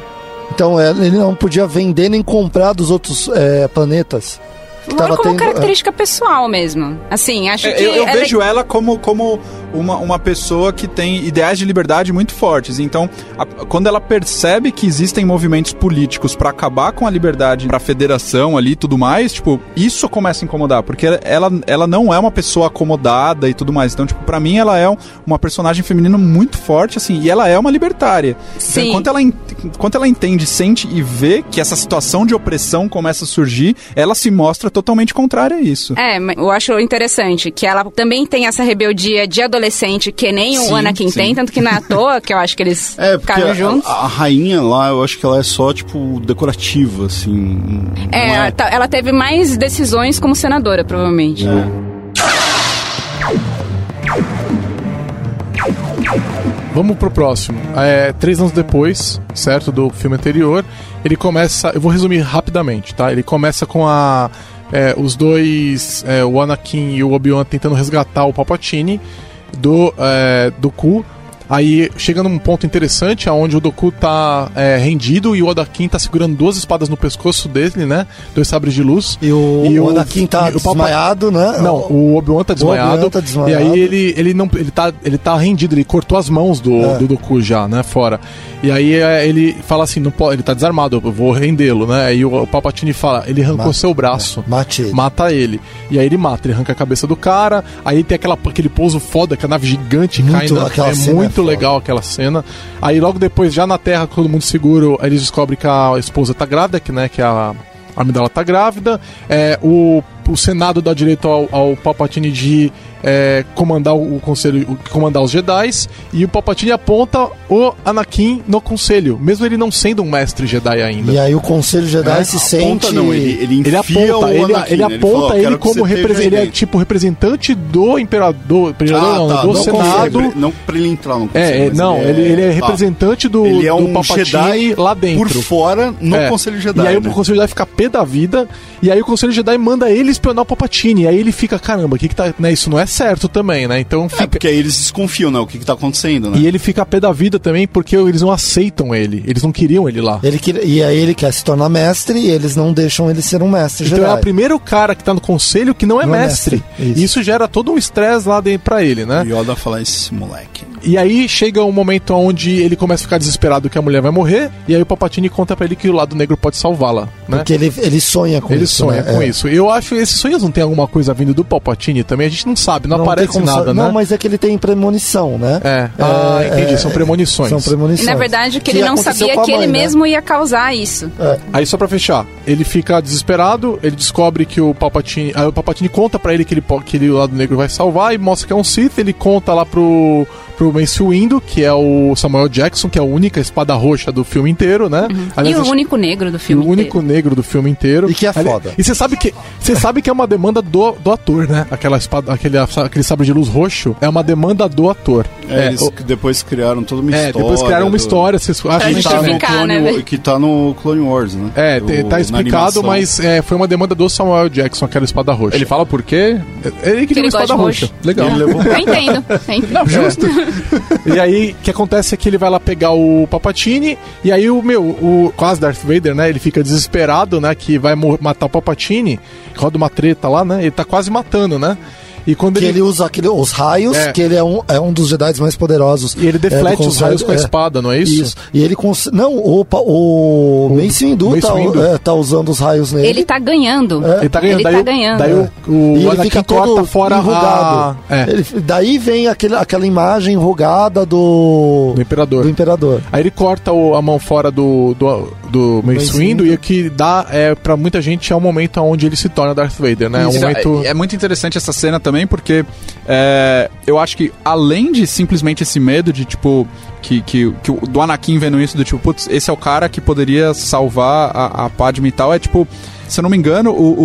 [SPEAKER 5] Então é, ele não podia vender nem comprar dos outros é, planetas. Que
[SPEAKER 4] Logo
[SPEAKER 5] tava
[SPEAKER 4] como
[SPEAKER 5] tendo. é.
[SPEAKER 4] característica pessoal mesmo. Assim, acho
[SPEAKER 2] É,
[SPEAKER 4] que.
[SPEAKER 2] eu eu
[SPEAKER 4] ela-
[SPEAKER 2] vejo ela como, como uma, uma pessoa que tem ideais de liberdade muito fortes. Então, a- quando ela percebe que existem movimentos políticos pra acabar com a liberdade pra federação ali e tudo mais, tipo, isso começa a incomodar. Porque ela, ela não é uma pessoa acomodada e tudo mais. Então, tipo, pra mim ela é um- uma personagem feminina muito forte, assim, e ela é uma libertária. Então,
[SPEAKER 4] Sim.
[SPEAKER 2] enquanto ela, en- enquanto ela entende, sente e vê que essa situação de opressão começa a surgir, ela se mostra totalmente contrária a isso.
[SPEAKER 4] É, mas eu acho interessante que ela também tem essa rebeldia de adolescente que nem
[SPEAKER 2] Sim,
[SPEAKER 4] o Anakin
[SPEAKER 2] sim.
[SPEAKER 4] tem, tanto que não é à toa que eu acho que eles
[SPEAKER 3] É, porque
[SPEAKER 4] ficaram
[SPEAKER 3] a,
[SPEAKER 4] juntos.
[SPEAKER 3] a rainha lá, eu acho que ela é só, tipo, decorativa, assim. não
[SPEAKER 4] É, ela ta- ela teve mais decisões como senadora, provavelmente.
[SPEAKER 1] Vamos pro próximo. É, três anos depois, certo, do filme anterior, ele começa. Eu vou resumir rapidamente, tá? Ele começa com a. é, os dois, é, o Anakin e o Obi-Wan tentando resgatar o Palpatine do, é, do Ku. Aí chega num ponto interessante, aonde o Doku tá é, rendido e o Anakin tá segurando duas espadas no pescoço dele, né? Dois sabres de luz.
[SPEAKER 5] E o,
[SPEAKER 1] E
[SPEAKER 5] o
[SPEAKER 1] o-
[SPEAKER 5] Anakin tá
[SPEAKER 1] e o Papa-
[SPEAKER 5] desmaiado, né?
[SPEAKER 1] Não, o Obi-Wan tá
[SPEAKER 5] O Obi-Wan
[SPEAKER 1] desmaiado.
[SPEAKER 5] tá desmaiado.
[SPEAKER 1] E aí ele, ele não ele tá, ele tá rendido, ele cortou as mãos do,
[SPEAKER 5] É.
[SPEAKER 1] do Doku já, né? Fora. E aí é, ele fala assim: não pode, ele tá desarmado, eu vou rendê-lo, né? Aí o, o Palpatine fala: ele arrancou
[SPEAKER 5] Mata.
[SPEAKER 1] seu braço.
[SPEAKER 5] Mate ele.
[SPEAKER 1] Mata ele. E aí ele mata, ele arranca a cabeça do cara. Aí tem aquela, aquele pouso foda, que a nave gigante
[SPEAKER 5] Muito,
[SPEAKER 1] cai na,
[SPEAKER 5] aquela
[SPEAKER 1] É
[SPEAKER 5] cena é
[SPEAKER 1] muito
[SPEAKER 5] foda.
[SPEAKER 1] legal aquela cena. Aí logo depois, já na Terra, com todo mundo seguro, eles descobrem que a esposa tá grávida, que, né, que a Amidala tá grávida. É, o, o Senado dá direito ao, ao Palpatine de é, comandar o conselho, o- comandar os Jedi. E o Palpatine aponta o Anakin no conselho, mesmo ele não sendo um mestre Jedi ainda.
[SPEAKER 5] E aí o Conselho Jedi se sente.
[SPEAKER 3] Aponta, não, ele, ele
[SPEAKER 1] Ele
[SPEAKER 3] enfia o
[SPEAKER 1] aponta, ele,
[SPEAKER 3] Anakin,
[SPEAKER 1] ele
[SPEAKER 3] né?
[SPEAKER 1] aponta ele,
[SPEAKER 3] fala, "Ó, quero que
[SPEAKER 1] como
[SPEAKER 3] você esteja
[SPEAKER 1] represen-
[SPEAKER 3] aí
[SPEAKER 1] ele é
[SPEAKER 3] dentro."
[SPEAKER 1] tipo representante do imperador, imperador
[SPEAKER 3] Ah,
[SPEAKER 1] não, é
[SPEAKER 3] tá,
[SPEAKER 1] do
[SPEAKER 3] não
[SPEAKER 1] senado.
[SPEAKER 3] consegue, Não pra ele entrar no conselho.
[SPEAKER 1] É, é,
[SPEAKER 3] mas
[SPEAKER 1] não, ele, ele é
[SPEAKER 3] tá.
[SPEAKER 1] representante do,
[SPEAKER 3] Ele é
[SPEAKER 1] do
[SPEAKER 3] um
[SPEAKER 1] Palpatine
[SPEAKER 3] Jedi
[SPEAKER 1] lá dentro.
[SPEAKER 3] Por fora, no
[SPEAKER 1] É.
[SPEAKER 3] Conselho Jedi.
[SPEAKER 1] E aí
[SPEAKER 3] né?
[SPEAKER 1] o Conselho Jedi fica pé da vida, e aí o Conselho Jedi manda ele espionar o Palpatine. Aí ele fica, caramba, o que que tá, né, isso não é certo também, né? Então
[SPEAKER 3] É,
[SPEAKER 1] fica
[SPEAKER 3] porque aí eles desconfiam, né? O que, que tá acontecendo, né?
[SPEAKER 1] e ele fica a pé da vida também porque eles não aceitam ele. Eles não queriam ele
[SPEAKER 3] É
[SPEAKER 1] lá.
[SPEAKER 5] Ele que, e aí ele quer se tornar mestre e eles não deixam ele ser um mestre
[SPEAKER 1] Então é
[SPEAKER 5] Jedi.
[SPEAKER 1] o primeiro cara que tá no conselho que não é
[SPEAKER 5] Não é
[SPEAKER 1] mestre.
[SPEAKER 5] mestre, isso.
[SPEAKER 1] E isso gera todo um estresse lá dentro pra ele, né?
[SPEAKER 3] O Yoda fala esse moleque.
[SPEAKER 1] E aí chega um momento onde ele começa a ficar desesperado que a mulher vai morrer, e aí o Papatini conta pra ele que o lado negro pode salvá-la, né?
[SPEAKER 5] Porque ele, ele sonha com
[SPEAKER 1] ele
[SPEAKER 5] isso.
[SPEAKER 1] sonha
[SPEAKER 5] né?
[SPEAKER 1] com
[SPEAKER 5] É.
[SPEAKER 1] isso. Eu acho que esses sonhos não tem alguma coisa vindo do Palpatine também, a gente não sabe, não,
[SPEAKER 5] tem
[SPEAKER 1] aparece
[SPEAKER 5] como
[SPEAKER 1] nada,
[SPEAKER 5] sa-
[SPEAKER 1] né?
[SPEAKER 5] Não, mas é que ele tem premonição, né? é,
[SPEAKER 1] É. Ah, entendi, são premonições.
[SPEAKER 5] São premonições.
[SPEAKER 4] E na verdade, o que,
[SPEAKER 5] Que
[SPEAKER 4] ele não
[SPEAKER 5] aconteceu
[SPEAKER 4] sabia é
[SPEAKER 5] com a
[SPEAKER 4] que ele
[SPEAKER 5] mãe, né?
[SPEAKER 4] mesmo ia causar isso.
[SPEAKER 1] Aí só pra fechar, ele fica desesperado, ele descobre que o Palpatine, aí o Palpatine conta pra ele que ele po- que ele, o lado negro vai salvar e mostra que é um Sith, ele conta lá pro pro Mace Windu, que é o Samuel Jackson, que é a única espada roxa do filme inteiro, né?
[SPEAKER 4] Uhum. E
[SPEAKER 1] Aliás,
[SPEAKER 4] o
[SPEAKER 1] acho-
[SPEAKER 4] único negro do
[SPEAKER 1] E
[SPEAKER 4] filme.
[SPEAKER 1] o único negro do filme inteiro.
[SPEAKER 5] E que é
[SPEAKER 1] Ali-
[SPEAKER 5] foda.
[SPEAKER 1] E você sabe que você sabe que é uma demanda do, do ator, né? Aquela espada, aquele, aquele sabre de luz roxo é uma demanda do ator.
[SPEAKER 3] É, eles
[SPEAKER 1] o-
[SPEAKER 3] que depois criaram toda uma
[SPEAKER 1] é,
[SPEAKER 3] história.
[SPEAKER 1] depois criaram uma
[SPEAKER 3] do-
[SPEAKER 1] história, vocês acham
[SPEAKER 4] Pra
[SPEAKER 3] Que
[SPEAKER 1] que
[SPEAKER 3] tá,
[SPEAKER 1] tá,
[SPEAKER 3] no
[SPEAKER 4] justificar.
[SPEAKER 3] Clone,
[SPEAKER 4] né,
[SPEAKER 3] Wa-
[SPEAKER 4] velho?
[SPEAKER 3] que tá no Clone Wars, né?
[SPEAKER 1] é,
[SPEAKER 3] Do-
[SPEAKER 1] te-
[SPEAKER 3] na
[SPEAKER 1] tá explicado,
[SPEAKER 3] animação.
[SPEAKER 1] mas é, foi uma demanda do Samuel Jackson, aquela espada roxa.
[SPEAKER 2] Ele fala por quê?
[SPEAKER 1] ele queria
[SPEAKER 4] ele
[SPEAKER 1] uma espada
[SPEAKER 4] gosta de
[SPEAKER 1] roxa.
[SPEAKER 4] roxo.
[SPEAKER 2] Legal.
[SPEAKER 3] Ele levou
[SPEAKER 4] Eu entendo. eu entendo.
[SPEAKER 2] Não, justo.
[SPEAKER 1] E aí, o que acontece é que ele vai lá pegar o Papatini, e aí o meu, o quase Darth Vader, né? Ele fica desesperado, né? Que vai mor- matar o Papatini, roda uma treta lá, né? Ele tá quase matando, né? E quando
[SPEAKER 5] Que ele usa aquele, os raios,
[SPEAKER 1] É.
[SPEAKER 5] que ele é um, é um dos Jedi mais poderosos.
[SPEAKER 1] E ele
[SPEAKER 5] É,
[SPEAKER 1] deflete
[SPEAKER 5] do
[SPEAKER 1] os raios com a
[SPEAKER 5] é.
[SPEAKER 1] espada, não é isso?
[SPEAKER 5] Isso. E ele cons... Não, o, pa- o, Mace Windu,
[SPEAKER 1] Mace
[SPEAKER 5] tá,
[SPEAKER 1] Windu.
[SPEAKER 5] é, tá usando os raios nele.
[SPEAKER 4] Ele tá ganhando.
[SPEAKER 1] Ele tá ganhando.
[SPEAKER 4] Ele
[SPEAKER 1] daí
[SPEAKER 4] tá
[SPEAKER 1] o-
[SPEAKER 4] ganhando.
[SPEAKER 1] Daí o, o
[SPEAKER 5] e ele
[SPEAKER 1] Anakin
[SPEAKER 5] fica
[SPEAKER 1] corta
[SPEAKER 5] todo
[SPEAKER 1] fora
[SPEAKER 5] enrugado.
[SPEAKER 1] a... É,
[SPEAKER 5] Ele- daí vem aquele, aquela imagem enrugada do,
[SPEAKER 1] do Imperador.
[SPEAKER 5] do Imperador.
[SPEAKER 1] Aí ele corta o- a mão fora do, do, do Mace
[SPEAKER 5] Mace
[SPEAKER 1] Windu,
[SPEAKER 5] Windu.
[SPEAKER 1] e o que dá, é, pra muita gente, é o momento onde ele se torna Darth Vader, né? É um
[SPEAKER 2] Isso,
[SPEAKER 1] momento...
[SPEAKER 2] é, é muito interessante essa cena também, porque é, eu acho que além de simplesmente esse medo de, tipo, que, que, que o- do Anakin vendo isso, do tipo, putz, esse é o cara que poderia salvar a, a Padme e tal, é tipo. Se eu não me engano, o, o,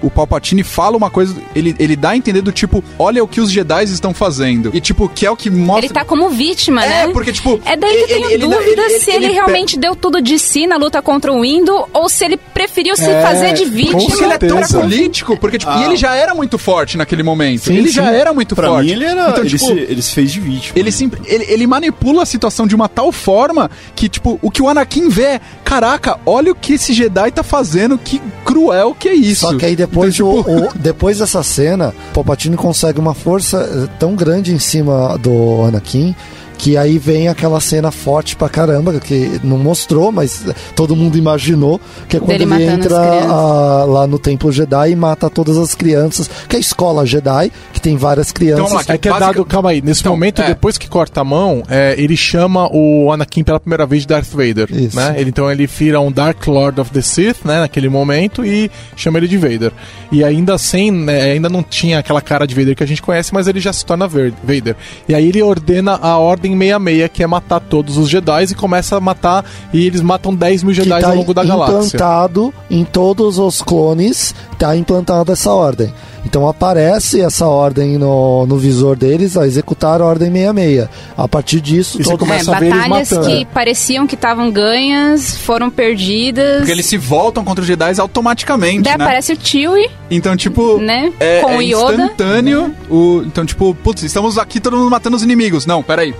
[SPEAKER 2] o, o Palpatine fala uma coisa, ele, ele dá a entender do tipo, olha o que os Jedi estão fazendo. E tipo, que é o que mostra.
[SPEAKER 4] Ele tá como vítima,
[SPEAKER 2] É,
[SPEAKER 4] né?
[SPEAKER 2] porque, tipo,
[SPEAKER 4] É daí que eu
[SPEAKER 2] ele-
[SPEAKER 4] tenho
[SPEAKER 2] ele- ele-
[SPEAKER 4] dúvida
[SPEAKER 2] ele-
[SPEAKER 4] se
[SPEAKER 2] ele-
[SPEAKER 4] ele,
[SPEAKER 2] ele
[SPEAKER 4] realmente deu tudo de si na luta contra o Windu ou se ele preferiu se fazer de vítima.
[SPEAKER 2] Porque ele é tão
[SPEAKER 1] certeza.
[SPEAKER 2] político, porque, tipo,
[SPEAKER 3] Ah.
[SPEAKER 2] e ele já era muito forte naquele momento.
[SPEAKER 1] Sim,
[SPEAKER 2] ele
[SPEAKER 1] sim.
[SPEAKER 2] já era muito
[SPEAKER 3] Pra
[SPEAKER 2] forte.
[SPEAKER 3] mim, ele era.
[SPEAKER 2] Então,
[SPEAKER 3] ele,
[SPEAKER 2] tipo,
[SPEAKER 3] se, ele se fez de vítima. né?
[SPEAKER 2] Ele, sim, ele, ele manipula a situação de uma tal forma que, tipo, o que o Anakin vê é, caraca, olha o que esse Jedi tá fazendo, que cruel que é isso.
[SPEAKER 5] Só que aí depois,
[SPEAKER 2] Então,
[SPEAKER 5] o-
[SPEAKER 2] tipo,
[SPEAKER 5] o- depois dessa cena, o Palpatine consegue uma força eh, tão grande em cima do Anakin que aí vem aquela cena forte pra caramba, que não mostrou, mas eh, todo mundo imaginou, que é quando
[SPEAKER 4] Dele
[SPEAKER 5] ele
[SPEAKER 4] matando
[SPEAKER 5] entra
[SPEAKER 4] as crianças.
[SPEAKER 5] ah, lá no Templo Jedi e mata todas as crianças, que é a escola Jedi, que tem várias crianças.
[SPEAKER 2] Então, vamos lá,
[SPEAKER 1] É que é
[SPEAKER 2] Basica-
[SPEAKER 1] dado, calma aí, nesse
[SPEAKER 2] Então,
[SPEAKER 1] momento,
[SPEAKER 2] é.
[SPEAKER 1] depois que corta a mão, é, ele chama o Anakin pela primeira vez de Darth Vader,
[SPEAKER 5] Isso.
[SPEAKER 1] né? Ele, então ele vira um Dark Lord of the Sith, né, naquele momento, e chama ele de Vader. E ainda assim, né, ainda não tinha aquela cara de Vader que a gente conhece, mas ele já se torna Ver- Vader. E aí ele ordena a Ordem 66, que é matar todos os Jedi, e começa a matar, e eles matam 10 mil
[SPEAKER 5] que
[SPEAKER 1] Jedi
[SPEAKER 5] tá
[SPEAKER 1] ao longo da galáxia.
[SPEAKER 5] implantado em todos os clones, tá implantada essa ordem. Então aparece essa ordem no, no visor deles, a executar a ordem 66. A partir disso,
[SPEAKER 1] E você
[SPEAKER 5] todo
[SPEAKER 1] come-
[SPEAKER 4] É,
[SPEAKER 1] começa a ver eles
[SPEAKER 4] batalhas
[SPEAKER 1] matando.
[SPEAKER 4] que pareciam que estavam ganhas foram perdidas.
[SPEAKER 2] porque eles se voltam contra os Jedi automaticamente,
[SPEAKER 4] Daí
[SPEAKER 2] né?
[SPEAKER 4] aparece o Chewie,
[SPEAKER 2] Então, tipo...
[SPEAKER 4] né?
[SPEAKER 2] É,
[SPEAKER 4] com
[SPEAKER 2] é
[SPEAKER 4] o Yoda. Uhum.
[SPEAKER 2] instantâneo. O, então, tipo, putz, estamos aqui todo mundo matando os inimigos. Não, peraí.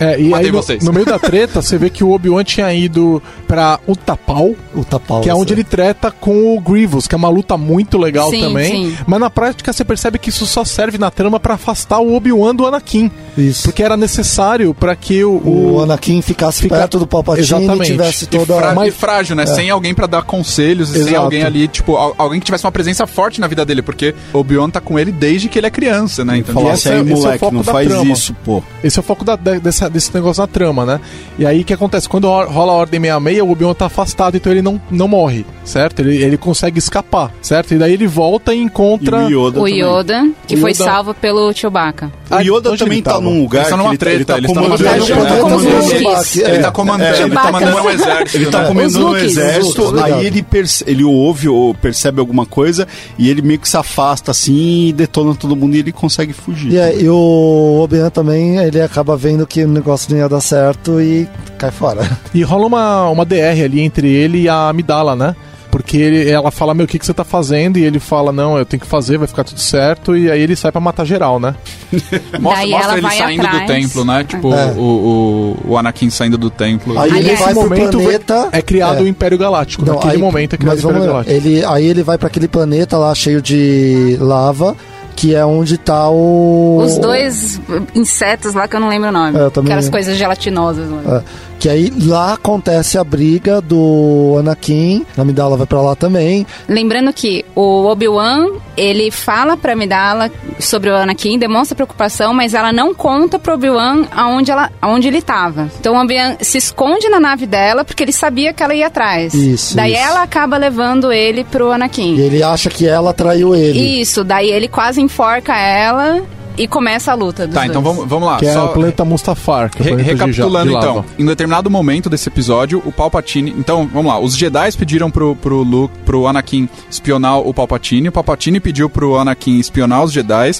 [SPEAKER 1] É, e
[SPEAKER 2] Matei
[SPEAKER 1] aí, no,
[SPEAKER 2] vocês.
[SPEAKER 1] no meio da treta, você vê que o Obi-Wan tinha ido pra Utapau,
[SPEAKER 5] o tapau.
[SPEAKER 1] Que é onde ele treta com o Grievous, que é uma luta muito legal
[SPEAKER 4] Sim,
[SPEAKER 1] também.
[SPEAKER 4] sim.
[SPEAKER 1] Mas na prática você percebe que isso só serve na trama pra afastar o Obi-Wan do Anakin.
[SPEAKER 5] Isso.
[SPEAKER 1] Porque era necessário pra que o.
[SPEAKER 5] o
[SPEAKER 1] o-
[SPEAKER 5] Anakin ficasse
[SPEAKER 1] Fica-
[SPEAKER 5] perto do Palpatine e
[SPEAKER 1] Exatamente.
[SPEAKER 5] tivesse
[SPEAKER 1] E
[SPEAKER 5] toda É.
[SPEAKER 2] Frá-
[SPEAKER 5] a...
[SPEAKER 2] e frágil, né? Sem alguém pra dar conselhos, e sem
[SPEAKER 1] Exato.
[SPEAKER 2] alguém ali, tipo, al- alguém que tivesse uma presença forte na vida dele, porque Obi-Wan tá com ele desde que ele é criança, né? Então,
[SPEAKER 3] Falar
[SPEAKER 1] E
[SPEAKER 3] assim,
[SPEAKER 1] essa-
[SPEAKER 3] aí,
[SPEAKER 1] esse é o
[SPEAKER 3] moleque,
[SPEAKER 1] foco
[SPEAKER 3] não
[SPEAKER 1] da
[SPEAKER 3] faz
[SPEAKER 1] trama.
[SPEAKER 3] isso, pô.
[SPEAKER 1] Esse é o foco da- da- dessa- desse negócio na trama, né? E aí o que acontece? Quando ro- rola a Ordem 66, o Obi-Wan tá afastado, então ele não, não morre, certo? Ele, ele consegue escapar, certo? E daí ele volta e
[SPEAKER 3] E
[SPEAKER 1] encontra.
[SPEAKER 3] o Yoda
[SPEAKER 4] O
[SPEAKER 3] também.
[SPEAKER 4] Yoda, que
[SPEAKER 1] O
[SPEAKER 4] foi
[SPEAKER 1] Yoda-
[SPEAKER 4] salvo pelo Chewbacca.
[SPEAKER 3] O Yoda
[SPEAKER 1] Onde
[SPEAKER 3] também
[SPEAKER 1] ele
[SPEAKER 3] tá
[SPEAKER 1] tava?
[SPEAKER 3] num lugar
[SPEAKER 2] Eles estão
[SPEAKER 3] que
[SPEAKER 2] numa
[SPEAKER 3] ele, tá- ele tá
[SPEAKER 2] treta, eles estão
[SPEAKER 3] comandando...
[SPEAKER 2] numa
[SPEAKER 4] treta, né?
[SPEAKER 3] comandando-
[SPEAKER 4] Como os
[SPEAKER 3] ele-
[SPEAKER 4] Lukes.
[SPEAKER 2] tá ele
[SPEAKER 5] é.
[SPEAKER 2] tá comandando,
[SPEAKER 3] É,
[SPEAKER 2] ele tá
[SPEAKER 4] Chewbacca.
[SPEAKER 2] mandando um exército.
[SPEAKER 3] Ele tá
[SPEAKER 2] né?
[SPEAKER 3] comandando o
[SPEAKER 4] Os Lukes.
[SPEAKER 5] Os
[SPEAKER 3] exército,
[SPEAKER 5] Lukes,
[SPEAKER 3] aí
[SPEAKER 5] legal.
[SPEAKER 3] ele, perce- ele ouve ou percebe alguma coisa e ele meio que se afasta assim e detona todo mundo e ele consegue fugir.
[SPEAKER 5] E, aí, e o Obi-Wan também, ele acaba vendo que o negócio não ia dar certo e cai fora.
[SPEAKER 1] E rola uma, uma DR ali entre ele e a Amidala, né? Porque ele, ela fala, meu, o que, que você tá fazendo? E ele fala, não, eu tenho que fazer, vai ficar tudo certo. E aí ele sai pra matar geral, né?
[SPEAKER 2] É, Mostra,
[SPEAKER 4] Daí
[SPEAKER 2] mostra
[SPEAKER 4] ela
[SPEAKER 2] ele
[SPEAKER 4] vai
[SPEAKER 2] saindo do
[SPEAKER 4] atrás.
[SPEAKER 2] templo, né? Tipo,
[SPEAKER 5] É.
[SPEAKER 2] o, o, o Anakin saindo do templo.
[SPEAKER 5] Aí ele
[SPEAKER 4] Aliás,
[SPEAKER 5] vai pro planeta.
[SPEAKER 1] é criado
[SPEAKER 5] é.
[SPEAKER 1] o Império Galáctico.
[SPEAKER 5] Não,
[SPEAKER 1] Naquele
[SPEAKER 5] aí-
[SPEAKER 1] momento é criado o
[SPEAKER 5] mas
[SPEAKER 1] Império
[SPEAKER 5] vamos lá,
[SPEAKER 1] Galáctico.
[SPEAKER 5] ele, aí ele vai pra aquele planeta lá cheio de lava, que é onde tá o.
[SPEAKER 4] Os dois insetos lá que eu não lembro o nome.
[SPEAKER 5] É, eu também
[SPEAKER 4] Aquelas
[SPEAKER 5] lembro.
[SPEAKER 4] coisas gelatinosas. mano.
[SPEAKER 5] É, que aí lá acontece a briga do Anakin, a Amidala vai pra lá também.
[SPEAKER 4] Lembrando que o Obi-Wan, ele fala pra Amidala sobre o Anakin, demonstra preocupação, mas ela não conta pro Obi-Wan aonde, ela- aonde ele tava. Então o Obi-Wan se esconde na nave dela porque ele sabia que ela ia atrás.
[SPEAKER 5] Isso,
[SPEAKER 4] Daí
[SPEAKER 5] isso.
[SPEAKER 4] ela acaba levando ele pro
[SPEAKER 5] E
[SPEAKER 4] Anakin.
[SPEAKER 5] ele acha que ela traiu ele.
[SPEAKER 4] Isso, daí ele quase enforca ela e começa a luta dos
[SPEAKER 2] Tá, então
[SPEAKER 4] dois.
[SPEAKER 2] vamos, vamos lá.
[SPEAKER 1] Que é
[SPEAKER 2] só-
[SPEAKER 1] o planeta Mustafar, que é o
[SPEAKER 2] Re-
[SPEAKER 1] planeta de ja-
[SPEAKER 2] recapitulando
[SPEAKER 1] de lava.
[SPEAKER 2] então, em determinado momento desse episódio, o Palpatine. Então, vamos lá. Os Jedi pediram pro, pro, Luke, pro Anakin espionar o Palpatine. O Palpatine pediu pro Anakin espionar os Jedi.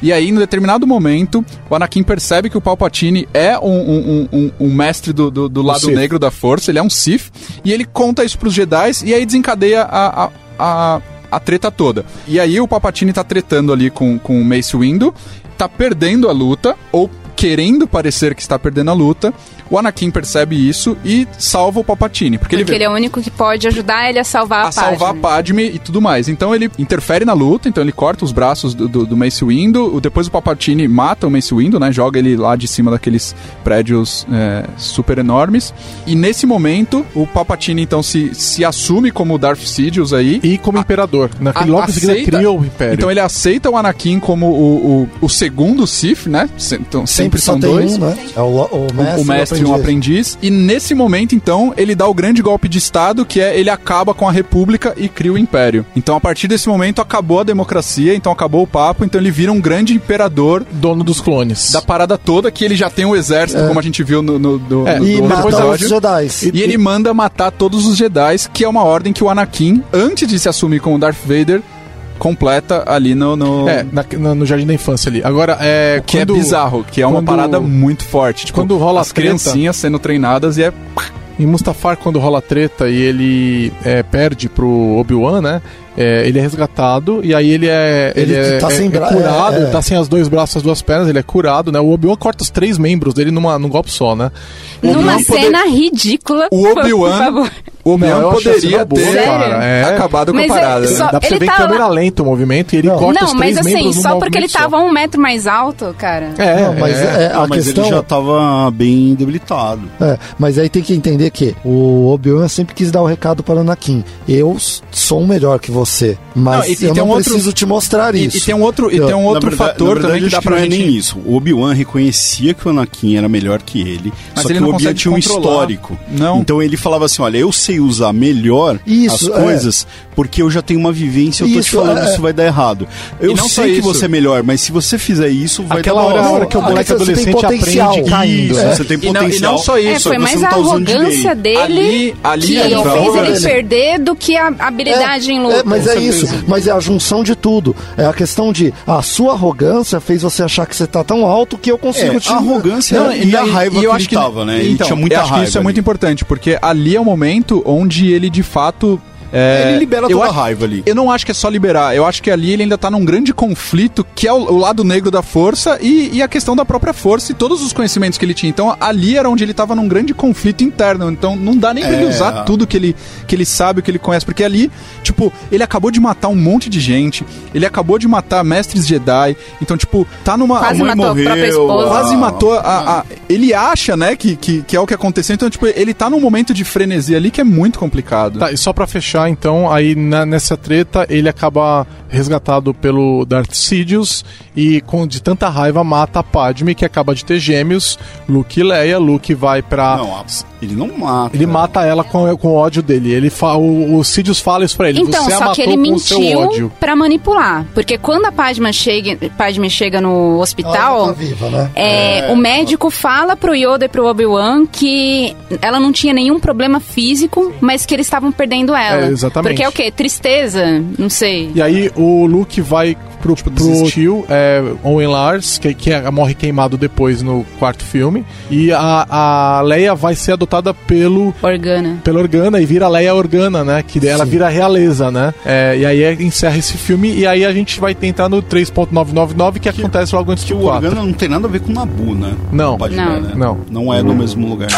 [SPEAKER 2] E aí, em determinado momento, o Anakin percebe que o Palpatine é um, um, um- um- um mestre do, do, do lado
[SPEAKER 1] Sith.
[SPEAKER 2] negro da força, ele é um Sith. E ele conta isso pros Jedi e aí desencadeia a. a, a a treta toda. E aí o Palpatine tá tretando ali com, com o Mace Windu, tá perdendo a luta, ou querendo parecer que está perdendo a luta. O Anakin percebe isso e salva o Palpatine, porque,
[SPEAKER 4] Porque
[SPEAKER 2] ele
[SPEAKER 4] ele é o único que pode ajudar ele a salvar a,
[SPEAKER 2] a salvar a
[SPEAKER 4] página.
[SPEAKER 2] Padme e tudo mais. Então ele interfere na luta, então ele corta os braços do, do, do Mace Windu, o- depois o Palpatine mata o Mace Windu, né? Joga ele lá de cima daqueles prédios é, super enormes. E nesse momento, o Palpatine então se, se assume como Darth Sidious aí.
[SPEAKER 1] E como imperador. Naquele
[SPEAKER 2] a-
[SPEAKER 1] logo em seguida
[SPEAKER 2] aceita-
[SPEAKER 1] cria o Império.
[SPEAKER 2] Então ele aceita o Anakin como o, o, o segundo Sith, né? Se- então, sempre,
[SPEAKER 5] só
[SPEAKER 2] são
[SPEAKER 5] tem
[SPEAKER 2] dois
[SPEAKER 5] um, né? É o, lo- o mestre,
[SPEAKER 2] o mestre e
[SPEAKER 5] e
[SPEAKER 2] um aprendiz. E nesse momento, então, ele dá o grande golpe de Estado, que é ele acaba com a República e cria o Império. Então, a partir desse momento, acabou a democracia, então acabou o papo, então ele vira um grande imperador
[SPEAKER 1] Dono dos clones.
[SPEAKER 2] da parada toda, que ele já tem um exército, como a gente viu no, no, no-
[SPEAKER 1] É,
[SPEAKER 2] no-
[SPEAKER 5] E
[SPEAKER 2] no
[SPEAKER 1] outro
[SPEAKER 5] mata os
[SPEAKER 2] episódio.
[SPEAKER 5] Jedi.
[SPEAKER 2] E ele manda matar todos os Jedi, que é uma ordem que o Anakin, antes de se assumir como Darth Vader, completa ali no. no-
[SPEAKER 1] É, na- na- no Jardim da Infância ali. Agora, é.
[SPEAKER 2] Que
[SPEAKER 1] quando-
[SPEAKER 2] é bizarro, que é uma
[SPEAKER 1] quando-
[SPEAKER 2] parada muito forte. Tipo,
[SPEAKER 1] quando rola
[SPEAKER 2] as
[SPEAKER 1] a treta-
[SPEAKER 2] criancinhas sendo treinadas e é
[SPEAKER 1] Em Mustafar, quando rola a treta e ele é, perde pro Obi-Wan, né? é, ele é resgatado e aí ele é. Ele,
[SPEAKER 5] Ele
[SPEAKER 1] é,
[SPEAKER 5] tá
[SPEAKER 1] é-
[SPEAKER 5] sem
[SPEAKER 1] é
[SPEAKER 5] bra-
[SPEAKER 1] curado,
[SPEAKER 5] é, é.
[SPEAKER 1] tá sem as dois braços, as duas pernas, ele é curado, né? O Obi-Wan corta os três membros dele numa, num golpe só, né?
[SPEAKER 4] Numa
[SPEAKER 2] Obi-Wan poder-
[SPEAKER 4] cena ridícula.
[SPEAKER 2] O
[SPEAKER 4] Por
[SPEAKER 2] Obi-Wan,
[SPEAKER 4] favor.
[SPEAKER 2] o
[SPEAKER 1] Não,
[SPEAKER 2] Obi-Wan
[SPEAKER 1] eu achei a
[SPEAKER 2] poderia
[SPEAKER 1] cena boa,
[SPEAKER 2] ter
[SPEAKER 1] cara. É.
[SPEAKER 2] acabado com
[SPEAKER 4] Mas
[SPEAKER 2] a
[SPEAKER 4] é
[SPEAKER 2] parada.
[SPEAKER 4] só-
[SPEAKER 1] Dá pra você
[SPEAKER 4] ele
[SPEAKER 1] ver em
[SPEAKER 4] tá
[SPEAKER 1] câmera
[SPEAKER 4] lá-
[SPEAKER 1] lenta o movimento e ele
[SPEAKER 5] Não.
[SPEAKER 1] corta os
[SPEAKER 4] Não,
[SPEAKER 1] três
[SPEAKER 4] mas assim,
[SPEAKER 1] membros num
[SPEAKER 4] só porque ele
[SPEAKER 1] movimento
[SPEAKER 4] tava um metro mais alto, cara.
[SPEAKER 1] só. É,
[SPEAKER 5] Não, mas
[SPEAKER 1] é.
[SPEAKER 5] é, a
[SPEAKER 3] Não, mas
[SPEAKER 5] questão.
[SPEAKER 3] ele já tava bem debilitado.
[SPEAKER 5] É, mas aí tem que entender que o Obi-Wan sempre quis dar o recado para o Anakin. Eu s- sou um melhor que você, mas
[SPEAKER 2] Não, e- e
[SPEAKER 5] eu
[SPEAKER 2] tem
[SPEAKER 5] não
[SPEAKER 2] um outro-
[SPEAKER 5] preciso te mostrar
[SPEAKER 2] E,
[SPEAKER 5] isso.
[SPEAKER 2] e tem um outro, e
[SPEAKER 5] Eu-
[SPEAKER 2] tem um
[SPEAKER 3] Na
[SPEAKER 2] outro
[SPEAKER 3] verdade-
[SPEAKER 2] fator
[SPEAKER 3] na verdade,
[SPEAKER 2] também que
[SPEAKER 3] acho
[SPEAKER 2] dá pra
[SPEAKER 3] não é
[SPEAKER 2] gente...
[SPEAKER 3] nem isso. O Obi-Wan reconhecia que o Anakin era melhor que ele,
[SPEAKER 2] Mas
[SPEAKER 3] só
[SPEAKER 2] ele
[SPEAKER 3] que
[SPEAKER 2] não
[SPEAKER 3] o Obi-Wan
[SPEAKER 2] consegue
[SPEAKER 3] tinha um
[SPEAKER 2] controlar.
[SPEAKER 3] histórico.
[SPEAKER 2] Não.
[SPEAKER 3] Então ele falava assim, olha, eu sei usar melhor as
[SPEAKER 5] Isso, é.
[SPEAKER 3] coisas porque eu já tenho uma vivência, eu tô te
[SPEAKER 5] Isso,
[SPEAKER 3] falando
[SPEAKER 5] é.
[SPEAKER 3] isso vai dar errado. Eu
[SPEAKER 2] não só
[SPEAKER 3] sei que
[SPEAKER 2] isso.
[SPEAKER 3] você é melhor, mas se você fizer isso, vai
[SPEAKER 1] Aquela
[SPEAKER 3] dar
[SPEAKER 1] hora, a
[SPEAKER 3] uma-
[SPEAKER 1] hora que o
[SPEAKER 5] Não,
[SPEAKER 1] moleque
[SPEAKER 5] você tem
[SPEAKER 1] adolescente
[SPEAKER 5] potencial.
[SPEAKER 1] aprende caindo.
[SPEAKER 3] Isso,
[SPEAKER 1] né?
[SPEAKER 3] você tem
[SPEAKER 2] E não,
[SPEAKER 3] potencial.
[SPEAKER 2] e não só
[SPEAKER 4] É,
[SPEAKER 2] isso.
[SPEAKER 4] foi
[SPEAKER 3] você
[SPEAKER 4] mais
[SPEAKER 3] não
[SPEAKER 4] a
[SPEAKER 3] tá usando
[SPEAKER 4] arrogância
[SPEAKER 3] direito.
[SPEAKER 4] dele
[SPEAKER 2] ali, ali
[SPEAKER 4] que
[SPEAKER 2] é
[SPEAKER 5] não,
[SPEAKER 4] fez
[SPEAKER 5] não,
[SPEAKER 4] ele
[SPEAKER 5] não.
[SPEAKER 4] perder do que a habilidade em luta.
[SPEAKER 5] É, mas é isso, mas é a junção de tudo. É a questão de a sua arrogância fez você achar que você tá tão alto que eu consigo
[SPEAKER 3] É,
[SPEAKER 5] te.
[SPEAKER 3] a arrogância
[SPEAKER 2] Não,
[SPEAKER 3] e a
[SPEAKER 2] daí-
[SPEAKER 3] raiva que
[SPEAKER 2] eu
[SPEAKER 3] ele tava, né? Ele
[SPEAKER 2] Então,
[SPEAKER 3] tinha muita
[SPEAKER 2] eu acho
[SPEAKER 3] raiva.
[SPEAKER 2] que isso é
[SPEAKER 3] ali.
[SPEAKER 2] muito importante, porque ali é o momento onde ele, de fato... é,
[SPEAKER 3] Ele libera
[SPEAKER 2] eu
[SPEAKER 3] toda a
[SPEAKER 2] acho-
[SPEAKER 3] raiva ali.
[SPEAKER 2] Eu não acho que é só liberar, eu acho que ali ele ainda tá num grande conflito, que é o, o lado negro da força e, e a questão da própria força e todos os conhecimentos que ele tinha. Então ali era onde ele tava num grande conflito interno, então não dá nem pra ele
[SPEAKER 3] É.
[SPEAKER 2] usar tudo que ele, que ele sabe, o que ele conhece, porque ali, tipo, ele acabou de matar um monte de gente, ele acabou de matar mestres Jedi, então, tipo, tá numa...
[SPEAKER 4] Quase
[SPEAKER 2] uma-
[SPEAKER 4] matou a própria esposa.
[SPEAKER 2] Quase matou a, a- Ele acha, né, que, que, que é o que aconteceu. Então, tipo, ele tá num momento de frenesia ali que é muito complicado.
[SPEAKER 1] Tá, e só pra fechar, então, aí na- nessa treta ele acaba resgatado pelo Darth Sidious e com, de tanta raiva mata a Padme, que acaba de ter gêmeos, Luke e Leia. Luke vai pra...
[SPEAKER 3] Não, a- ele não mata.
[SPEAKER 1] Ele mata ela com, com o ódio dele. Ele fa... o, o Sidious fala isso pra ele.
[SPEAKER 4] Então,
[SPEAKER 1] Você a
[SPEAKER 4] só que
[SPEAKER 1] matou
[SPEAKER 4] ele
[SPEAKER 1] com o seu
[SPEAKER 4] mentiu
[SPEAKER 1] ódio.
[SPEAKER 4] pra manipular. Porque quando a Padma chega, Padme chega no
[SPEAKER 5] Ela ainda tá
[SPEAKER 4] hospital,
[SPEAKER 5] viva, né?
[SPEAKER 4] é, o médico fala pro Yoda e pro Obi-Wan que ela não tinha nenhum problema físico, mas que eles estavam perdendo ela.
[SPEAKER 1] É, exatamente.
[SPEAKER 4] Porque é o quê? Tristeza? Não sei.
[SPEAKER 1] E aí o Luke vai pro,
[SPEAKER 2] Tipo,
[SPEAKER 1] pro
[SPEAKER 2] desistiu.
[SPEAKER 1] é, Owen Lars, que, que é- morre queimado depois no quarto filme. E a, a Leia vai ser adotada pelo.
[SPEAKER 4] Organa.
[SPEAKER 1] Pela Organa e vira Leia Organa, né? Que daí ela
[SPEAKER 5] Sim.
[SPEAKER 1] vira realeza, né? É, e aí é- encerra esse filme e aí a gente vai entrar no 3.999 que acontece logo antes
[SPEAKER 3] Que
[SPEAKER 1] do
[SPEAKER 3] o
[SPEAKER 1] 4.
[SPEAKER 3] Organa não tem nada a ver com Nabu, né?
[SPEAKER 1] Não.
[SPEAKER 3] Pode
[SPEAKER 4] Não.
[SPEAKER 3] ver, né?
[SPEAKER 1] Não.
[SPEAKER 3] Não é no mesmo lugar.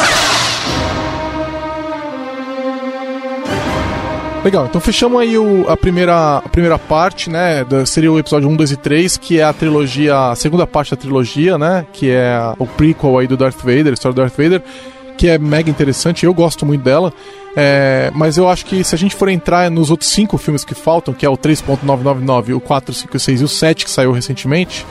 [SPEAKER 1] Legal, então fechamos aí o- a, primeira, a primeira parte, né? da- seria o episódio 1, 2 e 3, que é a trilogia, a segunda parte da trilogia, né? Que é a- o prequel aí do Darth Vader, a história do Darth Vader, que é mega interessante, eu gosto muito dela. é, mas eu acho que se a gente for entrar nos outros cinco filmes que faltam, que é o 3.999, o 4, 5, 6 e o 7, que saiu recentemente,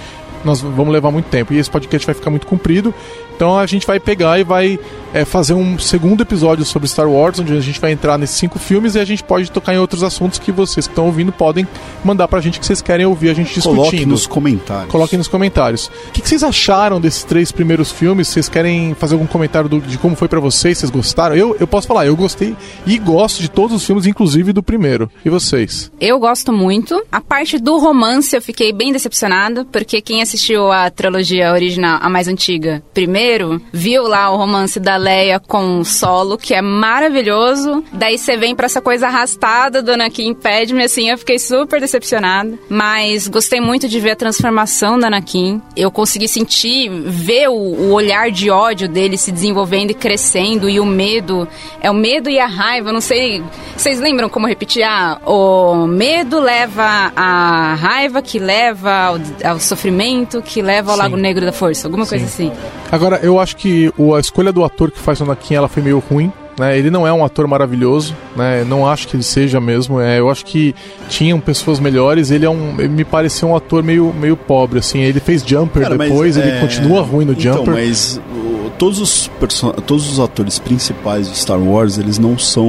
[SPEAKER 1] nós vamos levar muito tempo. E esse podcast vai ficar muito comprido. Então a gente vai pegar e vai é, fazer um segundo episódio sobre Star Wars, onde a gente vai entrar nesses cinco filmes e a gente pode tocar em outros assuntos que vocês que estão ouvindo podem mandar pra gente que vocês querem ouvir a gente discutindo.
[SPEAKER 3] Coloque nos comentários.
[SPEAKER 1] Coloquem nos comentários. O que, que vocês acharam desses três primeiros filmes? Vocês querem fazer algum comentário do- de como foi pra vocês? Vocês gostaram? Eu, eu posso falar, eu gostei e gosto de todos os filmes, inclusive do primeiro. E vocês?
[SPEAKER 4] Eu gosto muito. A parte do romance eu fiquei bem decepcionada, porque quem assistiu a trilogia original, a mais antiga, primeiro, viu lá o romance da Leia com o Solo, que é maravilhoso. Daí você vem pra essa coisa arrastada do Anakin Padme, assim, eu fiquei super decepcionada. Mas gostei muito de ver a transformação da Anakin. Eu consegui sentir, ver o, o olhar de ódio dele se desenvolvendo e crescendo, e o medo. É o medo e a raiva, eu não sei. Vocês lembram como repetir? Ah, o medo leva à raiva, que leva ao, ao sofrimento, que leva ao Lago Negro da Força, alguma coisa assim.
[SPEAKER 1] Agora, eu acho que o- a escolha do ator que faz o Anakin, ela foi meio ruim. Né? Ele não é um ator maravilhoso, né? Eu Não acho que ele seja mesmo. É, eu acho que tinham pessoas melhores. Ele é um, ele me pareceu um ator meio, meio pobre, assim. Ele fez Jumper
[SPEAKER 3] Cara, mas,
[SPEAKER 1] depois, ele
[SPEAKER 3] é,
[SPEAKER 1] continua ruim no
[SPEAKER 3] Então,
[SPEAKER 1] Jumper.
[SPEAKER 3] mas o- todos os, perso- todos os atores principais de Star Wars, eles não são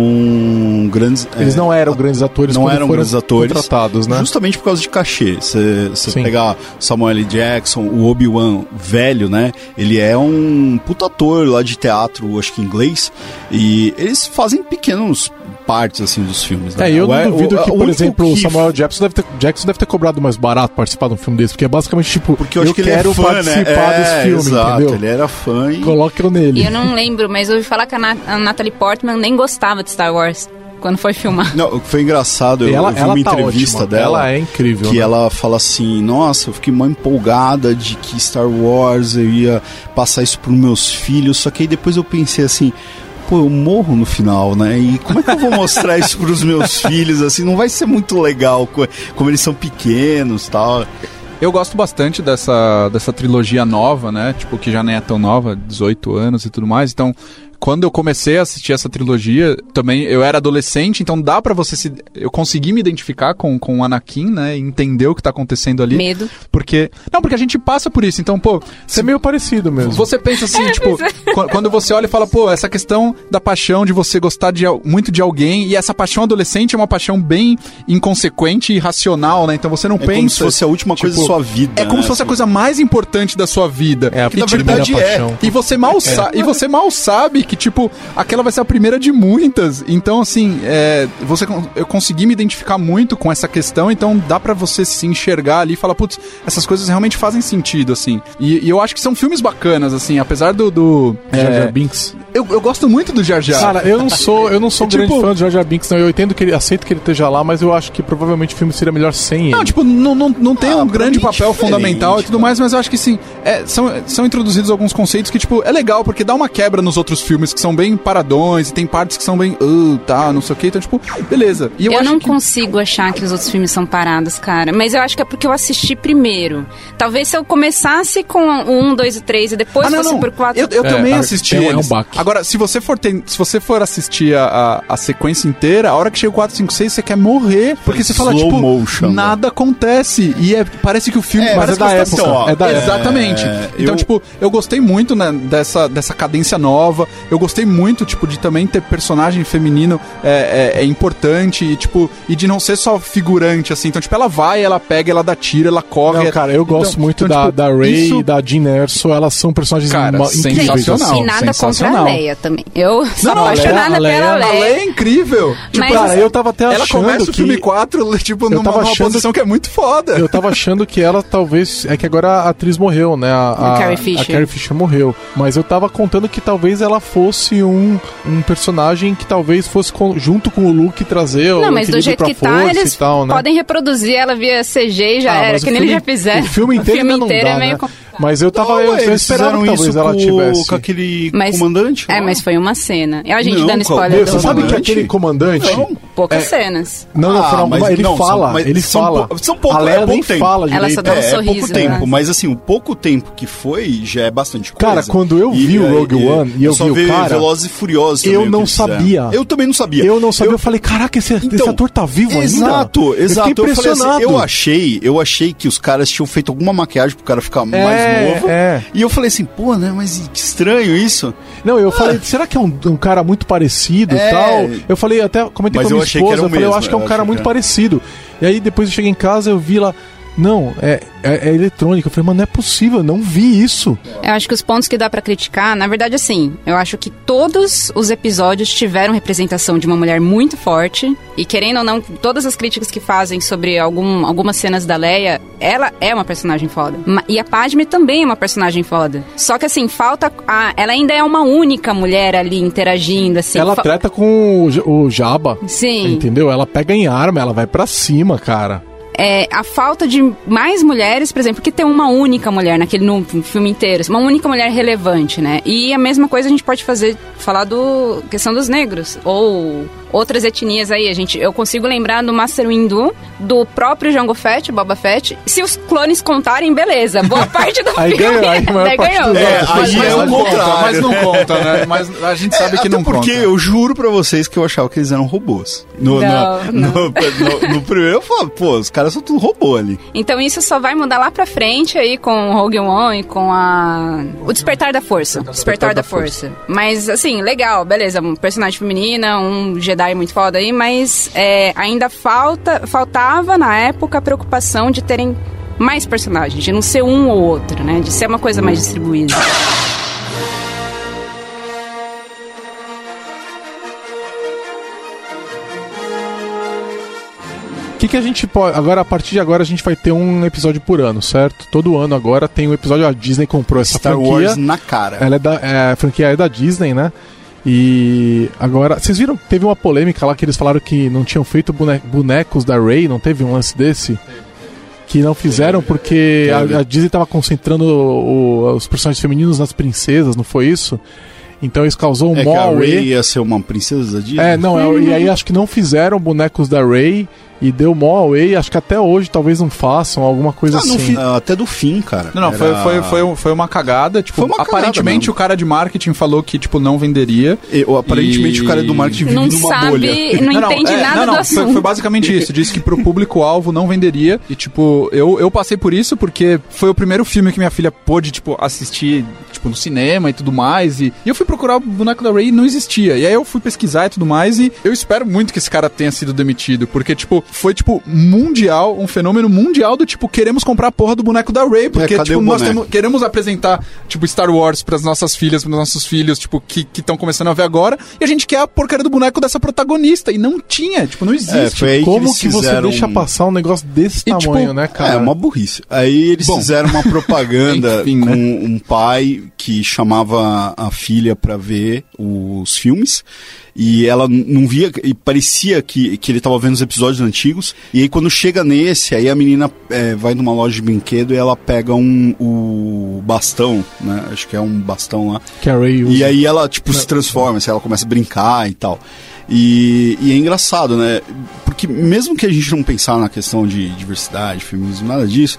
[SPEAKER 3] grandes...
[SPEAKER 1] Eles
[SPEAKER 3] é,
[SPEAKER 1] não eram grandes atores,
[SPEAKER 3] não
[SPEAKER 1] quando
[SPEAKER 3] eram
[SPEAKER 1] foram
[SPEAKER 3] grandes atores.
[SPEAKER 1] contratados, né?
[SPEAKER 3] Justamente por causa de cachê. Você
[SPEAKER 1] Sim.
[SPEAKER 3] pegar Samuel L. Jackson, o Obi-Wan velho, né? Ele é um puta ator lá de teatro, acho que inglês. E eles fazem pequenos partes, assim, dos filmes. né?
[SPEAKER 1] É, eu
[SPEAKER 3] O-
[SPEAKER 1] não duvido
[SPEAKER 3] o-
[SPEAKER 1] que,
[SPEAKER 3] o
[SPEAKER 1] por
[SPEAKER 3] único
[SPEAKER 1] exemplo, o
[SPEAKER 3] que-
[SPEAKER 1] Samuel Jackson deve, ter, Jackson deve ter cobrado mais barato participar de um filme desse, porque é basicamente tipo,
[SPEAKER 3] Porque eu, acho que ele
[SPEAKER 1] quero
[SPEAKER 3] é fã,
[SPEAKER 1] participar
[SPEAKER 3] né?
[SPEAKER 1] desse
[SPEAKER 3] É,
[SPEAKER 1] filme,
[SPEAKER 3] exato,
[SPEAKER 1] entendeu?
[SPEAKER 3] Ele é era fã e...
[SPEAKER 1] Coloca eu nele.
[SPEAKER 4] E eu não lembro, mas eu ouvi falar que a, Na- a Natalie Portman nem gostava de Star Wars quando foi filmar.
[SPEAKER 3] Não, o que foi engraçado, eu,
[SPEAKER 1] Ela-
[SPEAKER 3] eu vi
[SPEAKER 1] ela
[SPEAKER 3] uma
[SPEAKER 1] tá
[SPEAKER 3] entrevista
[SPEAKER 1] ótima,
[SPEAKER 3] dela.
[SPEAKER 1] ela é incrível,
[SPEAKER 3] Que
[SPEAKER 1] né?
[SPEAKER 3] ela fala assim: Nossa, eu fiquei mó empolgada de que Star Wars eu ia passar isso pros meus filhos. Só que aí depois eu pensei assim. Pô, eu morro no final, né? E como é que eu vou mostrar isso pros meus filhos? Assim, não vai ser muito legal co- como eles são pequenos, e tal. É
[SPEAKER 2] Eu gosto bastante dessa, dessa trilogia nova, né? Tipo, que já nem é tão nova, 18 anos e tudo mais. Então, quando eu comecei a assistir essa trilogia, também eu era adolescente, então dá pra você se. Eu consegui me identificar com, com o Anakin, né? E entender o que tá acontecendo ali.
[SPEAKER 4] Medo.
[SPEAKER 2] Porque. Não, porque a gente passa por isso. Então, pô,
[SPEAKER 1] Isso é meio parecido mesmo.
[SPEAKER 2] você pensa assim, tipo, qu- quando você olha e fala, pô, essa questão da paixão de você gostar de, al- muito de alguém, e essa paixão adolescente é uma paixão bem inconsequente e irracional, né? Então você não
[SPEAKER 3] É
[SPEAKER 2] pensa.
[SPEAKER 3] como se fosse a última coisa da
[SPEAKER 2] tipo,
[SPEAKER 3] sua vida.
[SPEAKER 2] É como
[SPEAKER 3] né?
[SPEAKER 2] se fosse a coisa mais importante da sua vida.
[SPEAKER 1] É, a
[SPEAKER 2] que na
[SPEAKER 1] primeira
[SPEAKER 2] verdade
[SPEAKER 1] paixão.
[SPEAKER 2] é. E você mal sa- e você mal sabe que tipo aquela vai ser a primeira de muitas. Então assim, é, você con- eu consegui me identificar muito com essa questão. Então dá pra você se enxergar ali e falar, putz, essas coisas realmente fazem sentido assim. E, e eu acho que são filmes bacanas assim, apesar do, do
[SPEAKER 1] Jar
[SPEAKER 2] é,
[SPEAKER 1] Jar Binks.
[SPEAKER 2] eu, eu gosto muito do Jar Jar.
[SPEAKER 1] Cara, eu não sou, eu não sou um
[SPEAKER 2] Tipo-
[SPEAKER 1] grande fã do Jar Jar Binks, não. Eu entendo que ele aceito que ele esteja lá, mas eu acho que provavelmente o filme seria melhor sem ele.
[SPEAKER 2] Não, tipo, não, não, não tem
[SPEAKER 3] Ah,
[SPEAKER 2] um
[SPEAKER 3] pra
[SPEAKER 2] grande
[SPEAKER 3] mim é
[SPEAKER 2] papel
[SPEAKER 3] diferente,
[SPEAKER 2] fundamental e tudo
[SPEAKER 3] cara.
[SPEAKER 2] mais, mas eu acho que sim, é, são, são introduzidos alguns conceitos que, tipo, é legal, porque dá uma quebra nos outros filmes que são bem paradões, e tem partes que são bem, ah, tá, não sei o que, então, tipo, beleza. E eu,
[SPEAKER 4] Eu,
[SPEAKER 2] acho
[SPEAKER 4] não
[SPEAKER 2] que...
[SPEAKER 4] consigo achar que os outros filmes são parados, cara. Mas eu acho que é porque eu assisti primeiro. Talvez se eu começasse com o 1, 2 e 3 e depois
[SPEAKER 2] Ah, não,
[SPEAKER 4] fosse
[SPEAKER 2] não.
[SPEAKER 4] por 4.
[SPEAKER 2] Eu, eu
[SPEAKER 1] É,
[SPEAKER 2] também
[SPEAKER 1] tá,
[SPEAKER 2] assisti.
[SPEAKER 1] é um- é um
[SPEAKER 2] eles.
[SPEAKER 1] baque.
[SPEAKER 2] Agora, se você for ten- se você for assistir a, a, a sequência inteira, a hora que chega o 4, 5, 6, você quer morrer, porque você fala,
[SPEAKER 3] slow
[SPEAKER 2] tipo,
[SPEAKER 3] motion, né?
[SPEAKER 2] nada acontece. E é- parece que o filme
[SPEAKER 3] É,
[SPEAKER 2] parece
[SPEAKER 3] mas é da
[SPEAKER 2] que você
[SPEAKER 3] época, ó.
[SPEAKER 2] é da
[SPEAKER 3] É,
[SPEAKER 2] Exatamente. então,
[SPEAKER 3] eu-
[SPEAKER 2] tipo, eu gostei muito né, dessa, dessa cadência nova. Eu Eu gostei muito, tipo, de também ter personagem feminino é, é, é importante e, tipo, e de não ser só figurante, assim. Então, tipo, ela vai, ela pega, ela dá tiro, ela corre.
[SPEAKER 1] Não, cara, eu
[SPEAKER 2] Então-
[SPEAKER 1] gosto muito
[SPEAKER 2] então,
[SPEAKER 1] da,
[SPEAKER 2] tipo,
[SPEAKER 1] da Ray
[SPEAKER 2] isso-
[SPEAKER 1] e da Jean Erso, elas são personagens
[SPEAKER 2] Cara,
[SPEAKER 1] ma- incríveis.
[SPEAKER 2] É sensacional.
[SPEAKER 1] assim.
[SPEAKER 4] e nada contra a
[SPEAKER 2] sensacional.
[SPEAKER 4] Leia também. Eu sou
[SPEAKER 2] Não, não, a Leia-
[SPEAKER 4] apaixonada
[SPEAKER 1] a Leia-
[SPEAKER 2] A
[SPEAKER 4] pela Leia.
[SPEAKER 2] Leia é incrível.
[SPEAKER 4] Mas-
[SPEAKER 1] Cara, eu tava até
[SPEAKER 2] ela
[SPEAKER 1] achando
[SPEAKER 2] começa
[SPEAKER 1] que...
[SPEAKER 2] o filme 4, tipo, numa,
[SPEAKER 1] tava
[SPEAKER 2] numa
[SPEAKER 1] achando-
[SPEAKER 2] posição que é muito foda.
[SPEAKER 1] Eu tava achando que ela talvez. É que agora a atriz morreu, né? A,
[SPEAKER 4] A Carrie Fisher.
[SPEAKER 1] a Carrie Fisher morreu. Mas eu tava contando que talvez ela fosse um, um personagem que talvez fosse com- junto com o Luke trazer o
[SPEAKER 4] Não, mas do
[SPEAKER 1] equilíbrio
[SPEAKER 4] jeito
[SPEAKER 1] pra
[SPEAKER 4] que tá,
[SPEAKER 1] força
[SPEAKER 4] eles
[SPEAKER 1] e tal, né?
[SPEAKER 4] podem reproduzir ela via CG e já
[SPEAKER 1] Ah,
[SPEAKER 4] era,
[SPEAKER 1] mas o
[SPEAKER 4] que nem
[SPEAKER 1] filme-
[SPEAKER 4] eles já fizeram.
[SPEAKER 1] O filme inteiro,
[SPEAKER 4] O filme
[SPEAKER 1] ainda
[SPEAKER 4] inteiro
[SPEAKER 1] não
[SPEAKER 4] é
[SPEAKER 1] dá,
[SPEAKER 4] meio
[SPEAKER 1] né?
[SPEAKER 4] com-
[SPEAKER 1] Mas eu tava. eu, eu esperava que talvez ela
[SPEAKER 3] com,
[SPEAKER 1] tivesse.
[SPEAKER 3] com aquele
[SPEAKER 4] Mas-
[SPEAKER 3] comandante.
[SPEAKER 4] É,
[SPEAKER 3] lá.
[SPEAKER 4] mas foi uma cena. E a gente
[SPEAKER 3] Não,
[SPEAKER 4] dando
[SPEAKER 3] qual-
[SPEAKER 1] Meu,
[SPEAKER 4] spoiler
[SPEAKER 1] você sabe
[SPEAKER 4] do
[SPEAKER 1] que é-
[SPEAKER 3] comandante?
[SPEAKER 1] aquele comandante.
[SPEAKER 3] Não.
[SPEAKER 4] poucas cenas.
[SPEAKER 1] Não, não,
[SPEAKER 3] Ah,
[SPEAKER 1] foram-
[SPEAKER 3] mas
[SPEAKER 1] ele
[SPEAKER 3] não, são-
[SPEAKER 1] fala,
[SPEAKER 3] mas
[SPEAKER 1] ele
[SPEAKER 3] são
[SPEAKER 1] fala.
[SPEAKER 3] pou- são pouco-
[SPEAKER 1] a Leia
[SPEAKER 3] é
[SPEAKER 1] nem
[SPEAKER 3] pouco tempo.
[SPEAKER 1] fala
[SPEAKER 4] Ela
[SPEAKER 1] direito.
[SPEAKER 4] só dá um
[SPEAKER 3] É, é pouco
[SPEAKER 4] sorriso,
[SPEAKER 3] tempo,
[SPEAKER 4] né?
[SPEAKER 3] mas assim, o pouco tempo que foi já é bastante coisa.
[SPEAKER 1] Cara, quando eu vi o
[SPEAKER 3] aí,
[SPEAKER 1] Rogue One e eu
[SPEAKER 3] só
[SPEAKER 1] vi o
[SPEAKER 3] vi
[SPEAKER 1] cara,
[SPEAKER 3] Velozes e Furiosos
[SPEAKER 1] eu
[SPEAKER 3] também, o que
[SPEAKER 1] não
[SPEAKER 3] eles fizeram.
[SPEAKER 1] sabia.
[SPEAKER 3] Eu também não sabia.
[SPEAKER 1] Eu não sabia, eu, falei, caraca, esse, esse
[SPEAKER 3] Então,
[SPEAKER 1] ator tá vivo ainda?
[SPEAKER 3] Exato, exato.
[SPEAKER 1] Eu fiquei
[SPEAKER 3] falei assim,
[SPEAKER 1] impressionado.
[SPEAKER 3] eu achei, eu achei que os caras tinham feito alguma maquiagem pro cara ficar mais novo.
[SPEAKER 1] é.
[SPEAKER 3] E eu falei assim, pô, né, mas que estranho isso.
[SPEAKER 1] Não, eu falei, será que é um, um cara muito parecido e
[SPEAKER 3] É.
[SPEAKER 1] tal? Eu falei, até comentei
[SPEAKER 3] Mas
[SPEAKER 1] com a
[SPEAKER 3] eu
[SPEAKER 1] minha
[SPEAKER 3] achei que
[SPEAKER 1] esposa,
[SPEAKER 3] era o
[SPEAKER 1] eu falei, eu
[SPEAKER 3] mesmo,
[SPEAKER 1] acho que é um
[SPEAKER 3] eu
[SPEAKER 1] cara
[SPEAKER 3] achei
[SPEAKER 1] muito
[SPEAKER 3] que era.
[SPEAKER 1] parecido. E aí depois eu cheguei em casa, eu vi lá, não, é, é, é eletrônica. Eu falei, mano, não é possível, eu não vi isso.
[SPEAKER 4] Eu acho que os pontos que dá pra criticar, na verdade, assim, eu acho que todos os episódios tiveram representação de uma mulher muito forte. E querendo ou não, todas as críticas que fazem sobre algum- algumas cenas da Leia, ela é uma personagem foda. Ma- E a Padme também é uma personagem foda. Só que assim, falta. a- ela ainda é uma única mulher ali interagindo, assim.
[SPEAKER 1] Ela
[SPEAKER 4] Fa-
[SPEAKER 1] treta com o, J- o Jabba,
[SPEAKER 4] Sim.
[SPEAKER 1] entendeu? Ela pega em arma, ela vai pra cima, cara.
[SPEAKER 4] é, a falta de mais mulheres, por exemplo, que tem uma única mulher naquele no filme inteiro, uma única mulher relevante, né? E a mesma coisa a gente pode fazer falar do questão dos negros ou outras etnias aí. A gente, eu consigo lembrar do Master Windu, do próprio Jango Fett, Boba Fett. Se os clones contarem, beleza. Boa parte do
[SPEAKER 1] Aí
[SPEAKER 4] filme.
[SPEAKER 1] ganhou, aí a maior
[SPEAKER 4] daí
[SPEAKER 1] parte
[SPEAKER 4] ganhou.
[SPEAKER 1] dos
[SPEAKER 3] É,
[SPEAKER 1] outros.
[SPEAKER 3] aí
[SPEAKER 2] mas
[SPEAKER 3] é o
[SPEAKER 2] não conta,
[SPEAKER 3] contrário.
[SPEAKER 2] Mas não conta, né? Mas a gente sabe que
[SPEAKER 3] Até
[SPEAKER 2] não
[SPEAKER 3] porque
[SPEAKER 2] conta.
[SPEAKER 3] eu juro pra vocês que eu achava que eles eram robôs. No,
[SPEAKER 4] Não,
[SPEAKER 3] na- No, no- no primeiro eu falava, pô, os caras são tudo robô ali.
[SPEAKER 4] Então isso só vai mudar lá pra frente aí com o Rogue One e com a... O Despertar da Força. Despertar, da, Força. Mas, assim, legal, beleza. Um personagem feminina, um Jedi muito foda aí, mas é, ainda falta, faltava na época a preocupação de terem mais personagens, de não ser um ou outro, né? De ser uma coisa mais distribuída.
[SPEAKER 1] O que, que a gente pode. Agora, a partir de agora, a gente vai ter um episódio por ano, certo? Todo ano agora tem um episódio. A Disney comprou essa
[SPEAKER 3] Star
[SPEAKER 1] franquia.
[SPEAKER 3] Wars né? na cara.
[SPEAKER 1] Ela é da, é, a franquia é da Disney, né? E agora, vocês viram que teve uma polêmica lá que eles falaram que não tinham feito bone- bonecos da Ray, não teve um lance desse? Que não fizeram porque a, a Disney tava concentrando o- o- os personagens femininos nas princesas, não foi isso? Então isso causou um
[SPEAKER 3] É que a
[SPEAKER 1] mó
[SPEAKER 3] Rey
[SPEAKER 1] auê.
[SPEAKER 3] ia ser uma princesa de...
[SPEAKER 1] É, não, é, e aí acho que não fizeram bonecos da Ray e deu mó away, acho que até hoje talvez não façam alguma coisa
[SPEAKER 3] Ah,
[SPEAKER 1] assim.
[SPEAKER 3] não fi- ah, até do fim, cara.
[SPEAKER 2] Não, não,
[SPEAKER 3] Era-
[SPEAKER 2] foi, foi, foi, um- foi uma cagada. Tipo,
[SPEAKER 3] Foi uma cagada
[SPEAKER 2] aparentemente
[SPEAKER 3] mesmo.
[SPEAKER 2] o cara de marketing falou que, tipo, não venderia.
[SPEAKER 3] Eu, aparentemente o cara é do marketing vive
[SPEAKER 4] Não
[SPEAKER 3] numa bolha.
[SPEAKER 4] sabe, não, entende
[SPEAKER 2] é,
[SPEAKER 4] nada
[SPEAKER 2] não, não,
[SPEAKER 4] do
[SPEAKER 2] foi-
[SPEAKER 4] assunto.
[SPEAKER 2] Foi, basicamente isso. Disse que pro público-alvo não venderia. E, tipo, eu, eu passei por isso porque foi o primeiro filme que minha filha pôde, tipo, assistir, tipo, no cinema e tudo mais. E, e eu fui procurar o boneco da Ray e não existia. E aí eu fui pesquisar e tudo mais. E eu espero muito que esse cara tenha sido demitido. Porque, tipo, foi, tipo, mundial, um fenômeno mundial do, tipo, queremos comprar a porra do boneco da Ray. Porque,
[SPEAKER 3] É, cadê
[SPEAKER 2] tipo,
[SPEAKER 3] o
[SPEAKER 2] nós
[SPEAKER 3] boneco?
[SPEAKER 2] temos queremos apresentar, tipo, Star Wars pras nossas filhas, pros nossos filhos, tipo, que estão começando a ver agora, e a gente quer a porcaria do boneco dessa protagonista, e não tinha, tipo, não
[SPEAKER 3] É,
[SPEAKER 2] existe.
[SPEAKER 3] foi aí que,
[SPEAKER 1] Como
[SPEAKER 3] eles
[SPEAKER 1] que você
[SPEAKER 3] fizeram
[SPEAKER 1] deixa
[SPEAKER 3] um-
[SPEAKER 1] passar um negócio desse
[SPEAKER 2] E, tipo,
[SPEAKER 1] tamanho, né, cara?
[SPEAKER 3] É, uma burrice. Aí eles
[SPEAKER 2] Bom.
[SPEAKER 3] fizeram uma propaganda
[SPEAKER 2] Enfim,
[SPEAKER 3] com
[SPEAKER 2] né?
[SPEAKER 3] um pai que chamava a filha pra ver os filmes. E ela n- não via, e parecia que, que ele tava vendo os episódios antigos. E aí quando chega nesse, aí a menina é, vai numa loja de brinquedo e ela pega um o bastão, né? Acho que é um bastão lá.
[SPEAKER 1] Que a Ray usa.
[SPEAKER 3] E aí ela, tipo, se transforma, assim, ela começa a brincar e tal. E, e é engraçado, né? Porque mesmo que a gente não pensar na questão de diversidade, feminismo, nada disso,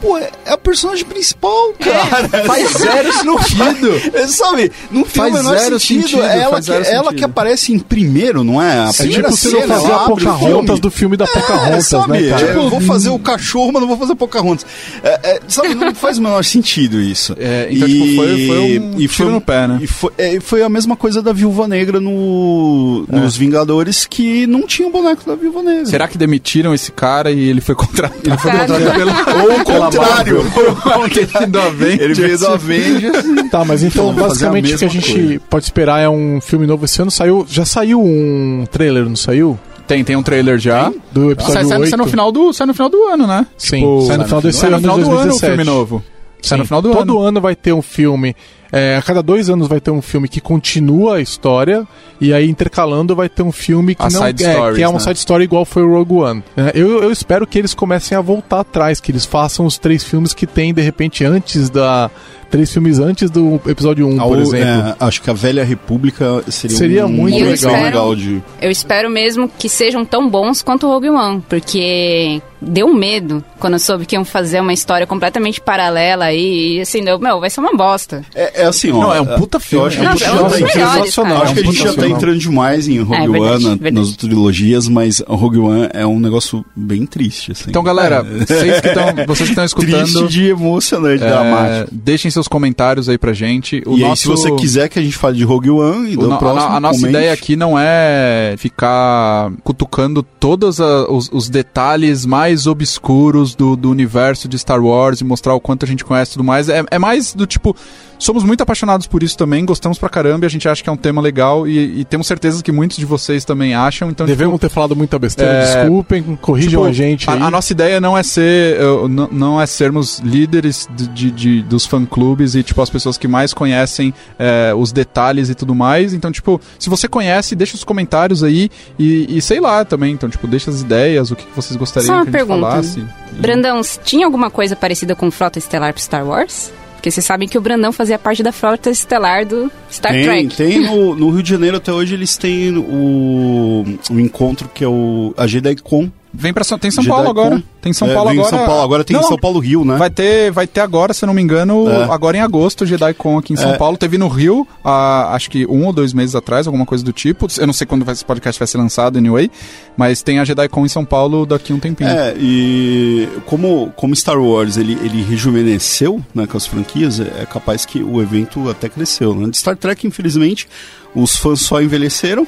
[SPEAKER 3] Pô, é a personagem principal, cara.
[SPEAKER 2] É, Faz zero sentido.
[SPEAKER 3] É, Sabe, não tem
[SPEAKER 2] Faz
[SPEAKER 3] o menor
[SPEAKER 2] zero
[SPEAKER 3] sentido.
[SPEAKER 2] sentido,
[SPEAKER 3] É ela,
[SPEAKER 2] faz
[SPEAKER 3] que,
[SPEAKER 2] zero
[SPEAKER 3] ela
[SPEAKER 2] sentido.
[SPEAKER 3] que aparece em primeiro, não é? A
[SPEAKER 1] É tipo você não fazer
[SPEAKER 3] ela
[SPEAKER 1] a
[SPEAKER 3] abre o
[SPEAKER 1] Pocahontas
[SPEAKER 3] filme.
[SPEAKER 1] do filme da
[SPEAKER 3] É,
[SPEAKER 1] Pocahontas,
[SPEAKER 3] sabe?
[SPEAKER 1] né, cara?
[SPEAKER 3] Tipo, eu vou fazer o cachorro, mas não vou fazer Pocahontas. É, é, sabe, não faz o menor sentido isso.
[SPEAKER 2] É, então, tipo, foi- foi um
[SPEAKER 3] e
[SPEAKER 2] tiro no pé, né?
[SPEAKER 3] E foi, é, e foi a mesma coisa da Viúva Negra no, nos Vingadores, que não tinha o boneco da Viúva Negra.
[SPEAKER 2] Será que demitiram esse cara e ele foi contratado? Ele foi
[SPEAKER 4] contratado
[SPEAKER 2] pela... Ou o
[SPEAKER 3] contrário. Ele
[SPEAKER 2] Ele
[SPEAKER 3] veio do Avengers.
[SPEAKER 1] Tá, mas então
[SPEAKER 3] Vamos fazer a
[SPEAKER 1] basicamente o que a
[SPEAKER 3] mesma
[SPEAKER 1] gente
[SPEAKER 3] coisa.
[SPEAKER 1] pode esperar é um filme novo esse ano. Saiu, já saiu um trailer, não saiu?
[SPEAKER 2] Tem, tem um trailer já.
[SPEAKER 1] Do
[SPEAKER 2] Ah, sai,
[SPEAKER 1] episódio
[SPEAKER 2] sai-
[SPEAKER 1] 8.
[SPEAKER 2] sai no final do, sai no final do ano, né?
[SPEAKER 1] Sim,
[SPEAKER 2] Tipo,
[SPEAKER 1] sai no final desse
[SPEAKER 2] sai no
[SPEAKER 1] ano de
[SPEAKER 2] final do ano o
[SPEAKER 1] 2017.
[SPEAKER 2] filme novo. Sai Tá no
[SPEAKER 1] Sim.
[SPEAKER 2] final do
[SPEAKER 1] Todo
[SPEAKER 2] ano.
[SPEAKER 1] vai ter um filme. é, a cada dois anos vai ter um filme que continua a história. E aí, intercalando, vai ter um filme que
[SPEAKER 2] A
[SPEAKER 1] não
[SPEAKER 2] side
[SPEAKER 1] é, que
[SPEAKER 2] stories,
[SPEAKER 1] é uma
[SPEAKER 2] né?
[SPEAKER 1] side story igual foi o Rogue One. né? eu, eu espero que eles comecem a voltar atrás, que eles façam os três filmes que tem, de repente, antes da. Três filmes antes do episódio 1, por
[SPEAKER 3] Ou,
[SPEAKER 1] exemplo.
[SPEAKER 3] é, acho que a Velha República seria,
[SPEAKER 1] Seria
[SPEAKER 3] um
[SPEAKER 1] muito
[SPEAKER 3] um
[SPEAKER 4] legal.
[SPEAKER 3] legal,
[SPEAKER 4] Eu espero-
[SPEAKER 3] de...
[SPEAKER 4] Eu espero mesmo que sejam tão bons quanto o Rogue One, porque deu um medo quando eu soube que iam fazer uma história completamente paralela aí, e assim, deu, meu, vai ser uma bosta.
[SPEAKER 3] É, é assim, ó.
[SPEAKER 2] Não, é um puta filme. É um
[SPEAKER 3] Eu acho que
[SPEAKER 4] Não,
[SPEAKER 3] a gente
[SPEAKER 4] é um dos
[SPEAKER 3] já tá entrando-
[SPEAKER 4] melhores, cara.
[SPEAKER 3] acho que a gente já tá entrando demais em Rogue
[SPEAKER 4] É, verdade,
[SPEAKER 3] One, na-
[SPEAKER 4] verdade.
[SPEAKER 3] nas trilogias, mas Rogue One é um negócio bem triste, assim.
[SPEAKER 2] Então, galera, vocês que tão- vocês que estão
[SPEAKER 3] triste
[SPEAKER 2] escutando,
[SPEAKER 3] de emocionante,
[SPEAKER 2] é,
[SPEAKER 3] dramático.
[SPEAKER 2] deixem seus comentários aí pra gente. O
[SPEAKER 3] e aí,
[SPEAKER 2] nosso...
[SPEAKER 3] se você quiser que a gente fale de Rogue One e
[SPEAKER 2] O
[SPEAKER 3] do
[SPEAKER 2] no- a-
[SPEAKER 3] É próximo,
[SPEAKER 2] a, nossa
[SPEAKER 3] comente.
[SPEAKER 2] ideia aqui não é ficar cutucando todos a- os, os detalhes mais obscuros do, do universo de Star Wars e mostrar o quanto a gente conhece e tudo mais. É, é mais do tipo, somos muito apaixonados por isso também, gostamos pra caramba e a gente acha que é um tema legal e, e temos certeza que muitos de vocês também acham. Então, tipo,
[SPEAKER 1] Devemos ter falado muita besteira,
[SPEAKER 2] É,
[SPEAKER 1] desculpem, corrijam
[SPEAKER 2] Tipo,
[SPEAKER 1] a gente.
[SPEAKER 2] A,
[SPEAKER 1] aí.
[SPEAKER 2] a nossa ideia não é ser, eu, n- não é sermos líderes de, de- de- dos fã-clubes e tipo as pessoas que mais conhecem é, os detalhes e tudo mais. Então tipo, se você conhece, deixa os comentários aí e, e sei lá também. Então tipo, deixa as ideias, o que que vocês gostariam
[SPEAKER 4] Só uma
[SPEAKER 2] que a gente
[SPEAKER 4] pergunta.
[SPEAKER 2] falasse.
[SPEAKER 4] Brandão, tinha alguma coisa parecida com Frota Estelar pro Star Wars? Porque vocês sabem que o Brandão fazia parte da Frota Estelar do Star
[SPEAKER 3] Tem,
[SPEAKER 4] Trek.
[SPEAKER 3] tem no, no Rio de Janeiro até hoje eles têm o, um encontro que é o a JediCon.
[SPEAKER 2] Vem para São, tem São
[SPEAKER 3] Jedi
[SPEAKER 2] Paulo
[SPEAKER 3] com-
[SPEAKER 2] agora. Tem São
[SPEAKER 3] É,
[SPEAKER 2] Paulo
[SPEAKER 3] vem em
[SPEAKER 2] agora.
[SPEAKER 3] São Paulo agora tem
[SPEAKER 2] Não,
[SPEAKER 3] em São Paulo Rio, né?
[SPEAKER 2] Vai ter, vai ter agora, se eu não me engano,
[SPEAKER 3] É.
[SPEAKER 2] agora em agosto, JediCon aqui em São Paulo. Teve no Rio, há, acho que um ou dois meses atrás, alguma coisa do tipo. Eu não sei quando vai- esse podcast vai ser lançado, anyway. Mas tem a JediCon em São Paulo daqui a um tempinho.
[SPEAKER 3] É, e como, como Star Wars ele, ele rejuvenesceu né, com as franquias, é é capaz que o evento até cresceu. Né? De Star Trek, infelizmente, os fãs só envelheceram.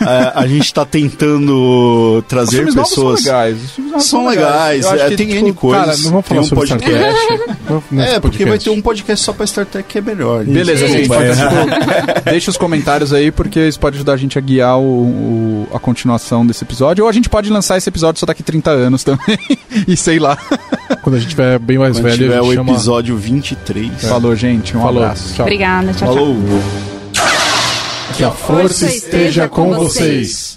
[SPEAKER 3] É, a gente está tentando
[SPEAKER 2] Os
[SPEAKER 3] trazer
[SPEAKER 2] filmes novos
[SPEAKER 3] pessoas.
[SPEAKER 2] são legais. os filmes novos
[SPEAKER 3] São legais,
[SPEAKER 2] Eu acho
[SPEAKER 3] é,
[SPEAKER 2] que,
[SPEAKER 3] tem
[SPEAKER 2] tipo,
[SPEAKER 3] N coisas.
[SPEAKER 1] Cara, não vamos
[SPEAKER 3] tem
[SPEAKER 1] falar
[SPEAKER 3] um
[SPEAKER 1] sobre Star
[SPEAKER 3] podcast.
[SPEAKER 1] Trek. nesse
[SPEAKER 3] É, porque
[SPEAKER 1] podcast.
[SPEAKER 3] vai ter um podcast só pra Star Trek que é melhor.
[SPEAKER 2] Beleza, gente.
[SPEAKER 3] Desculpa, é.
[SPEAKER 2] tipo, deixa os comentários aí, porque isso pode ajudar a gente a guiar o, o- a continuação desse episódio. Ou a gente pode lançar esse episódio só daqui 30 anos também. e sei lá.
[SPEAKER 1] Quando a gente tiver bem mais
[SPEAKER 3] um- Quando
[SPEAKER 1] velho,
[SPEAKER 3] tiver
[SPEAKER 1] a
[SPEAKER 3] o
[SPEAKER 1] gente chama...
[SPEAKER 3] episódio 23.
[SPEAKER 2] Falou, gente. Um
[SPEAKER 1] Falou,
[SPEAKER 2] abraço.
[SPEAKER 1] tchau.
[SPEAKER 4] Obrigada, tchau, tchau.
[SPEAKER 3] Falou.
[SPEAKER 1] Que a força esteja com vocês.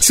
[SPEAKER 6] Se